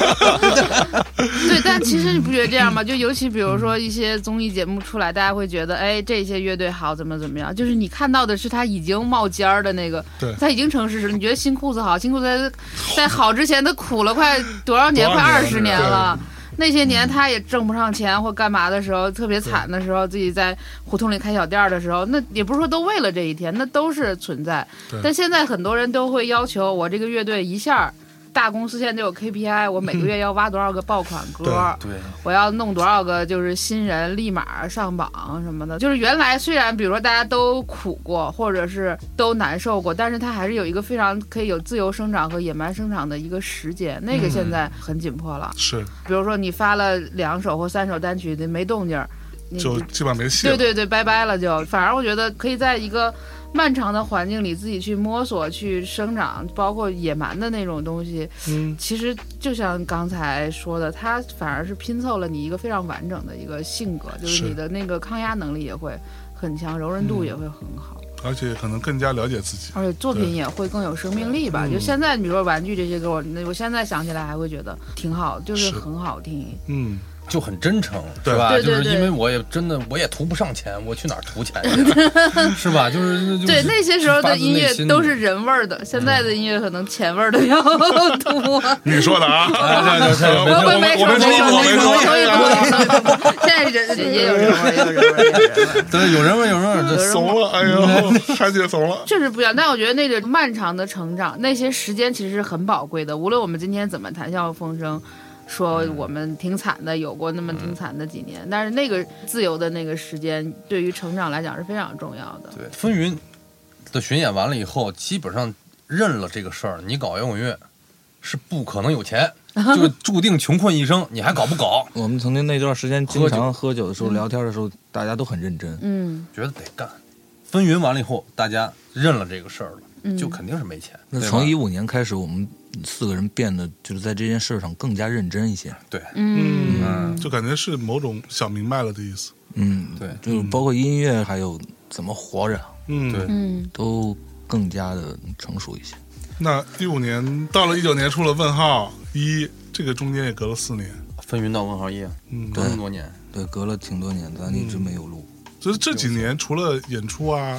Speaker 3: (laughs)
Speaker 1: (laughs) 对，但其实你不觉得这样吗？就尤其比如说一些综艺节目出来，大家会觉得，哎，这些乐队好，怎么怎么样？就是你看到的是他已经冒尖儿的那个，
Speaker 2: 对
Speaker 1: 他已经成事实了。你觉得新裤子好，新裤子在在好之前，他苦了快多少年？
Speaker 3: 多
Speaker 1: 快
Speaker 3: 少年
Speaker 1: 二
Speaker 3: 了
Speaker 1: 十年了。那些年他也挣不上钱或干嘛的时候，特别惨的时候，自己在胡同里开小店儿的时候，那也不是说都为了这一天，那都是存在
Speaker 2: 对。
Speaker 1: 但现在很多人都会要求我这个乐队一下儿。大公司现在都有 KPI，我每个月要挖多少个爆款歌
Speaker 2: 嗯对
Speaker 1: 儿，
Speaker 3: 对，
Speaker 1: 我要弄多少个就是新人立马上榜什么的。就是原来虽然比如说大家都苦过，或者是都难受过，但是它还是有一个非常可以有自由生长和野蛮生长的一个时间，那
Speaker 2: 嗯
Speaker 1: 个现在很紧迫了。
Speaker 2: 是，
Speaker 1: 比如说你发了两首或三首单曲，你没动静儿，你
Speaker 2: 就基本上没戏
Speaker 1: 嗯
Speaker 2: 了
Speaker 1: 对，对对，拜拜了就。反而我觉得可以在一个漫长的环境里自己去摸索、去生长，包括野蛮的那种东西。
Speaker 2: 嗯，
Speaker 1: 其实就像刚才说的，它反而是拼凑了你一个非常完整的一个性格，就是
Speaker 2: 是
Speaker 1: 你的那个抗压能力也会很强，柔韧度也会很好，
Speaker 2: 而且可能更加了解自己，嗯
Speaker 1: 而且作品也会更有生命力吧。就现在，比如说玩具这些歌，我那我现在想起来还会觉得挺好，就是
Speaker 2: 是
Speaker 1: 很好听。
Speaker 2: 嗯，
Speaker 3: 就很真诚，
Speaker 2: 对
Speaker 3: 是吧？
Speaker 1: 对对
Speaker 3: 就是
Speaker 1: 对
Speaker 3: 因为我也真的我也图不上钱，我去哪儿图钱去？ (laughs) 是吧？就是就是
Speaker 1: 对，那些时候
Speaker 3: 发
Speaker 1: 的
Speaker 3: 自
Speaker 1: 音
Speaker 3: 内
Speaker 1: 乐
Speaker 3: 心的嗯
Speaker 1: 都是人味儿的，现在的音乐可能钱味儿的要 (laughs) 多。
Speaker 2: 你说的啊，
Speaker 3: 对对对
Speaker 2: 我
Speaker 3: 没
Speaker 2: 我
Speaker 1: 不
Speaker 2: 我
Speaker 1: 没说说
Speaker 2: 我没说我没说
Speaker 1: 所以
Speaker 3: (laughs)
Speaker 1: 不能 (laughs) 现在人也有人味儿，也有人味儿，也有人味儿。
Speaker 3: 对，有人问，有人问，这
Speaker 2: (laughs) 怂了，哎呦，珊姐怂了。
Speaker 1: 确实不一样，但我觉得那个漫长的成长，那些时间其实是很宝贵的。无论我们今天怎么谈笑风生，说
Speaker 3: 嗯
Speaker 1: 我们挺惨的，有过那么挺惨的几年，但是那个自由的那个时间，对于成长来讲是非常重要的。
Speaker 3: 对风云的巡演完了以后，基本上认了这个事儿，你搞摇滚乐是不可能有 (laughs) 钱，就注定穷困一生，你还搞不搞？
Speaker 4: 我们曾经那段时间经
Speaker 3: 喝酒
Speaker 4: 常喝酒的时候、聊天的时候，大家都很认真。
Speaker 1: 嗯，
Speaker 3: (laughs) 觉得得干。风云完了以后，大家认了这个事儿了，
Speaker 1: 嗯
Speaker 3: 就肯定是没钱。
Speaker 4: 那
Speaker 3: 对吧
Speaker 4: 从一五年开始，我们四个人变得就是在这件事上更加认真一些。
Speaker 3: 对
Speaker 1: 嗯，
Speaker 2: 就感觉是某种想明白了的意思。
Speaker 4: 嗯，
Speaker 3: 对
Speaker 4: 就是包括音乐，还有怎么活着，
Speaker 2: 嗯，
Speaker 3: 对
Speaker 1: 嗯，
Speaker 4: 都更加的成熟一些。
Speaker 2: 那一五年到了一九年，出了问号一，这个中间也隔了四年。
Speaker 3: 风云到问号一，
Speaker 2: 嗯，
Speaker 3: 多么多年，
Speaker 4: 对，隔了挺多年，咱一直没有录。
Speaker 2: 所以这几年除了演出啊、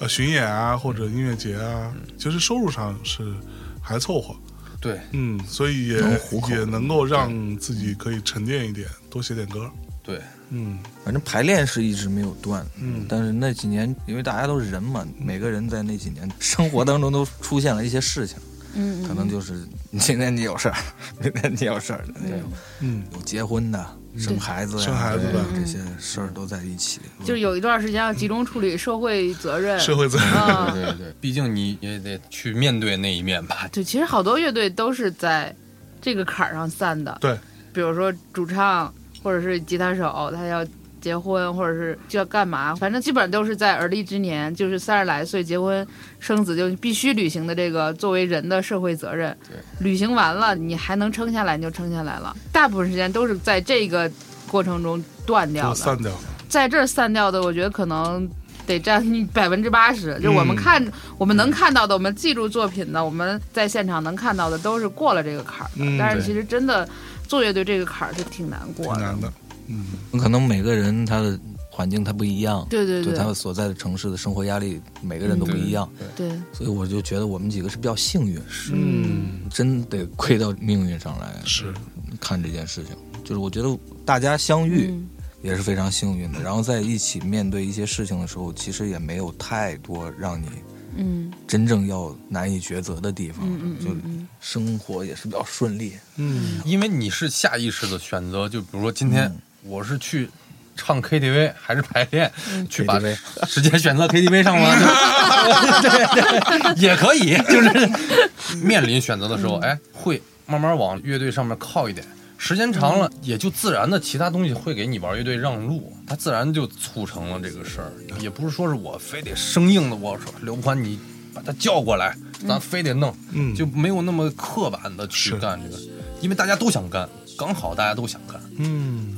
Speaker 2: 呃巡演啊或者音乐节啊，其实收入上是还凑合。
Speaker 3: 对
Speaker 2: 嗯，所以也
Speaker 4: 能糊口
Speaker 2: 也能够让自己可以沉淀一点，多写点歌。
Speaker 3: 对，
Speaker 2: 嗯
Speaker 4: 反正排练是一直没有断，
Speaker 2: 嗯
Speaker 4: 但是那几年因为大家都是人嘛，每个人在那几年生活当中都出现了一些事情，
Speaker 1: 嗯，
Speaker 4: 可能就是今天你有事儿， (laughs) 明天你有事儿，有
Speaker 2: 嗯，
Speaker 4: 有结婚的、生孩子呀、啊
Speaker 2: 生孩子的
Speaker 4: 对这些事儿都在一起，
Speaker 1: 就是有一段时间要集中处理社会责任，
Speaker 2: 嗯社会责任。
Speaker 1: 啊，
Speaker 3: 对对，毕竟你也得去面对那一面吧。
Speaker 1: 对，其实好多乐队都是在这个坎儿上散的。
Speaker 2: (laughs) 对，
Speaker 1: 比如说主唱或者是吉他手，他要结婚，或者是就要干嘛，反正基本上都是在而立之年，就是三十来岁结婚生子，就必须履行的这个作为人的社会责任。
Speaker 3: 对，
Speaker 1: 履行完了，你还能撑下来，你就撑下来了。大部分时间都是在这个过程中断掉
Speaker 2: 都
Speaker 1: 的，
Speaker 2: 散掉了，
Speaker 1: 在这儿散掉的，我觉得可能。得占百分之八十，就我们
Speaker 2: 嗯
Speaker 1: 看、我们能看到的，我们记住作品的，我们在现场能看到的，都是过了这个坎儿的。
Speaker 2: 嗯
Speaker 1: 但是
Speaker 3: 对
Speaker 1: 其实真的做乐队这个坎儿就挺难
Speaker 2: 挺
Speaker 1: 过的。
Speaker 2: 难的。嗯，
Speaker 4: 可能每个人他的环境他不一样，
Speaker 1: 对对
Speaker 4: 对他所在的城市的生活压力，每个人都不一样，
Speaker 1: 对，
Speaker 4: 所以我就觉得我们几个是比较幸运，
Speaker 1: 嗯
Speaker 4: 真得归到命运上来
Speaker 2: 是
Speaker 4: 看这件事情。就是我觉得大家相
Speaker 1: 嗯
Speaker 4: 遇也是非常幸运
Speaker 1: (laughs)
Speaker 4: 的，然后在一起面对一些事情的时候，其实也没有太多让你
Speaker 1: 嗯
Speaker 4: 真正要难以抉择的地方，
Speaker 1: 嗯嗯
Speaker 4: 就
Speaker 1: 嗯嗯，
Speaker 4: 生活也是比较顺利。
Speaker 2: 嗯
Speaker 3: 因为你是下意识的选择，就比如说今天我是去唱 KTV 还是排练，
Speaker 2: 嗯
Speaker 3: 去把
Speaker 4: KTV
Speaker 3: 时间选择
Speaker 2: (laughs)
Speaker 3: KTV 上吗？对对对，也可以，就是面临选择的时
Speaker 2: 嗯
Speaker 3: 候，哎，会慢慢往乐队上面靠一点。时间长了，也就自然的，其他东西会给你玩乐队让路，它自然就促成了这个事儿。也不是说是我非得生硬的，我说刘欢你把他叫过来，咱非得弄，
Speaker 2: 嗯
Speaker 3: 就没有那么刻板的去
Speaker 2: 是
Speaker 3: 干这个，因为大家都想干，刚好大家都想干。
Speaker 2: 嗯，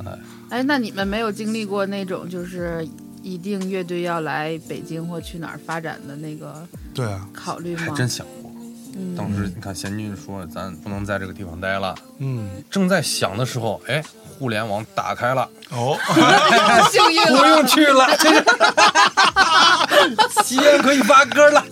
Speaker 1: 哎，那你们没有经历过那种就是一定乐队要来北京或去哪儿发展的那个
Speaker 2: 对啊，
Speaker 1: 考虑
Speaker 3: 还
Speaker 1: 吗？
Speaker 3: 真想过，
Speaker 1: 嗯
Speaker 3: 当时你看贤君说咱不能在这个地方待了，
Speaker 2: 嗯，
Speaker 3: 正在想的时候，哎，互联网打开了，
Speaker 2: 哦，
Speaker 1: 幸运
Speaker 3: 不
Speaker 1: 了，
Speaker 3: 用去了， (laughs) 西安可以发歌了，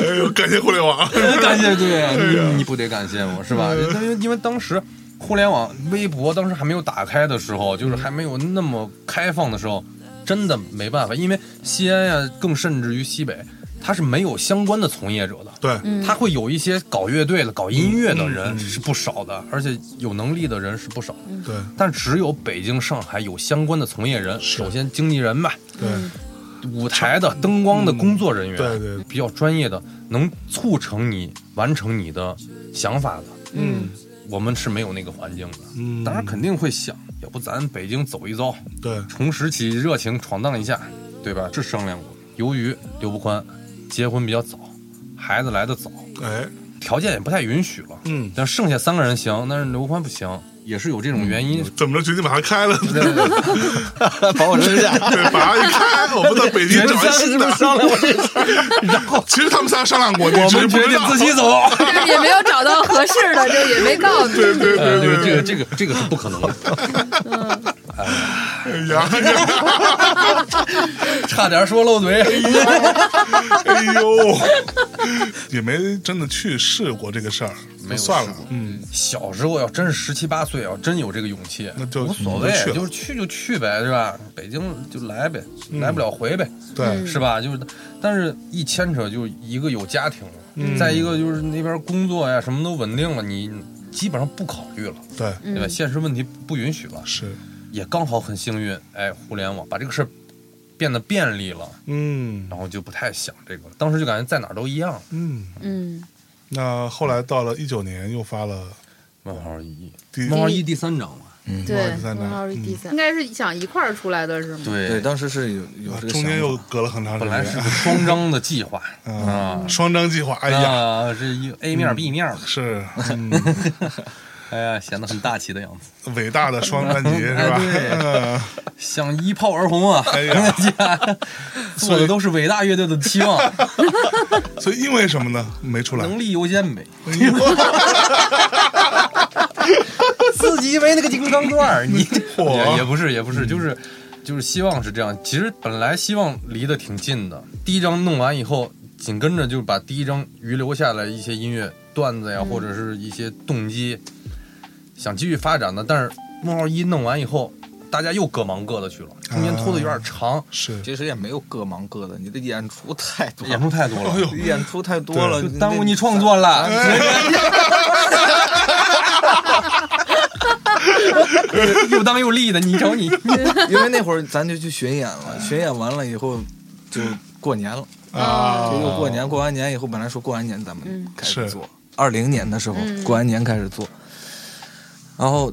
Speaker 2: 哎呦，感谢互联网。
Speaker 3: (laughs) 感谢对，你你不得感谢我是吧？因为因为当时。互联网、微博当时还没有打开的时候，就是还没有那么开放的时候，真的没办法，因为西安呀、更甚至于西北，它是没有相关的从业者的。
Speaker 2: 对，
Speaker 3: 他会有一些搞乐队的、搞音乐的人是不少的，而且有能力的人是不少的。
Speaker 2: 对，
Speaker 3: 但只有北京、上海有相关的从业人，
Speaker 2: 是
Speaker 3: 首先经纪人吧，
Speaker 2: 对，
Speaker 3: 舞台的、灯光的工作人员，
Speaker 2: 嗯对对
Speaker 3: 比较专业的，能促成你完成你的想法的。
Speaker 1: 嗯
Speaker 3: 我们是没有那个环境的，
Speaker 2: 嗯，
Speaker 3: 当然肯定会想，要不咱北京走一遭，
Speaker 2: 对，
Speaker 3: 重拾起热情，闯荡一下，对吧？这商量过。由于刘伯宽结婚比较早，孩子来的早，
Speaker 2: 哎，
Speaker 3: 条件也不太允许了。
Speaker 2: 嗯
Speaker 3: 但剩下三个人行，但是刘欢不行，也是有这种原因。 (laughs)
Speaker 2: 怎么着？决定把它开 (laughs) 了，
Speaker 3: 对对对
Speaker 4: 把我扔
Speaker 3: (laughs)
Speaker 4: 下。
Speaker 2: 对，把它一开，我们在北京
Speaker 3: 觉得
Speaker 2: 找一
Speaker 3: 咱 (laughs)
Speaker 2: 新的
Speaker 3: 们。商量过这事儿，然后
Speaker 2: 其实他们仨商量过，你
Speaker 3: 我
Speaker 2: 只是
Speaker 3: 们
Speaker 2: 不
Speaker 3: 决
Speaker 2: 知
Speaker 3: 定
Speaker 2: 道
Speaker 3: 自。己走。
Speaker 1: 但是也没有找到合适的，这也没告诉你。
Speaker 2: 对对
Speaker 3: 呃，
Speaker 2: 对对
Speaker 3: 这个这个这个这个是不可能的，
Speaker 2: 对，哎呀呀，
Speaker 3: 差点说漏嘴。 (laughs)
Speaker 2: 哎呦，也没真的去试过这个事儿，
Speaker 3: 没有
Speaker 2: 算了
Speaker 3: 试过，
Speaker 2: 嗯，
Speaker 3: 小时候要真是十七八岁，要真有这个勇气，
Speaker 2: 那就
Speaker 3: 无所
Speaker 2: 你
Speaker 3: 谓
Speaker 2: 就去，了
Speaker 3: 就是去就去呗，是吧？北京就来呗，来不了回呗，
Speaker 2: 嗯对，
Speaker 3: 是吧？就是，但是一牵扯就是一个有家庭了，
Speaker 2: 嗯
Speaker 3: 再一个就是那边工作呀，什么都稳定了，你基本上不考虑了，
Speaker 2: 对，
Speaker 3: 对吧？现实问题不允许了，
Speaker 2: 是，
Speaker 3: 也刚好很幸运，哎，互联网把这个事儿变得便利了，
Speaker 2: 嗯
Speaker 3: 然后就不太想这个了。当时就感觉在哪儿都一样，
Speaker 2: 嗯。
Speaker 1: 嗯，
Speaker 2: 那后来到了一九年，又发了
Speaker 3: 冒号一，
Speaker 2: 第
Speaker 3: 冒号一第三章嘛，
Speaker 1: 对
Speaker 2: 第，三张
Speaker 1: 文浩是第三，应该是想一块儿出来的是吗？
Speaker 4: 对，
Speaker 3: 对，
Speaker 4: 当时是有有这个
Speaker 2: 呃中
Speaker 4: 想
Speaker 2: 间
Speaker 4: 法
Speaker 2: 又隔了很长时
Speaker 3: 本
Speaker 2: 间，
Speaker 3: 来是个双章的计划啊。
Speaker 2: 双张计划，嗯哎呀，
Speaker 3: 啊，这一 A 面 B 面的，
Speaker 2: 是、嗯、
Speaker 3: 哎呀，显得很大气的样子，
Speaker 2: 伟大的双专辑是吧？嗯
Speaker 3: 想一炮而红啊！
Speaker 2: (laughs) 哎呀
Speaker 3: (laughs) 做的都是伟大乐队的期
Speaker 2: (laughs)
Speaker 3: 望，
Speaker 2: 所以因为什么呢？没出来，哎
Speaker 3: 能力优先呗。 (laughs) 自己以为那个金刚钻儿，你嗯
Speaker 2: 嚯
Speaker 3: (laughs) 也也不是，也不是，就是就是希望是这样。其实本来希望离得挺近的，第一张弄完以后，紧跟着就把第一张遗留下来一些音乐段子呀，或者是一些动机，想继续发展的。但是梦号一弄完以后，大家又各忙各的去了，中间拖的有点长，
Speaker 2: 是，
Speaker 4: 其实也没有各忙各的，你的演出太多了，
Speaker 3: 演出太多了，
Speaker 4: 演出太多了，
Speaker 2: 对
Speaker 4: 那
Speaker 3: 耽误你创作了。 (laughs) 哎又当又立的，你瞅你，
Speaker 4: (laughs) 因为那会儿咱就去巡演了，巡演完了以后就过年了，
Speaker 2: 啊，
Speaker 4: 就又过年，过完年以后本来说过完年咱们开始
Speaker 2: 是
Speaker 4: 做，二零年的时候
Speaker 1: 嗯
Speaker 4: 过完年开始做，然后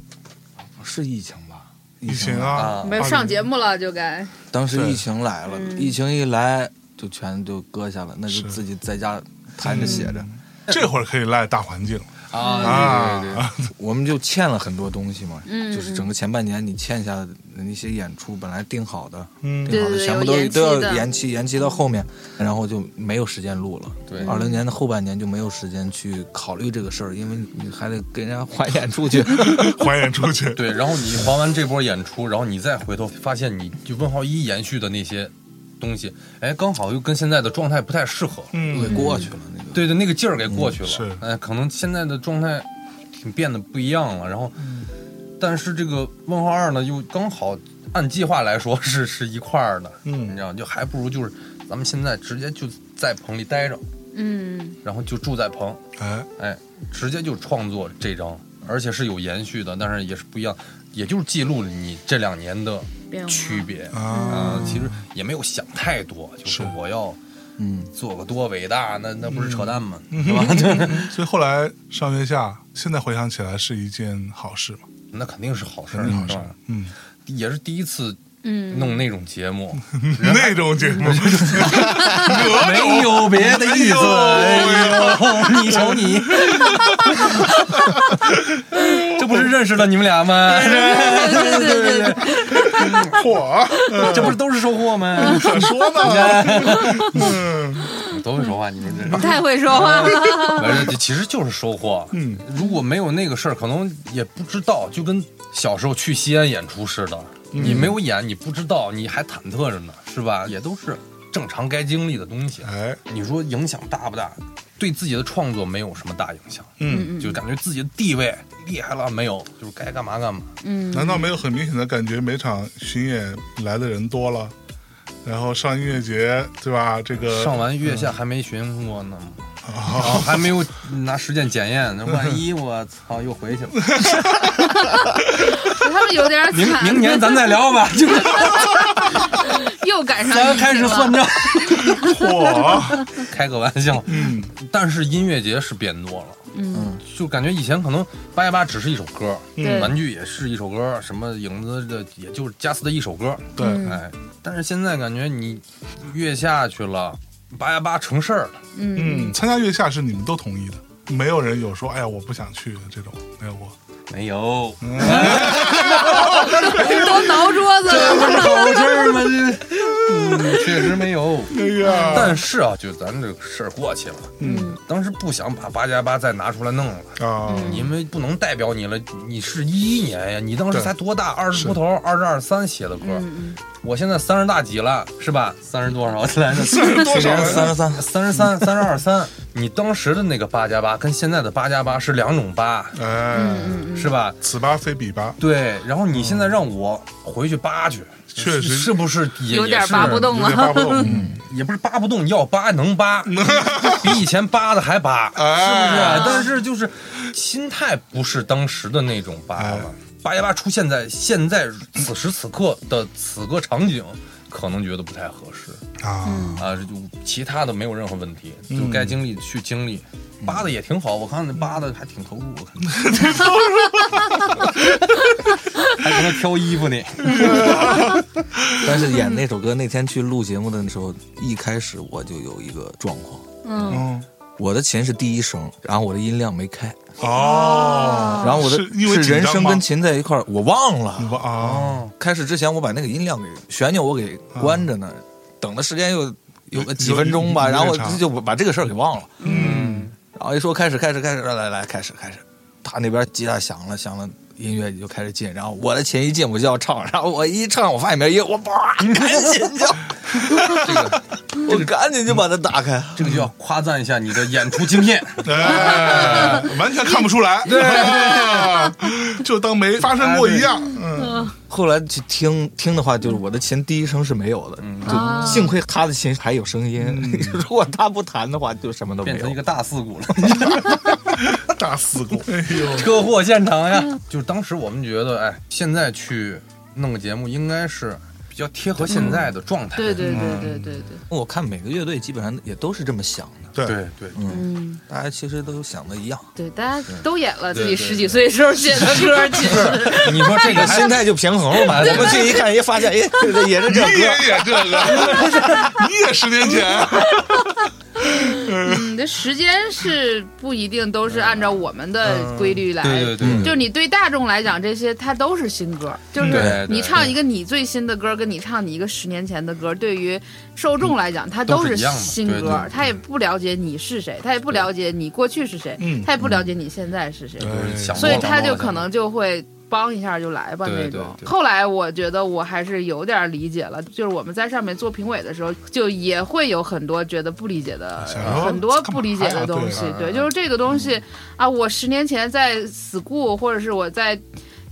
Speaker 4: 是疫情吧，
Speaker 2: 疫
Speaker 4: 疫
Speaker 2: 情
Speaker 4: 来
Speaker 2: 啊，
Speaker 1: 没有上节目了就该，
Speaker 4: 当时
Speaker 2: 对
Speaker 4: 疫情来了，
Speaker 1: 嗯
Speaker 4: 疫情一来就全就搁下了，那
Speaker 2: 是
Speaker 4: 就自己在家弹着写
Speaker 1: 嗯
Speaker 4: 着，
Speaker 2: 这会儿可以赖大环境
Speaker 3: 啊，对对对
Speaker 2: 啊，
Speaker 4: 我们就欠了很多东西嘛，
Speaker 1: 嗯
Speaker 4: 就是整个前半年你欠下的那些演出，本来定好的、
Speaker 2: 嗯
Speaker 4: 定好的
Speaker 1: 对对对
Speaker 4: 全部
Speaker 1: 有
Speaker 4: 都
Speaker 1: 延期
Speaker 4: 都
Speaker 1: 的
Speaker 4: 要延期，延期到后面，然后就没有时间录了。
Speaker 3: 对
Speaker 4: 二零年的后半年就没有时间去考虑这个事儿，因为你还得给人家还演出去。 (laughs)
Speaker 2: 还原出去，
Speaker 3: 对。然后你还完这波演出，然后你再回头发现，你就问号一延续的那些东西，哎，刚好又跟现在的状态不太适合。
Speaker 4: 给
Speaker 2: 嗯，
Speaker 4: 过去了那个。
Speaker 3: 对对，那个劲儿给过去了。
Speaker 2: 是
Speaker 3: 哎，可能现在的状态挺变得不一样了。然后，
Speaker 2: 嗯
Speaker 3: 但是这个问号二呢，又刚好按计划来说是是一块儿的，
Speaker 2: 嗯
Speaker 3: 你知道，就还不如就是咱们现在直接就在棚里待着，
Speaker 1: 嗯
Speaker 3: 然后就住在棚，
Speaker 2: 哎，
Speaker 3: 哎，直接就创作这张，而且是有延续的，但是也是不一样，也就是记录了你这两年的
Speaker 1: 变化
Speaker 3: 区别。
Speaker 2: 啊，
Speaker 3: 啊，其实也没有想太多，就
Speaker 2: 是
Speaker 3: 是我要
Speaker 4: 嗯，
Speaker 3: 做个多伟大，那那不是扯淡吗？
Speaker 2: 嗯所以后来上月下，现在回想起来是一件好事嘛，
Speaker 3: 那肯定是好事
Speaker 2: 肯
Speaker 3: 儿，
Speaker 2: 定好事
Speaker 3: 是吧，
Speaker 2: 嗯，
Speaker 3: 也是第一次
Speaker 1: 嗯，
Speaker 3: 弄那种节
Speaker 2: (laughs)
Speaker 3: 目，
Speaker 2: 那种节目，
Speaker 3: 没有别的意思。哎 (laughs) 呦，你
Speaker 2: (laughs)
Speaker 3: 瞅你，这不是认识了你们俩
Speaker 2: (laughs)
Speaker 3: 吗？
Speaker 1: 对对对对，
Speaker 2: 嚯，
Speaker 3: 这不是都是收获吗？ (laughs)
Speaker 2: 可说呢，嗯，
Speaker 3: 都会说话，你们这
Speaker 1: 太会说话了。
Speaker 3: 反正其实就是收获。
Speaker 2: 嗯，
Speaker 3: 如果没有那个事儿，可能也不知道，就跟小时候去西安演出似的，
Speaker 2: 嗯
Speaker 3: 你没有演，你不知道，你还忐忑着呢，是吧？也都是正常该经历的东西。啊
Speaker 2: 哎，
Speaker 3: 你说影响大不大？对自己的创作没有什么大影响，
Speaker 2: 嗯。
Speaker 3: 就感觉自己的地位厉害了没有？就是该干嘛干嘛。
Speaker 1: 嗯，
Speaker 2: 难道没有很明显的感觉每场巡演来的人多了，然后上音乐节对嗯吧？这个 (laughs)
Speaker 3: 上完月下还没巡过呢，啊还没有拿实践检验，那万一 (laughs) 我操又回去了。
Speaker 1: 他们有点
Speaker 2: (laughs)
Speaker 3: 明
Speaker 1: 惨。
Speaker 3: 明年咱再聊吧，就是
Speaker 1: 又赶上
Speaker 3: 咱
Speaker 1: 疫情
Speaker 3: 开始
Speaker 1: 了
Speaker 3: 算账。
Speaker 1: (laughs)
Speaker 2: 嚯，
Speaker 3: 开个玩笑，
Speaker 2: 嗯，
Speaker 3: 但是音乐节是变多了，
Speaker 1: 嗯，
Speaker 3: 就感觉以前可能八一八只是一首歌，
Speaker 2: 嗯
Speaker 1: 对
Speaker 3: 玩具也是一首歌，什么影子的也就是加斯的一首歌，
Speaker 2: 对，
Speaker 3: 哎，但是现在感觉你越下去了，八一八成事儿了，
Speaker 1: 嗯，
Speaker 2: 嗯，参加月下是你们都同意的，没有人有说哎呀我不想去这种，没有过，
Speaker 3: 没有，
Speaker 1: 都挠桌子了。
Speaker 3: 好事儿吗？
Speaker 2: (laughs)
Speaker 3: 这，嗯，确实没有。
Speaker 2: 哎呀，
Speaker 3: 但是啊，就咱这个事儿过去了，
Speaker 2: 嗯
Speaker 3: 当时不想把八加八再拿出来弄了，
Speaker 1: 嗯
Speaker 2: 啊，
Speaker 3: 因为不能代表你了。你是一一年呀，你当时
Speaker 2: 对
Speaker 3: 才多大？二十出头，二十二三写的歌，
Speaker 1: 嗯
Speaker 3: 我现在三十大几了，是吧？三十多少来着？
Speaker 2: 这是多少
Speaker 4: 年三十
Speaker 2: 人？
Speaker 4: 三，
Speaker 3: 三十三、三十二、三，你当时的那个八加八跟现在的八加八是两种八，
Speaker 2: 哎，
Speaker 1: 嗯嗯
Speaker 3: 是吧？
Speaker 2: 此八非彼八，
Speaker 3: 对，然后你现在让我回去扒去，
Speaker 2: 确实
Speaker 3: 是不是也
Speaker 1: 有点
Speaker 3: 也是
Speaker 1: 扒不动
Speaker 2: 有点扒不动。嗯
Speaker 3: 也不是扒不动，要扒能扒，
Speaker 2: (laughs)
Speaker 3: 比以前扒的还扒，是不是
Speaker 2: 哎
Speaker 3: 啊？但是就是心态不是当时的那种扒
Speaker 2: 哎
Speaker 3: 了。八加八出现在现在此时此刻的此个场景，可能觉得不太合适
Speaker 2: 啊，
Speaker 3: 啊。这就其他的没有任何问题，
Speaker 2: 嗯
Speaker 3: 就该经历去经历。扒的也挺好，我看那扒的还挺投入，我看
Speaker 2: (laughs)
Speaker 3: 还搁那挑衣服呢。
Speaker 4: 但是演那首歌那天去录节目的时候，一开始我就有一个状况，
Speaker 1: 嗯
Speaker 2: 嗯，
Speaker 4: 我的琴是第一声，然后我的音量没开，
Speaker 2: 哦，
Speaker 4: 然后我的
Speaker 2: 是因为
Speaker 4: 是人
Speaker 2: 紧张
Speaker 4: 声
Speaker 2: 吗
Speaker 4: 跟琴在一块儿，我忘了。
Speaker 2: 不
Speaker 1: 哦
Speaker 2: 啊，
Speaker 3: 哦
Speaker 4: 开始之前我把那个音量给旋钮我给关着呢，等的时间又啊有个几分钟吧，
Speaker 2: 有有
Speaker 4: 然后我
Speaker 2: 有点长
Speaker 4: 就把这个事儿给忘了。
Speaker 2: 嗯，
Speaker 4: 然后一说开始开始开始，来来来开始开始，他那边吉他响了响了。音乐就开始进，然后我的琴一进我就要唱，然后我一唱我发现没音，我叭赶紧就，
Speaker 3: 这个
Speaker 4: 我赶紧就把它打开。
Speaker 3: 这个就要夸赞一下你的演出
Speaker 2: (laughs)
Speaker 3: 经验。
Speaker 2: 哎，完全看不出来，对， (laughs) 就当没发生过一样，
Speaker 1: 哎
Speaker 2: 嗯，
Speaker 4: 后来去听听的话，就是我的琴第一声是没有的，就幸亏他的琴还有声音。 (laughs) 如果他不弹的话，就什么都没
Speaker 3: 变成一
Speaker 4: 有。
Speaker 3: 个大四股了，
Speaker 2: 大四股， (laughs) 哎呦，
Speaker 3: 车祸现场呀！
Speaker 1: 嗯
Speaker 3: 就是当时我们觉得，哎，现在去弄个节目应该是比较贴合现在的状态。
Speaker 1: 对对对对对对，
Speaker 4: 我看每个乐队基本上也都是这么想的，
Speaker 2: 对，
Speaker 3: 对对，
Speaker 1: 嗯，
Speaker 4: 大家其实都想的一样，
Speaker 1: 对，大家都演了自己
Speaker 3: 对对
Speaker 1: 十几岁时候写的歌，其实
Speaker 3: 你说这个还
Speaker 4: 心态就平衡了嘛。咱们去一看，一发现，哎，这个也是这
Speaker 2: 你
Speaker 4: 歌。
Speaker 2: 也演这 (laughs) 个，你也十年前，
Speaker 1: 嗯，这时间是不一定都是按照我们的规律来。
Speaker 3: 对对对，
Speaker 1: 就是你对大众来讲，这些它都是新歌，就
Speaker 3: 对
Speaker 1: 是
Speaker 3: 嗯对
Speaker 1: 你唱一个你最新的歌，跟你唱你一个十年前的歌，对于受众来讲，它
Speaker 3: 都
Speaker 1: 是
Speaker 3: 是一样的
Speaker 1: 新
Speaker 3: 对
Speaker 1: 歌
Speaker 3: 对，
Speaker 1: 他也不了解你是谁，他也不了解你过去是谁
Speaker 2: 嗯，
Speaker 1: 他也不了解你现在是谁，
Speaker 3: 就是想
Speaker 1: 所以
Speaker 3: 多了
Speaker 1: 他就可能就会帮一下就来吧
Speaker 3: 对
Speaker 1: 那
Speaker 3: 对
Speaker 1: 种。
Speaker 3: 对
Speaker 1: 后来我觉得我还是有点理解了，就是我们在上面做评委的时候，就也会有很多觉得不理解的
Speaker 2: 啊想要，
Speaker 1: 很多不理解
Speaker 2: 干嘛
Speaker 1: 的
Speaker 2: 呀
Speaker 1: 东西
Speaker 2: 对啊。
Speaker 1: 对，
Speaker 2: 嗯
Speaker 1: 就是这个东西啊，我十年前在 school 或者是我在。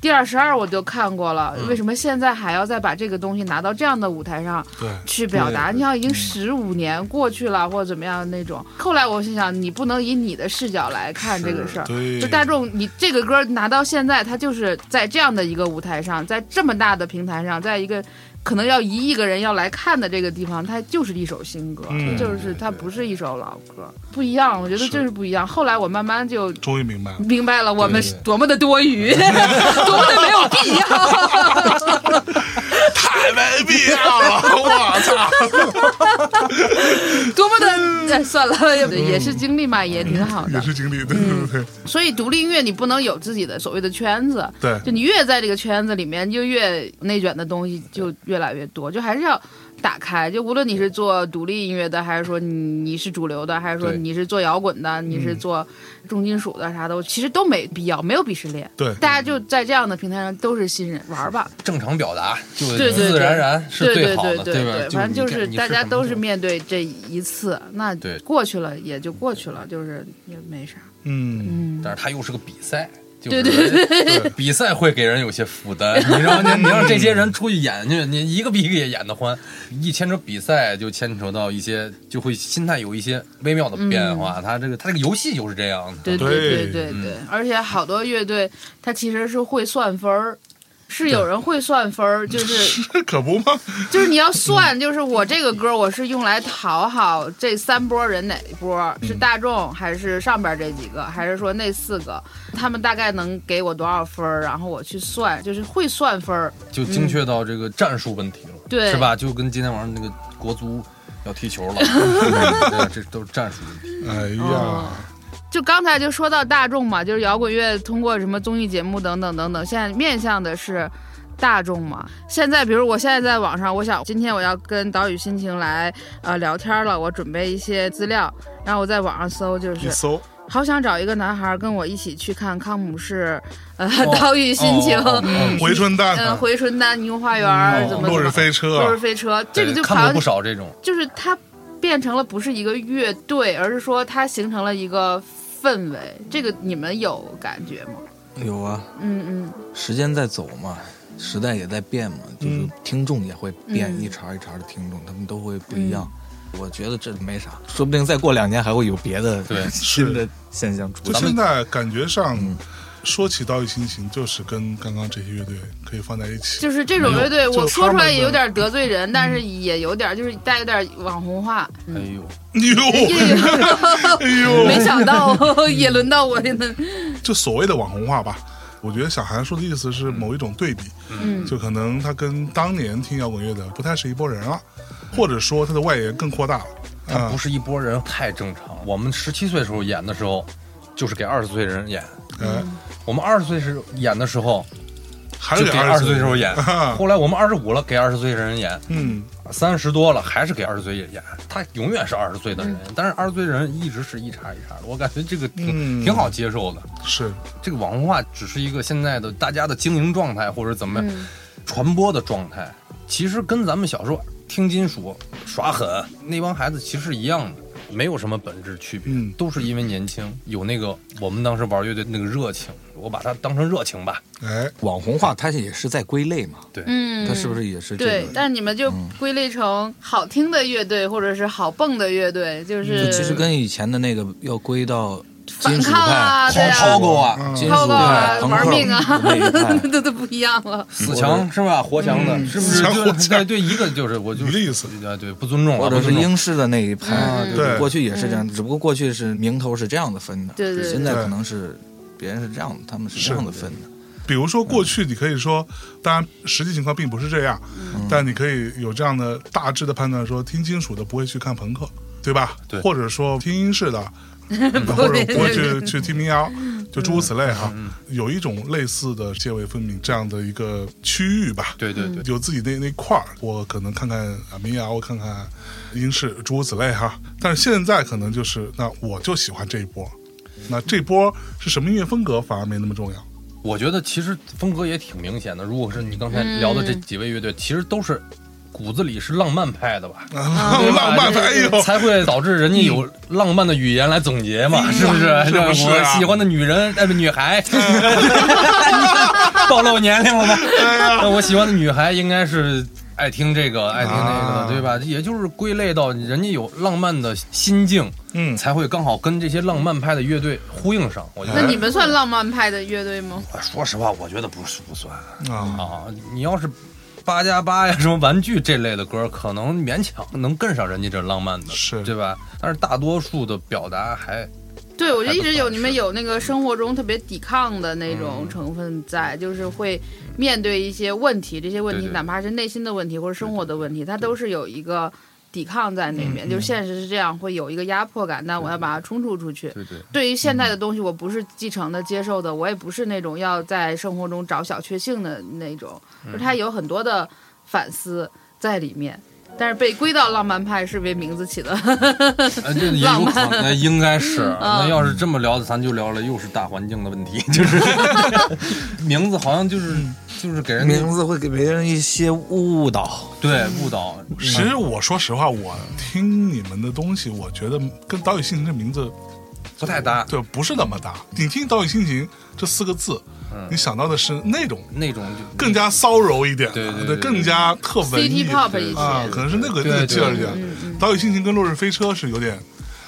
Speaker 1: 第二十二我就看过了，
Speaker 2: 嗯
Speaker 1: 为什么现在还要再把这个东西拿到这样的舞台上？
Speaker 2: 对，
Speaker 1: 去表达。
Speaker 3: 对嗯
Speaker 1: 你像已经十五年过去了，或者怎么样那种。后来我心想，你不能以你的视角来看
Speaker 3: 是
Speaker 1: 这个事儿。
Speaker 2: 对
Speaker 1: 就大众，你这个歌拿到现在，它就是在这样的一个舞台上，在这么大的平台上，在一个可能要一亿个人要来看的这个地方，它就是一首新歌，
Speaker 2: 嗯
Speaker 1: 就是它不是一首老歌，不一样。我觉得就是不一样。后来我慢慢就
Speaker 2: 终于明白了。
Speaker 1: 明白了，我们
Speaker 3: 对对
Speaker 1: 多么的多余， (laughs) 多么的没有必要。
Speaker 3: (laughs)
Speaker 2: 太没必要了，我操！
Speaker 1: 多么的、哎、算了，也也是经历嘛，也挺好
Speaker 2: 嗯也
Speaker 1: 的。
Speaker 2: 是经历，对对对
Speaker 1: 所以独立音乐你不能有自己的所谓的圈子，
Speaker 2: 对
Speaker 1: 就
Speaker 2: 对，
Speaker 1: 你越在这个圈子里面，就越内卷的东西就越来越多，就还是要打开。就无论你是做独立音乐的，还是说你你是主流的，还是说
Speaker 3: 对
Speaker 1: 你是做摇滚的，你是
Speaker 2: 嗯
Speaker 1: 做重金属的啥的，其实都没必要，没有鄙视链。
Speaker 2: 对
Speaker 1: 大家就在这样的平台上都是新人，玩儿吧。
Speaker 3: 正常表达，就
Speaker 1: 对对
Speaker 3: 自自然然是
Speaker 1: 对
Speaker 3: 最
Speaker 1: 对
Speaker 3: 好
Speaker 1: 对
Speaker 3: 的，
Speaker 1: 对
Speaker 3: 吧？
Speaker 1: 反正就
Speaker 3: 你
Speaker 1: 是
Speaker 3: 看你
Speaker 1: 大家
Speaker 3: 什么
Speaker 1: 都
Speaker 3: 就是
Speaker 1: 面对这一次，那
Speaker 3: 对啊
Speaker 1: 过去了也就过去了，就是也没啥。
Speaker 2: 嗯，
Speaker 1: 嗯，
Speaker 3: 但是它又是个比赛。
Speaker 1: 对
Speaker 3: 就是对，比赛会给人有些负担。你让你让这些人出去演去，你一个比一个也演得欢。一牵扯比赛，就牵扯到一些，就会心态有一些微妙的变化。
Speaker 1: 嗯
Speaker 3: 他这个他这个游戏就是这样的。
Speaker 1: 对对对
Speaker 2: 对
Speaker 1: 对
Speaker 3: 嗯
Speaker 1: 对，而且好多乐队它其实是会算分儿。是有人会算分儿，
Speaker 3: (laughs)
Speaker 1: 就是
Speaker 2: 这嗯可不嘛，
Speaker 1: 就是你要算，就是我这个歌我是用来讨好这三波人哪一波
Speaker 3: 嗯
Speaker 1: 是大众还是上边这几个，还是说那四个，他们大概能给我多少分儿，然后我去算，就是会算分儿。
Speaker 3: 就精确到这个战术问题了，
Speaker 1: 嗯对
Speaker 3: 是吧？就跟今天晚上那个
Speaker 1: (laughs)
Speaker 3: 国足要踢球了，对这都是战术问题。
Speaker 2: 哎
Speaker 1: 哦
Speaker 2: 呀，
Speaker 1: 就刚才就说到大众嘛，就是摇滚乐通过什么综艺节目等等等等，现在面向的是大众嘛。现在比如我现在在网上，我想今天我要跟岛屿心情来呃聊天了，我准备一些资料，然后我在网上搜，就
Speaker 2: 一
Speaker 1: 是
Speaker 2: 搜
Speaker 1: 好想找一个男孩跟我一起去看康姆士，呃，
Speaker 3: 哦
Speaker 1: 岛屿心情，
Speaker 3: 哦哦哦
Speaker 2: 《回春丹
Speaker 1: 嗯，》回春丹、霓虹花园儿
Speaker 3: 嗯
Speaker 1: 怎
Speaker 2: 《
Speaker 1: 么
Speaker 2: 呃落
Speaker 1: 怎
Speaker 2: 日
Speaker 1: 么，
Speaker 2: 飞
Speaker 1: 落
Speaker 2: 车啊
Speaker 1: 日》飞车，这个
Speaker 3: 对
Speaker 1: 就好
Speaker 3: 看
Speaker 1: 像
Speaker 3: 过不少这种，
Speaker 1: 就是它变成了不是一个乐队，而是说它形成了一个氛围。这个你们有感觉吗？
Speaker 4: (laughs) 有啊，
Speaker 1: 嗯嗯
Speaker 4: 时间在走嘛，时代也在变嘛，就是
Speaker 2: 嗯
Speaker 4: 听众也会变，
Speaker 1: 嗯
Speaker 4: 一茬一茬的听众，他们都会不一样。我觉得这没啥，说不定再过两年还会有别的 (laughs)
Speaker 3: 对
Speaker 4: 新的现象出
Speaker 2: 就
Speaker 4: 现。
Speaker 2: 现在感觉上，说起到一心情，就是跟刚刚这些乐队可以放在一 (laughs) 起。
Speaker 1: 就是这种乐队，
Speaker 2: 没有
Speaker 1: 我
Speaker 2: 就是
Speaker 1: 说
Speaker 2: 他
Speaker 1: 出
Speaker 2: 们
Speaker 1: 来
Speaker 2: 的
Speaker 1: 也有点得罪人，但是也有点就是带有点网红化。嗯
Speaker 3: 哎呦，
Speaker 2: 哎呦，哎
Speaker 1: 没
Speaker 2: 呦，
Speaker 1: 想到也轮到我了。
Speaker 2: 就所谓的网红化吧。我觉得小韩说的意思是某一种对比，
Speaker 1: 嗯
Speaker 2: 就可能他跟当年听摇滚乐的不太是一拨人了，
Speaker 3: 嗯
Speaker 2: 或者说他的外延更扩大了。
Speaker 3: 他
Speaker 2: 啊
Speaker 3: 不，是一拨人，太正常。我们十七岁时候演的时候，就是给二十岁人演；
Speaker 2: 哎，
Speaker 3: 我们二十岁时演的时候，
Speaker 2: 还
Speaker 3: 就是给
Speaker 2: 二
Speaker 3: 二十岁时候演。
Speaker 2: 啊
Speaker 3: 后来我们二十五了，给二十岁人演；
Speaker 2: (laughs) 嗯，
Speaker 3: 三十多了，还是给二十岁演。他永远是二十岁的人，但是二十岁人一直是一茬一茬的。我感觉这个挺、
Speaker 2: 嗯
Speaker 3: 挺好接受的。
Speaker 2: 是
Speaker 3: 这个网红化只是一个现在的大家的经营状态，或者怎么
Speaker 1: 嗯
Speaker 3: 传播的状态，其实跟咱们小时候听金属耍狠那帮孩子其实一样的，没有什么本质区别，
Speaker 2: 嗯
Speaker 3: 都是因为年轻，有那个我们当时玩乐队那个热情，我把它当成热情吧。
Speaker 2: 哎，
Speaker 4: 网红化，它也是在归类嘛，
Speaker 1: 嗯，
Speaker 4: 它是不？是也是这
Speaker 1: 对，
Speaker 4: 个？
Speaker 1: 但你们就归类成好听的乐队，或者是好蹦的乐队，就是
Speaker 4: 嗯就其实跟以前的那个要归到
Speaker 1: 反
Speaker 4: 金属
Speaker 1: 抗啊，
Speaker 4: 派、
Speaker 1: 对啊
Speaker 3: 抛，过啊，
Speaker 2: 嗯
Speaker 4: 金属
Speaker 1: 抛高啊
Speaker 4: 派、，朋
Speaker 1: 玩
Speaker 4: 克
Speaker 1: 命啊
Speaker 4: 那一， (laughs) 派
Speaker 1: (laughs) 都都不一样了。
Speaker 3: 死强是吧？活强的，
Speaker 2: 嗯
Speaker 3: 是不
Speaker 2: 死
Speaker 3: 是？
Speaker 2: 强活
Speaker 3: 对
Speaker 2: 强
Speaker 3: 对对，一个就是我就
Speaker 2: 一个意思
Speaker 3: 啊，对，不尊重啊，
Speaker 4: 或者
Speaker 3: 不
Speaker 4: 是
Speaker 3: 尊重
Speaker 4: 英式的那一派，
Speaker 3: 啊
Speaker 4: 就是
Speaker 2: 对
Speaker 4: 过去也是这样，只不过过去是名头是这样的分的，
Speaker 1: 对对对
Speaker 4: 现在可能是别人是这样的，他们是这样的分的，
Speaker 2: 比如说过去你可以说，当然实际情况并不是这样，但你可以有这样的大致的判断说，听金属的不会去看朋克，对吧？
Speaker 3: 对
Speaker 2: 或者说听英式 (laughs) 的。或者不会嗯去去听民谣，就诸如此类哈，
Speaker 3: 嗯
Speaker 2: 有一种类似的泾渭分明这样的一个区域吧，
Speaker 3: 对对对，
Speaker 2: 有自己那那块儿，我可能看看啊民谣，我看看英式，诸如此类哈。但是现在可能就是，那我就喜欢这一波，那这波是什么音乐风格反而没那么重要。
Speaker 3: 我觉得其实风格也挺明显的。如果是你刚
Speaker 1: 嗯
Speaker 3: 才聊的这几位乐队，其实都是骨子里是浪漫派的吧？
Speaker 2: 浪浪漫派，哎呦，
Speaker 3: (laughs) 才会导致人家有浪漫的语言来总结嘛，是哎不是？
Speaker 2: 是不是啊
Speaker 3: 我喜欢的女人，哎，不女孩，哎 (laughs) 暴露年龄了吧？那我喜欢的女孩应该是爱听这个，爱听那
Speaker 2: 啊
Speaker 3: 个，对吧？也就是归类到人家有浪漫的心境，
Speaker 2: 嗯，
Speaker 3: 才会刚好跟这些浪漫派的乐队呼应上。我觉
Speaker 1: 那
Speaker 3: 得
Speaker 1: 你，们算浪漫派的乐队吗？
Speaker 3: 哎说实话，我觉得不是不算
Speaker 2: 啊，
Speaker 3: 啊。你要是八加八呀，什么玩具这类的歌，可能勉强能跟上人家这浪漫的。
Speaker 2: 是
Speaker 3: 对吧？但是大多数的表达还
Speaker 1: 对，我觉得一直有
Speaker 3: 还不算
Speaker 1: 你们有那个生活中特别抵抗的那
Speaker 3: 嗯
Speaker 1: 种成分在，就是会面对一些问题，这些问题
Speaker 3: 对对
Speaker 1: 哪怕是内心的问题或者生活的问题，它都是有一个抵抗在那
Speaker 3: 嗯
Speaker 1: 边。就是现实是这样，会有一个压迫感，但我要把它冲突出去。
Speaker 3: 对对嗯
Speaker 1: 对于现在的东西，我不是继承的、接受的，我也不是那种要在生活中找小确幸的那种，
Speaker 3: 嗯
Speaker 1: 就是它有很多的反思在里面。但是被归到浪漫派是被名字起的，
Speaker 3: 啊，这也有可能，应该是。那要是这么聊的，咱就聊了，又是大环境的问题， (laughs) 就是名字好像就是就是给人家
Speaker 4: 名字会给别人一些误导。
Speaker 3: 对误导。
Speaker 2: 其实我说实话，我听你们的东西，我觉得跟岛屿心情这名字
Speaker 3: 不太搭
Speaker 2: 对，不是那么搭。你听岛屿心情这四个字，
Speaker 3: 嗯
Speaker 2: 你想到的是那种
Speaker 3: 那种就
Speaker 2: (laughs) 更加骚柔一点，啊
Speaker 3: 对对对对
Speaker 2: 更加特文艺
Speaker 1: City Pop 一些嗯
Speaker 2: 啊，可能是那个那个
Speaker 3: 对对
Speaker 2: 劲儿一
Speaker 3: 对
Speaker 2: 点。岛屿心情跟落日飞车是有点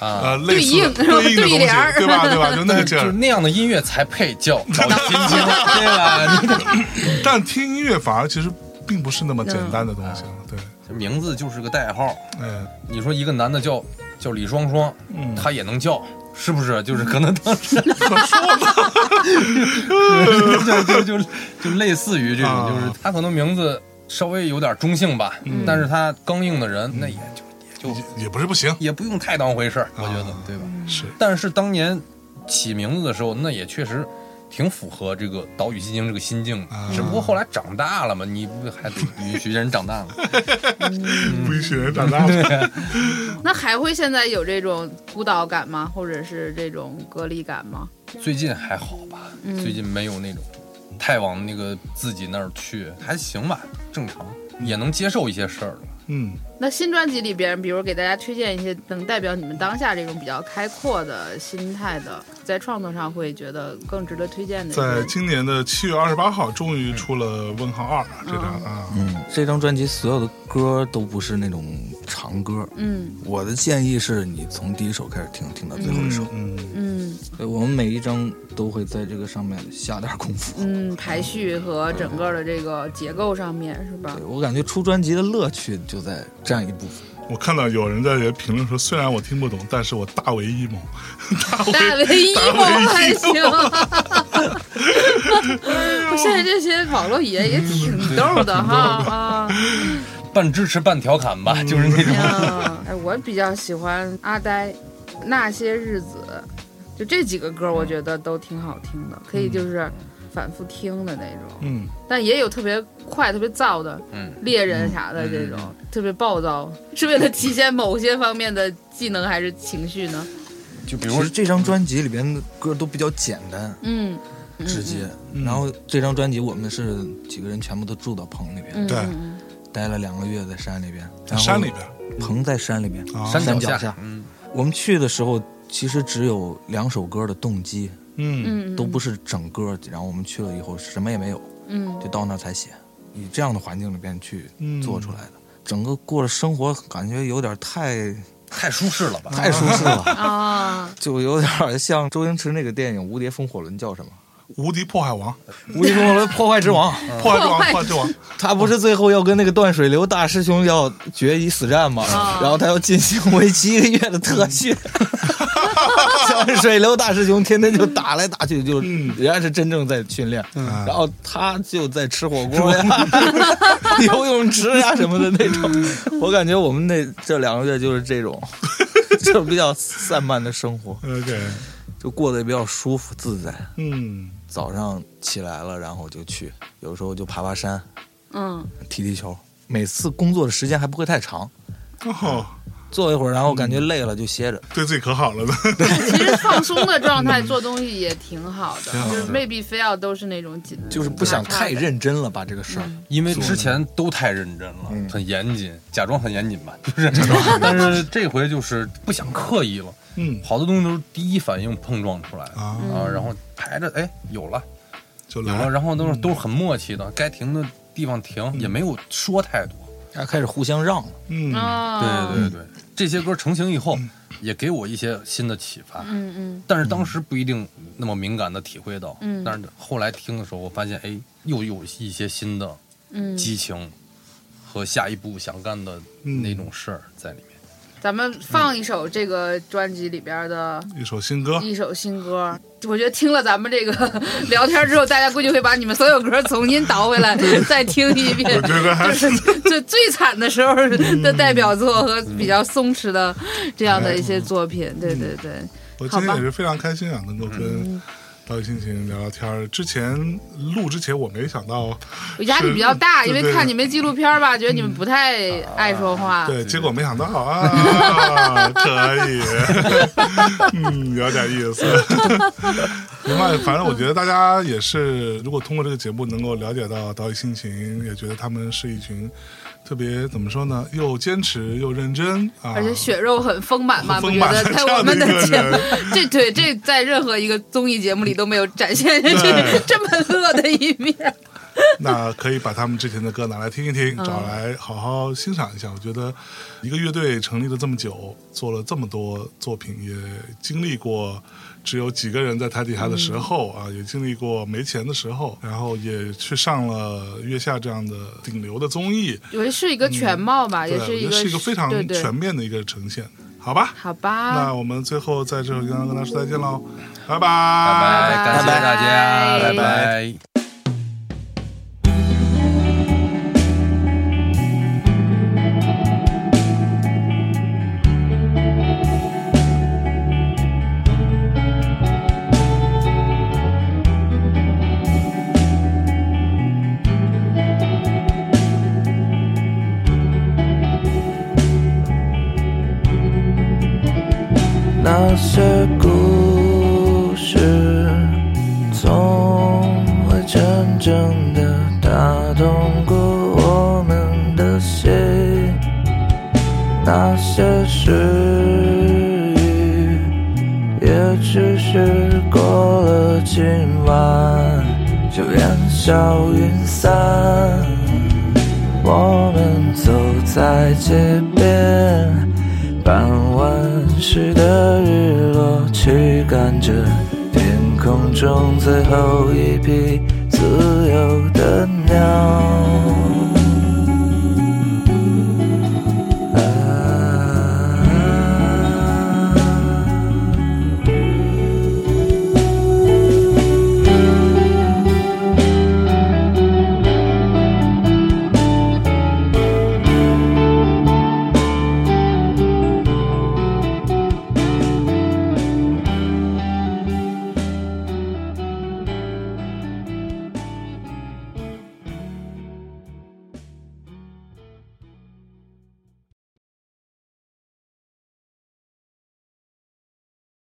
Speaker 3: 啊，
Speaker 2: 呃类似
Speaker 1: 对
Speaker 2: 的
Speaker 1: 应
Speaker 2: 对应的东
Speaker 1: 对联儿
Speaker 2: 西，对吧？对吧？就
Speaker 1: (laughs)
Speaker 2: 那个劲
Speaker 3: 就是
Speaker 2: 儿。
Speaker 3: 那样的音乐才配叫找亲戚，对吧？ (laughs) 你得
Speaker 2: 但听音乐反而其实并不是那么简单的东西
Speaker 3: 嗯
Speaker 2: 了，对，
Speaker 3: 名字就是个代号。
Speaker 2: 嗯
Speaker 3: 你说一个男的叫叫李双双，
Speaker 2: 嗯，
Speaker 3: 他也能叫。是不是就是可能当时
Speaker 2: 可说吧，
Speaker 3: 就 (laughs) 就就就类似于这种，
Speaker 2: 啊嗯
Speaker 3: 就是他可能名字稍微有点中性吧，但是他刚硬的人，那也就也就
Speaker 2: 也也不是不行，
Speaker 3: 也不用太当回事儿，我觉得
Speaker 2: 啊
Speaker 3: 对吧？
Speaker 2: 是
Speaker 3: 但是当年起名字的时候，那也确实挺符合这个岛屿心情这个心境
Speaker 2: 啊。
Speaker 3: 只不过后来长大了嘛，你不还得允许人长大嘛？
Speaker 2: 不允许人长大了。
Speaker 3: (laughs)
Speaker 1: 那还会现在有这种孤岛感吗？或者是这种隔离感吗？
Speaker 3: 最近还好吧？
Speaker 1: 嗯
Speaker 3: 最近没有那种太往那个自己那儿去，还行吧，正常，也能接受一些事儿了。
Speaker 2: 嗯，
Speaker 1: 那新专辑里边，比如给大家推荐一些能代表你们当下这种比较开阔的心态的，在创作上会觉得更值得推荐的一
Speaker 2: 在
Speaker 1: 些。
Speaker 2: 今年的七月二十八号，终于出了《问号二》这张啊，
Speaker 4: 嗯，这张专辑所有的歌都不是那种长歌。
Speaker 1: 嗯
Speaker 4: 我的建议是你从第一首开始听，听到最后一首。
Speaker 2: 嗯，
Speaker 1: 嗯
Speaker 4: 对我们每一张都会在这个上面下点功夫。
Speaker 1: 嗯，排序和整个的这个结构上面是吧 (laughs)
Speaker 4: 对？我感觉出专辑的乐趣就在这样一部分。
Speaker 2: 我看到有人在评论说，虽然我听不懂，但是我大为 emo，大
Speaker 1: 大为
Speaker 2: 为
Speaker 1: emo 还行， (laughs)
Speaker 2: 呦
Speaker 1: 我现在这些网络语言也挺 (laughs) 逗的哈啊。
Speaker 3: 半支持半调侃吧，就是那种。
Speaker 1: 嗯，哎，我比较喜欢阿呆，《那些日子》，就这几个歌，我觉得都挺好听的，可以就是反复听的那种。
Speaker 2: 嗯，
Speaker 1: 但也有特别快、特别燥的，
Speaker 3: 嗯
Speaker 1: 猎人啥的这种，特别暴躁，是为了体现某些方面的技能还是情绪呢？
Speaker 3: 就比
Speaker 4: 嗯其
Speaker 3: 如
Speaker 4: 实这张专辑里边的歌都比较简单
Speaker 1: 嗯，嗯
Speaker 4: 直接。
Speaker 2: 嗯
Speaker 4: 然后这张专辑我们是几个人全部都住到棚里边，
Speaker 1: 嗯
Speaker 2: 对
Speaker 1: 嗯
Speaker 4: 待了两个月在山里边。然后
Speaker 2: 山里边
Speaker 4: 棚在山里边。
Speaker 2: 啊，
Speaker 4: 山
Speaker 3: 山
Speaker 4: 脚
Speaker 3: 脚
Speaker 4: 下
Speaker 3: 嗯，
Speaker 4: 我们去的时候其实只有两首歌的动机，
Speaker 2: 嗯
Speaker 1: 嗯，
Speaker 4: 都不
Speaker 1: 是，
Speaker 4: 是整歌。然后我们去了以后什么也没有，
Speaker 1: 嗯
Speaker 4: 就到那儿才写。以这样的环境里边去
Speaker 2: 嗯
Speaker 4: 做出来的，整个过的生活感觉有点太
Speaker 3: 太舒适了吧？
Speaker 4: 太舒适了。
Speaker 1: 啊，
Speaker 4: 就有点像周星驰那个电影《无敌风火轮》叫什么？
Speaker 2: 无敌破坏王，
Speaker 4: 《无敌风火轮：破坏之王》。
Speaker 2: 破坏之王，
Speaker 1: 破坏
Speaker 2: 破坏之王，
Speaker 4: (laughs) 他不是最后要跟那个断水流大师兄要决一死战吗？
Speaker 1: 啊
Speaker 4: 然后他要进行为期一个月的特训。断水流大师兄天天就打来打去，就
Speaker 2: 嗯
Speaker 4: 人家是真正在训练，
Speaker 2: 嗯
Speaker 4: 然后他就在吃火锅呀、 (laughs) 游泳池呀什么的那种。我感觉我们那这两个月就是这种， (laughs) 就比较散漫的生活。
Speaker 2: ，OK，
Speaker 4: 就过得也比较舒服自在。
Speaker 2: 嗯，
Speaker 4: 早上起来了，然后就去，有时候就爬爬山、
Speaker 1: 嗯
Speaker 4: 踢踢球。每次工作的时间还不会太长，
Speaker 2: 哦，
Speaker 4: 坐一会儿，然后感觉累了就歇着。
Speaker 2: 对自己可好了呢， (laughs)
Speaker 1: 其实放松的状态做东西也挺好的，
Speaker 2: 好的
Speaker 1: 就是未必非要都是那种紧，
Speaker 4: 就是不想太
Speaker 1: 认。
Speaker 4: 认真了嗯吧这个事儿，
Speaker 3: 因为之前都太认真了，
Speaker 4: 嗯
Speaker 3: 很严谨，假装很严谨吧，就是。但是这回就是不想刻意了，
Speaker 2: 嗯
Speaker 3: 好多东西都是第一反应碰撞出来的
Speaker 2: 啊，
Speaker 3: 啊，然后排着哎有了
Speaker 2: 就
Speaker 3: 有
Speaker 2: 来
Speaker 3: 了，然后都是都是很默契的，该停的地方停，也没有说太多。
Speaker 4: 大家开始互相让了。
Speaker 2: 嗯，
Speaker 1: 啊，
Speaker 3: 对对对，这些歌成型以后，也给我一些新的启发。
Speaker 1: 嗯嗯
Speaker 3: 但是当时不一定那么敏感的体会到，
Speaker 1: 嗯
Speaker 3: 但是后来听的时候，我发现哎，又有一些新的
Speaker 1: 嗯，
Speaker 3: 激情和下一步想干的那种事儿在里面。
Speaker 1: 咱们放一首这个专辑里边的
Speaker 2: 一首新歌，
Speaker 1: 一首新歌。我觉得听了咱们这个聊天之后，大家估计会把你们所有歌重新倒回
Speaker 2: (laughs)
Speaker 1: 来再听一遍
Speaker 2: 我。觉得还嗯
Speaker 1: 就是 (laughs) 最最惨的时候的代表作和比较松弛的这样的一些作品，
Speaker 2: 嗯
Speaker 1: 对对对，
Speaker 2: 我今天
Speaker 1: 好吧
Speaker 2: 也是非常开心啊，能够跟岛屿心情聊聊天儿。之前录之前，我没想到，
Speaker 1: 我压力比较大，
Speaker 2: 是
Speaker 1: 因为
Speaker 2: 对对
Speaker 1: 看你们纪录片吧，觉得你们不太爱说话，
Speaker 2: 对，结果没想到啊，可以，嗯，有点意思。 (laughs) 另外，反正我觉得大家也是，如果通过这个节目能够了解到岛屿心情，也觉得他们是一群特别怎么说呢，又坚持又认真啊，
Speaker 1: 而且血肉很丰满嘛，
Speaker 2: 很
Speaker 1: 不
Speaker 2: 丰
Speaker 1: 觉
Speaker 2: 满 (laughs)
Speaker 1: 得在
Speaker 2: 这样
Speaker 1: 我们
Speaker 2: 的一个
Speaker 1: 节目
Speaker 2: 人，
Speaker 1: 这对这在任何一个综艺节目里都没有展现这
Speaker 2: 对
Speaker 1: 这么恶的一面。 (laughs)
Speaker 2: 那可以把他们之前的歌拿来听一听，
Speaker 1: 嗯
Speaker 2: 找来好好欣赏一下。我觉得一个乐队成立了这么久，做了这么多作品，也经历过只有几个人在台底下的时候、
Speaker 1: 嗯
Speaker 2: 啊，也经历过没钱的时候，然后也去上了月下这样的顶流的综艺，
Speaker 1: 我觉得是一个全貌吧，
Speaker 2: 对，
Speaker 1: 也
Speaker 2: 我
Speaker 1: 是
Speaker 2: 觉
Speaker 1: 一
Speaker 2: 得
Speaker 1: 个
Speaker 2: 是一个非常
Speaker 1: 对对
Speaker 2: 全面的一个呈现，好吧？
Speaker 1: 好
Speaker 2: 那
Speaker 1: 吧，
Speaker 2: 我们最后在这儿跟大家说再见喽，拜拜，
Speaker 3: 拜
Speaker 2: 拜
Speaker 3: 拜，感谢大家，
Speaker 1: 拜拜
Speaker 3: 拜拜
Speaker 5: 「真正的打动过我们的心，那些事也只是过了今晚，就烟消云散。我们走在街边，傍晚时的日落，驱赶着天空中最后一匹自由啊